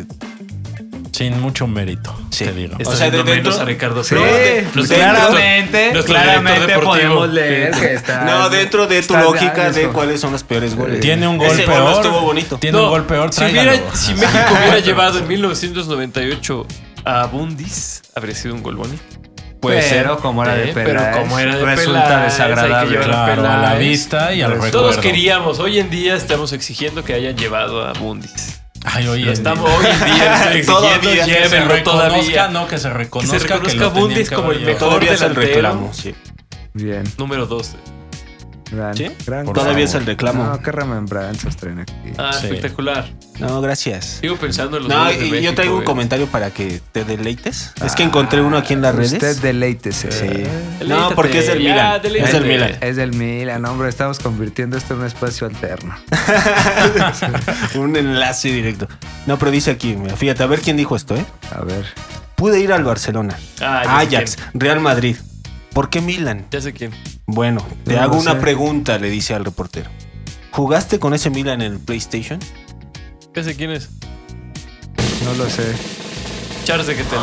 [SPEAKER 4] Sin mucho mérito,
[SPEAKER 6] Sí.
[SPEAKER 4] te digo.
[SPEAKER 5] Está
[SPEAKER 6] o sea,
[SPEAKER 5] haciendo
[SPEAKER 6] de dentro-
[SPEAKER 5] menos a Ricardo
[SPEAKER 3] Sí,
[SPEAKER 5] Flores.
[SPEAKER 3] pues
[SPEAKER 5] Nuestro director-
[SPEAKER 3] claramente,
[SPEAKER 5] nuestro director
[SPEAKER 3] claramente
[SPEAKER 5] deportivo.
[SPEAKER 3] podemos leer que está.
[SPEAKER 6] no, dentro de tu
[SPEAKER 3] está-
[SPEAKER 6] lógica de
[SPEAKER 3] eso.
[SPEAKER 6] cuáles son los peores goles.
[SPEAKER 4] Tiene un gol
[SPEAKER 6] Ese
[SPEAKER 4] peor.
[SPEAKER 6] no estuvo bonito.
[SPEAKER 4] Tiene un gol peor,
[SPEAKER 5] si, hubiera-
[SPEAKER 4] tráigalo.
[SPEAKER 5] si México hubiera llevado en 1998 a Bundis, habría sido un gol bonito.
[SPEAKER 3] Puede ser,
[SPEAKER 5] ser,
[SPEAKER 3] como era de
[SPEAKER 5] eh, pero
[SPEAKER 3] Peláez,
[SPEAKER 5] como era de
[SPEAKER 3] resulta
[SPEAKER 5] Peláez, hay que
[SPEAKER 3] desagradable.
[SPEAKER 5] llevar
[SPEAKER 4] Claro, a la
[SPEAKER 5] Peláez.
[SPEAKER 4] vista y al
[SPEAKER 3] Todos
[SPEAKER 4] recuerdo.
[SPEAKER 5] Todos queríamos, hoy en día estamos exigiendo que hayan llevado a Bundis.
[SPEAKER 4] Ay, oye,
[SPEAKER 5] Lo estamos hoy en día, lo estoy exigiendo,
[SPEAKER 6] Todavía,
[SPEAKER 4] que se
[SPEAKER 5] llévenlo
[SPEAKER 4] reconozca,
[SPEAKER 5] todavía.
[SPEAKER 4] no, que se
[SPEAKER 5] Que
[SPEAKER 4] reconozca
[SPEAKER 5] se
[SPEAKER 4] que,
[SPEAKER 5] reconozca
[SPEAKER 4] lo
[SPEAKER 5] a
[SPEAKER 4] tenían
[SPEAKER 5] Bundis
[SPEAKER 4] que
[SPEAKER 5] como el
[SPEAKER 4] haber llevado.
[SPEAKER 5] mejor
[SPEAKER 6] Todavía es el
[SPEAKER 5] delantero.
[SPEAKER 6] reclamo, sí.
[SPEAKER 3] Bien,
[SPEAKER 5] Número 2.
[SPEAKER 3] gran,
[SPEAKER 6] ¿Sí?
[SPEAKER 3] gran
[SPEAKER 4] Por
[SPEAKER 6] Todavía es
[SPEAKER 4] favor.
[SPEAKER 6] el reclamo.
[SPEAKER 3] No, qué remembranzas traen aquí.
[SPEAKER 5] Ah,
[SPEAKER 4] Sí.
[SPEAKER 5] espectacular.
[SPEAKER 6] No, gracias.
[SPEAKER 5] Sigo pensando en los
[SPEAKER 6] No,
[SPEAKER 5] goles de
[SPEAKER 6] y
[SPEAKER 5] México, Ah,
[SPEAKER 6] yo traigo un
[SPEAKER 5] eh.
[SPEAKER 6] comentario para que te deleites. es que encontré uno aquí en las redes.
[SPEAKER 3] Usted deleítese.
[SPEAKER 6] Sí.
[SPEAKER 5] Deleítate,
[SPEAKER 6] No, porque es del
[SPEAKER 5] ya,
[SPEAKER 6] Milan. Es
[SPEAKER 5] deleítate.
[SPEAKER 6] del Milan.
[SPEAKER 3] Es del Milan, hombre. Estamos convirtiendo esto en un espacio alterno.
[SPEAKER 6] Un enlace directo. No, pero dice aquí, mira, fíjate, a ver quién dijo esto, ¿eh?
[SPEAKER 3] A ver.
[SPEAKER 6] Pude ir al Barcelona,
[SPEAKER 5] Ah, ya sé
[SPEAKER 6] Ajax, Real Madrid. ¿Por qué Milan?
[SPEAKER 5] Ya sé quién.
[SPEAKER 6] Bueno, te
[SPEAKER 3] No
[SPEAKER 6] hago
[SPEAKER 3] lo
[SPEAKER 6] una
[SPEAKER 3] sé.
[SPEAKER 6] pregunta, le dice al reportero. ¿Jugaste con ese Milan en el PlayStation?
[SPEAKER 5] Ya sé quién es.
[SPEAKER 3] No lo sé.
[SPEAKER 5] Charles de Ketele.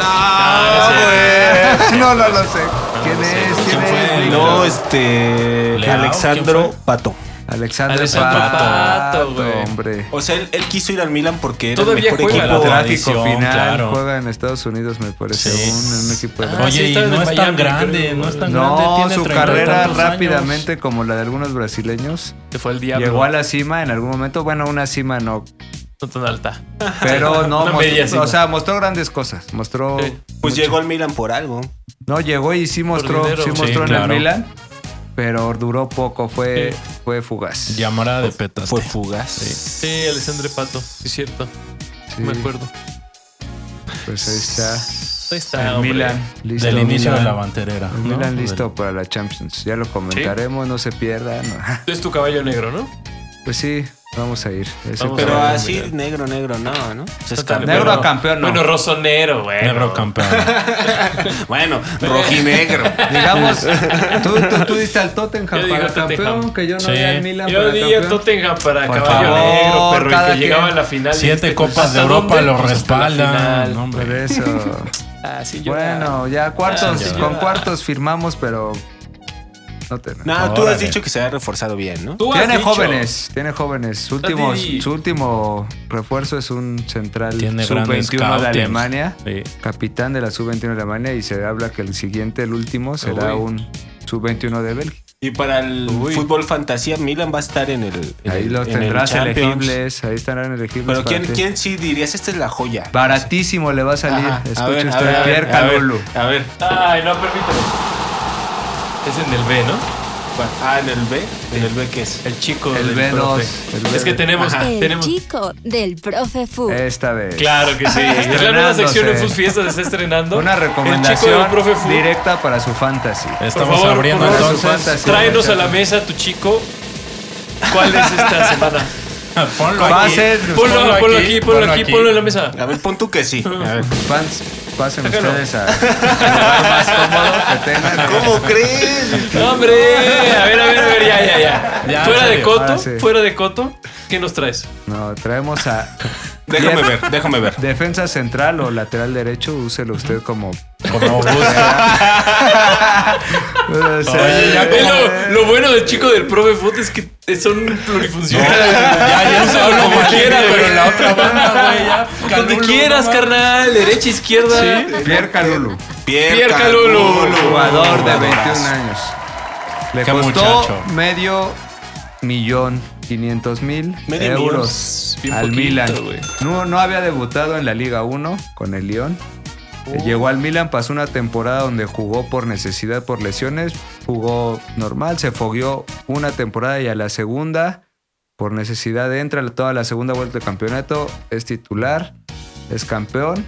[SPEAKER 5] Ah,
[SPEAKER 3] Ah, no, no lo sé. ¿Quién es? ¿Quién
[SPEAKER 4] ¿Quién fue?
[SPEAKER 3] es?
[SPEAKER 4] Sí,
[SPEAKER 6] No, este.
[SPEAKER 4] Leao,
[SPEAKER 6] Alexandro
[SPEAKER 4] ¿quién fue?
[SPEAKER 6] Pato.
[SPEAKER 3] Alexander,
[SPEAKER 5] Alexander
[SPEAKER 3] Pato,
[SPEAKER 5] Pato, güey.
[SPEAKER 3] hombre.
[SPEAKER 6] O sea, él, él quiso ir al Milan porque era
[SPEAKER 5] Todavía
[SPEAKER 6] el mejor
[SPEAKER 5] juega
[SPEAKER 6] equipo.
[SPEAKER 5] la
[SPEAKER 6] La
[SPEAKER 3] Trágico
[SPEAKER 4] tradición,
[SPEAKER 3] final.
[SPEAKER 4] claro.
[SPEAKER 3] Juega en Estados Unidos, me parece.
[SPEAKER 4] Sí.
[SPEAKER 3] Un, un equipo de
[SPEAKER 5] Ah,
[SPEAKER 3] básquet.
[SPEAKER 4] Oye,
[SPEAKER 5] sí,
[SPEAKER 4] y
[SPEAKER 5] estaba en
[SPEAKER 4] no es tan
[SPEAKER 5] Miami,
[SPEAKER 4] grande,
[SPEAKER 5] creo.
[SPEAKER 4] no es tan grande.
[SPEAKER 3] No,
[SPEAKER 4] tiene
[SPEAKER 3] su
[SPEAKER 4] treinta y
[SPEAKER 3] carrera
[SPEAKER 4] tantos años.
[SPEAKER 3] rápidamente, como la de algunos brasileños,
[SPEAKER 5] Se fue el diablo.
[SPEAKER 3] llegó a la cima en algún momento. Bueno, una cima no,
[SPEAKER 5] No tan alta.
[SPEAKER 3] pero no,
[SPEAKER 5] Una
[SPEAKER 3] mostró-
[SPEAKER 5] media cima.
[SPEAKER 3] o sea, mostró grandes cosas. Mostró,
[SPEAKER 5] Sí.
[SPEAKER 6] Pues llegó al Milan por algo.
[SPEAKER 3] no llegó y sí mostró,
[SPEAKER 5] dinero.
[SPEAKER 3] sí mostró
[SPEAKER 4] Sí,
[SPEAKER 3] en
[SPEAKER 4] claro.
[SPEAKER 3] el Milan, pero duró poco, fue,
[SPEAKER 5] Sí.
[SPEAKER 3] fue fugaz.
[SPEAKER 4] Llamara de petas.
[SPEAKER 6] Fue fugaz.
[SPEAKER 5] Sí, Alexandre Pato. Sí, es cierto.
[SPEAKER 3] Sí,
[SPEAKER 5] Me acuerdo.
[SPEAKER 3] Pues ahí está,
[SPEAKER 5] Ahí está,
[SPEAKER 3] el
[SPEAKER 5] hombre.
[SPEAKER 3] Milan, listo.
[SPEAKER 4] Del inicio
[SPEAKER 3] Milan.
[SPEAKER 4] de la banterera.
[SPEAKER 3] El
[SPEAKER 4] ¿no?
[SPEAKER 3] Milan
[SPEAKER 4] Del-
[SPEAKER 3] listo para la Champions. Ya lo comentaremos, no se pierdan.
[SPEAKER 5] Es tu caballo negro, ¿no?
[SPEAKER 3] Pues sí, vamos a ir. Ese
[SPEAKER 5] Vamos a
[SPEAKER 6] Pero
[SPEAKER 5] ver,
[SPEAKER 3] programa.
[SPEAKER 6] así,
[SPEAKER 5] Milan.
[SPEAKER 6] negro, negro, no, ¿no? Pues es
[SPEAKER 5] No tan-
[SPEAKER 6] campeón.
[SPEAKER 3] Negro
[SPEAKER 5] pero-
[SPEAKER 3] a campeón, no.
[SPEAKER 5] Bueno, rosonero, güey.
[SPEAKER 4] Negro campeón.
[SPEAKER 6] Bueno, rojinegro.
[SPEAKER 3] Digamos, tú, tú, tú diste al Tottenham
[SPEAKER 5] Yo
[SPEAKER 3] para
[SPEAKER 5] digo Tottenham.
[SPEAKER 3] campeón, que yo no
[SPEAKER 4] Sí.
[SPEAKER 3] di al Milan
[SPEAKER 5] Yo
[SPEAKER 3] para
[SPEAKER 5] di a
[SPEAKER 3] campeón.
[SPEAKER 5] Tottenham para
[SPEAKER 4] Por
[SPEAKER 5] caballo
[SPEAKER 4] favor,
[SPEAKER 5] negro, pero el
[SPEAKER 3] cada
[SPEAKER 5] que
[SPEAKER 3] quien.
[SPEAKER 5] llegaba a la final.
[SPEAKER 4] Siete
[SPEAKER 5] dijiste,
[SPEAKER 4] copas
[SPEAKER 5] ¿hasta
[SPEAKER 4] de Europa
[SPEAKER 5] dónde?
[SPEAKER 4] lo
[SPEAKER 5] Pues hasta la
[SPEAKER 4] respaldan.
[SPEAKER 5] final.
[SPEAKER 4] no,
[SPEAKER 3] Por
[SPEAKER 4] hombre.
[SPEAKER 3] eso.
[SPEAKER 5] Ah, sí, yo-
[SPEAKER 3] bueno, ya
[SPEAKER 5] Ah,
[SPEAKER 3] cuartos,
[SPEAKER 5] sí,
[SPEAKER 3] con
[SPEAKER 5] ya.
[SPEAKER 3] cuartos firmamos, pero no tenemos.
[SPEAKER 6] No, tú has
[SPEAKER 4] Órale.
[SPEAKER 6] dicho que se ha reforzado bien, ¿no?
[SPEAKER 5] Tú has
[SPEAKER 3] Tiene
[SPEAKER 5] dicho-
[SPEAKER 3] jóvenes, tiene jóvenes. Su último,
[SPEAKER 5] Tati.
[SPEAKER 3] su último refuerzo es un central
[SPEAKER 4] Tiene grandes
[SPEAKER 3] sub-21 de
[SPEAKER 4] scouting.
[SPEAKER 3] Alemania,
[SPEAKER 4] Sí.
[SPEAKER 3] capitán de la sub-21 de Alemania, y se habla que el siguiente, el último, será
[SPEAKER 5] Uy.
[SPEAKER 3] un sub-21 de Bélgica.
[SPEAKER 6] Y para el
[SPEAKER 5] Uy.
[SPEAKER 6] fútbol fantasía, Milan va a estar en el. en
[SPEAKER 3] Ahí
[SPEAKER 6] el-
[SPEAKER 3] los
[SPEAKER 6] en el
[SPEAKER 3] tendrás
[SPEAKER 6] Champions.
[SPEAKER 3] elegibles, ahí estarán elegibles.
[SPEAKER 6] Pero
[SPEAKER 3] para
[SPEAKER 6] ¿quién,
[SPEAKER 3] ti.
[SPEAKER 6] ¿quién sí dirías? Esta es la joya.
[SPEAKER 3] Baratísimo le va a salir.
[SPEAKER 6] Ajá, a
[SPEAKER 3] Escuche
[SPEAKER 6] ver, a
[SPEAKER 3] usted,
[SPEAKER 6] ver, a ver,
[SPEAKER 3] Pierre
[SPEAKER 6] a ver,
[SPEAKER 3] Calulu.
[SPEAKER 6] A ver,
[SPEAKER 5] Ay, no, permíteme. Es en el B, ¿no?
[SPEAKER 6] ¿cuál? ah, en el B. ¿En el B qué es?
[SPEAKER 5] El chico
[SPEAKER 3] El B2,
[SPEAKER 5] del profe.
[SPEAKER 3] el B2.
[SPEAKER 5] Es que tenemos...
[SPEAKER 2] Ah, El
[SPEAKER 5] tenemos
[SPEAKER 2] chico del profe Fu.
[SPEAKER 4] Eh.
[SPEAKER 3] Esta vez.
[SPEAKER 5] Claro que sí. Es la nueva
[SPEAKER 3] Estrenándose.
[SPEAKER 5] sección en sus fiestas, se está estrenando.
[SPEAKER 3] Una
[SPEAKER 5] El chico del
[SPEAKER 3] recomendación
[SPEAKER 5] profe Fu.
[SPEAKER 3] directa para su fantasy.
[SPEAKER 5] Por
[SPEAKER 4] Estamos
[SPEAKER 5] favor,
[SPEAKER 4] abriendo
[SPEAKER 5] por favor,
[SPEAKER 4] entonces.
[SPEAKER 3] fantasy.
[SPEAKER 5] Tráenos a la mesa tu chico. ¿Cuál es esta semana?
[SPEAKER 4] Ponlo
[SPEAKER 3] Va a
[SPEAKER 4] aquí.
[SPEAKER 3] ser-
[SPEAKER 5] Ponlo, ponlo aquí, ponlo aquí, ponlo en la mesa.
[SPEAKER 6] A ver, pon tú que sí. A ver.
[SPEAKER 3] Fans, pasen
[SPEAKER 5] Déjalo.
[SPEAKER 3] ustedes a al lugar más cómodo que tengan.
[SPEAKER 6] ¿Cómo crees?
[SPEAKER 5] No, hombre, a ver, a ver, a ver, ya, ya, ya.
[SPEAKER 4] Ya,
[SPEAKER 5] fuera
[SPEAKER 4] en
[SPEAKER 5] de
[SPEAKER 4] serio,
[SPEAKER 5] coto,
[SPEAKER 6] Ah,
[SPEAKER 3] ahora sí.
[SPEAKER 5] fuera de coto, ¿qué nos traes?
[SPEAKER 3] No, traemos a
[SPEAKER 6] Déjame ver, déjame ver.
[SPEAKER 3] defensa central o lateral derecho. Úselo usted como.
[SPEAKER 4] Como gusta.
[SPEAKER 3] O sea,
[SPEAKER 4] Oye, ya
[SPEAKER 5] Es Eh, lo, lo bueno del chico del profe Foot es que son plurifuncionales.
[SPEAKER 4] Ya, ya se
[SPEAKER 5] Úsalo
[SPEAKER 4] como quiera, pero la otra banda, güey, ya.
[SPEAKER 5] Donde
[SPEAKER 4] Calulo,
[SPEAKER 5] quieras,
[SPEAKER 4] no mames.
[SPEAKER 5] carnal, derecha, izquierda.
[SPEAKER 3] Pierre Calulu,
[SPEAKER 5] Pierre Calulu.
[SPEAKER 3] jugador de 21
[SPEAKER 6] Jugadorazo.
[SPEAKER 3] años. Le
[SPEAKER 4] Qué
[SPEAKER 3] costó
[SPEAKER 4] muchacho.
[SPEAKER 3] medio millón quinientos mil
[SPEAKER 6] Medio
[SPEAKER 3] euros
[SPEAKER 5] millón. Bien
[SPEAKER 3] al
[SPEAKER 5] poquito,
[SPEAKER 3] Milan.
[SPEAKER 5] güey.
[SPEAKER 3] No, no había debutado en la Liga 1 con el Lyon.
[SPEAKER 5] Oh.
[SPEAKER 3] Eh, Llegó al Milan, pasó una temporada donde jugó por necesidad, por lesiones, jugó normal, se fogueó una temporada y a la segunda, por necesidad, entra a toda la segunda vuelta de campeonato, es titular, es campeón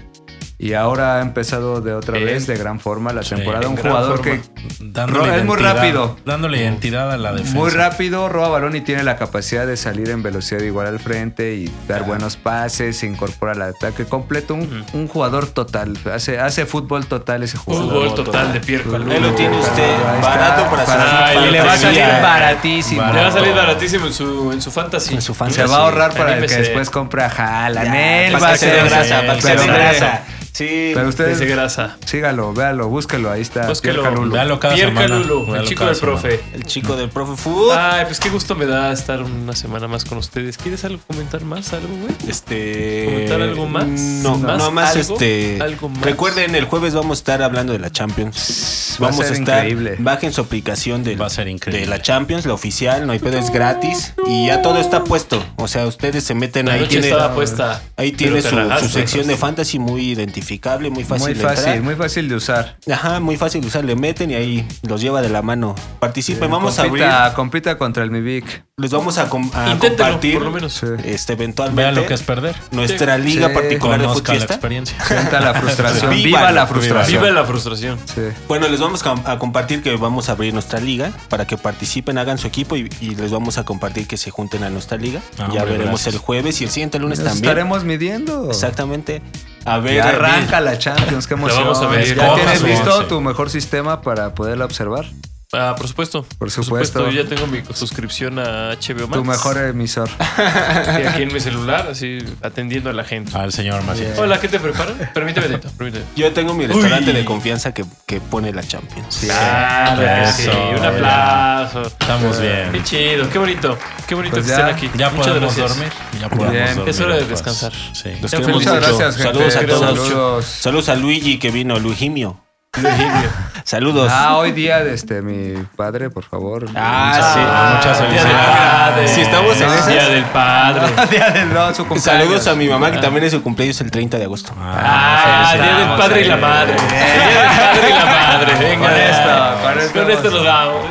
[SPEAKER 3] y ahora ha empezado de otra
[SPEAKER 5] Bien.
[SPEAKER 3] vez de gran forma la
[SPEAKER 4] Sí,
[SPEAKER 3] temporada.
[SPEAKER 4] en
[SPEAKER 3] un
[SPEAKER 5] gran
[SPEAKER 3] jugador
[SPEAKER 5] forma.
[SPEAKER 3] que
[SPEAKER 4] Dándole
[SPEAKER 3] Es muy
[SPEAKER 4] identidad,
[SPEAKER 3] rápido.
[SPEAKER 4] Dándole identidad a la defensa.
[SPEAKER 3] muy rápido, roba balón y tiene la capacidad de salir en velocidad igual al frente y dar buenos pases, se incorpora al ataque completo. Un, un jugador total. Hace, hace fútbol total ese jugador.
[SPEAKER 5] Fútbol total de Pierre Calulu.
[SPEAKER 6] Ahí lo tiene usted,
[SPEAKER 3] Ahí está,
[SPEAKER 6] barato para
[SPEAKER 3] para-
[SPEAKER 5] Ay,
[SPEAKER 6] su
[SPEAKER 3] Y le va a salir
[SPEAKER 5] Maravilla.
[SPEAKER 3] baratísimo.
[SPEAKER 5] Le va a salir baratísimo en su, en su fantasy.
[SPEAKER 6] En su fantasy.
[SPEAKER 3] Se va a ahorrar para el que
[SPEAKER 5] Anímese.
[SPEAKER 3] después compra a Haaland. Él
[SPEAKER 6] Para
[SPEAKER 3] va a
[SPEAKER 6] que se
[SPEAKER 3] ser-
[SPEAKER 6] dé grasa, para que se
[SPEAKER 3] pero-
[SPEAKER 6] dé grasa. Sí.
[SPEAKER 3] Pero ustedes,
[SPEAKER 5] Desde grasa.
[SPEAKER 3] sígalo, véalo, búsquelo. Ahí está.
[SPEAKER 5] Búsquelo.
[SPEAKER 3] Pierre Calulu.
[SPEAKER 4] Véalo cada
[SPEAKER 5] Pierre
[SPEAKER 4] semana.
[SPEAKER 5] Calulo, el
[SPEAKER 4] Véalo
[SPEAKER 5] chico
[SPEAKER 4] cada
[SPEAKER 5] del profe.
[SPEAKER 6] El chico del profe Food.
[SPEAKER 5] Ay, pues qué gusto me da estar una semana más con ustedes. ¿Quieres algo comentar más? ¿Algo, güey?
[SPEAKER 6] Este.
[SPEAKER 5] ¿Comentar algo más?
[SPEAKER 6] No,
[SPEAKER 5] ¿Más?
[SPEAKER 6] no más
[SPEAKER 5] ¿Algo?
[SPEAKER 6] este.
[SPEAKER 5] ¿Algo más?
[SPEAKER 6] Recuerden, el jueves vamos a estar hablando de la Champions.
[SPEAKER 3] Va a
[SPEAKER 6] Vamos a,
[SPEAKER 3] ser
[SPEAKER 6] estar.
[SPEAKER 3] increíble.
[SPEAKER 6] Bajen su aplicación del-
[SPEAKER 4] Va a ser increíble.
[SPEAKER 6] de la Champions, la oficial, no hay pedo, es gratis. Y ya todo está puesto. O sea, ustedes se meten
[SPEAKER 5] La
[SPEAKER 6] ahí.
[SPEAKER 5] noche
[SPEAKER 6] Tiene,
[SPEAKER 5] estaba puesta.
[SPEAKER 6] ahí tiene
[SPEAKER 5] Pero te
[SPEAKER 6] su,
[SPEAKER 5] relajaste.
[SPEAKER 6] su sección de fantasy muy identificable, muy fácil.
[SPEAKER 3] Muy
[SPEAKER 6] de
[SPEAKER 3] fácil,
[SPEAKER 6] entrar.
[SPEAKER 3] muy fácil de usar.
[SPEAKER 6] Ajá, muy fácil de usar. Le meten y ahí los lleva de la mano.
[SPEAKER 5] Eh,
[SPEAKER 6] Participen, Pues vamos a abrir.
[SPEAKER 3] compita, Compita contra el Mivic.
[SPEAKER 6] Les vamos a, com- a
[SPEAKER 5] Inténtelo,
[SPEAKER 6] compartir.
[SPEAKER 5] por lo menos.
[SPEAKER 3] Sí.
[SPEAKER 6] Este, eventualmente.
[SPEAKER 4] Vean lo que es perder.
[SPEAKER 6] Nuestra liga
[SPEAKER 3] Sí.
[SPEAKER 6] particular de
[SPEAKER 4] Conozca la
[SPEAKER 6] futbolista.
[SPEAKER 4] experiencia.
[SPEAKER 3] Sienta la frustración.
[SPEAKER 6] Viva
[SPEAKER 3] Viva
[SPEAKER 6] la-
[SPEAKER 3] la frustración.
[SPEAKER 5] Vive la frustración.
[SPEAKER 3] Sí.
[SPEAKER 6] Bueno, les vamos com- a compartir que vamos a abrir nuestra liga para que participen, hagan su equipo y, y les vamos a compartir que se junten a nuestra liga.
[SPEAKER 4] Ah,
[SPEAKER 6] ya
[SPEAKER 4] hombre,
[SPEAKER 6] veremos
[SPEAKER 4] gracias.
[SPEAKER 6] el jueves y el siguiente lunes
[SPEAKER 3] Nos
[SPEAKER 6] también.
[SPEAKER 3] estaremos midiendo.
[SPEAKER 6] Exactamente. A ver,
[SPEAKER 3] Ya
[SPEAKER 6] a ver.
[SPEAKER 3] arranca la Champions, qué emoción.
[SPEAKER 5] vamos a ver.
[SPEAKER 3] ¿Ya
[SPEAKER 4] Cojas,
[SPEAKER 3] tienes
[SPEAKER 4] sí.
[SPEAKER 3] listo
[SPEAKER 4] Sí.
[SPEAKER 3] tu mejor sistema para poderla observar?
[SPEAKER 5] Ah, por supuesto.
[SPEAKER 3] Por supuesto.
[SPEAKER 5] Yo ya tengo mi suscripción a HBO Max.
[SPEAKER 3] Tu mejor emisor.
[SPEAKER 5] Y aquí en mi celular, así atendiendo a la gente.
[SPEAKER 4] Al señor Macías.
[SPEAKER 5] Hola, ¿qué te preparan? Permíteme, Dito, permíteme.
[SPEAKER 6] Yo tengo mi restaurante
[SPEAKER 5] Uy.
[SPEAKER 6] de confianza que, que pone la Champions.
[SPEAKER 5] Ah, Claro que sí,
[SPEAKER 4] eso,
[SPEAKER 5] un
[SPEAKER 4] ya.
[SPEAKER 5] aplauso.
[SPEAKER 4] Estamos
[SPEAKER 5] Qué
[SPEAKER 4] bien.
[SPEAKER 5] chido, qué bonito. Qué bonito
[SPEAKER 3] Pues
[SPEAKER 5] que
[SPEAKER 3] ya,
[SPEAKER 5] estén aquí.
[SPEAKER 4] Ya
[SPEAKER 5] Muchas
[SPEAKER 4] podemos
[SPEAKER 5] gracias.
[SPEAKER 4] dormir. Ya podemos
[SPEAKER 3] Bien.
[SPEAKER 4] dormir.
[SPEAKER 5] Es hora de
[SPEAKER 4] en paz.
[SPEAKER 5] descansar.
[SPEAKER 4] Sí.
[SPEAKER 6] Los
[SPEAKER 5] Sean
[SPEAKER 6] queremos
[SPEAKER 5] felices.
[SPEAKER 6] mucho.
[SPEAKER 3] Muchas gracias, gente.
[SPEAKER 6] Saludos a todos.
[SPEAKER 3] Saludos.
[SPEAKER 6] Saludos a Luigi que vino, Luigimio. Saludos.
[SPEAKER 3] Ah, hoy día de este, mi padre, por favor.
[SPEAKER 6] Ah,
[SPEAKER 4] Muchas
[SPEAKER 5] Día de
[SPEAKER 4] felicidades.
[SPEAKER 5] Navidades.
[SPEAKER 6] Si estamos en esas-
[SPEAKER 5] Día del Padre.
[SPEAKER 3] Día del- no, su
[SPEAKER 6] sí.
[SPEAKER 3] cumpleaños.
[SPEAKER 6] Saludos a mi mamá que también es su cumpleaños el 30 de agosto.
[SPEAKER 5] Ah, Día del Padre y la Madre. Día del Padre y la Madre. Venga.
[SPEAKER 3] Con esto, con esto
[SPEAKER 5] Con esto nos vamos.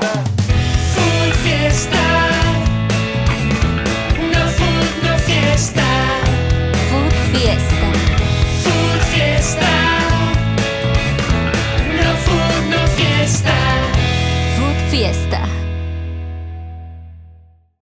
[SPEAKER 1] Full fiesta. No food, no fiesta.
[SPEAKER 2] Food Fiesta.
[SPEAKER 1] Full fiesta. No food, no fiesta.
[SPEAKER 2] Food Fiesta.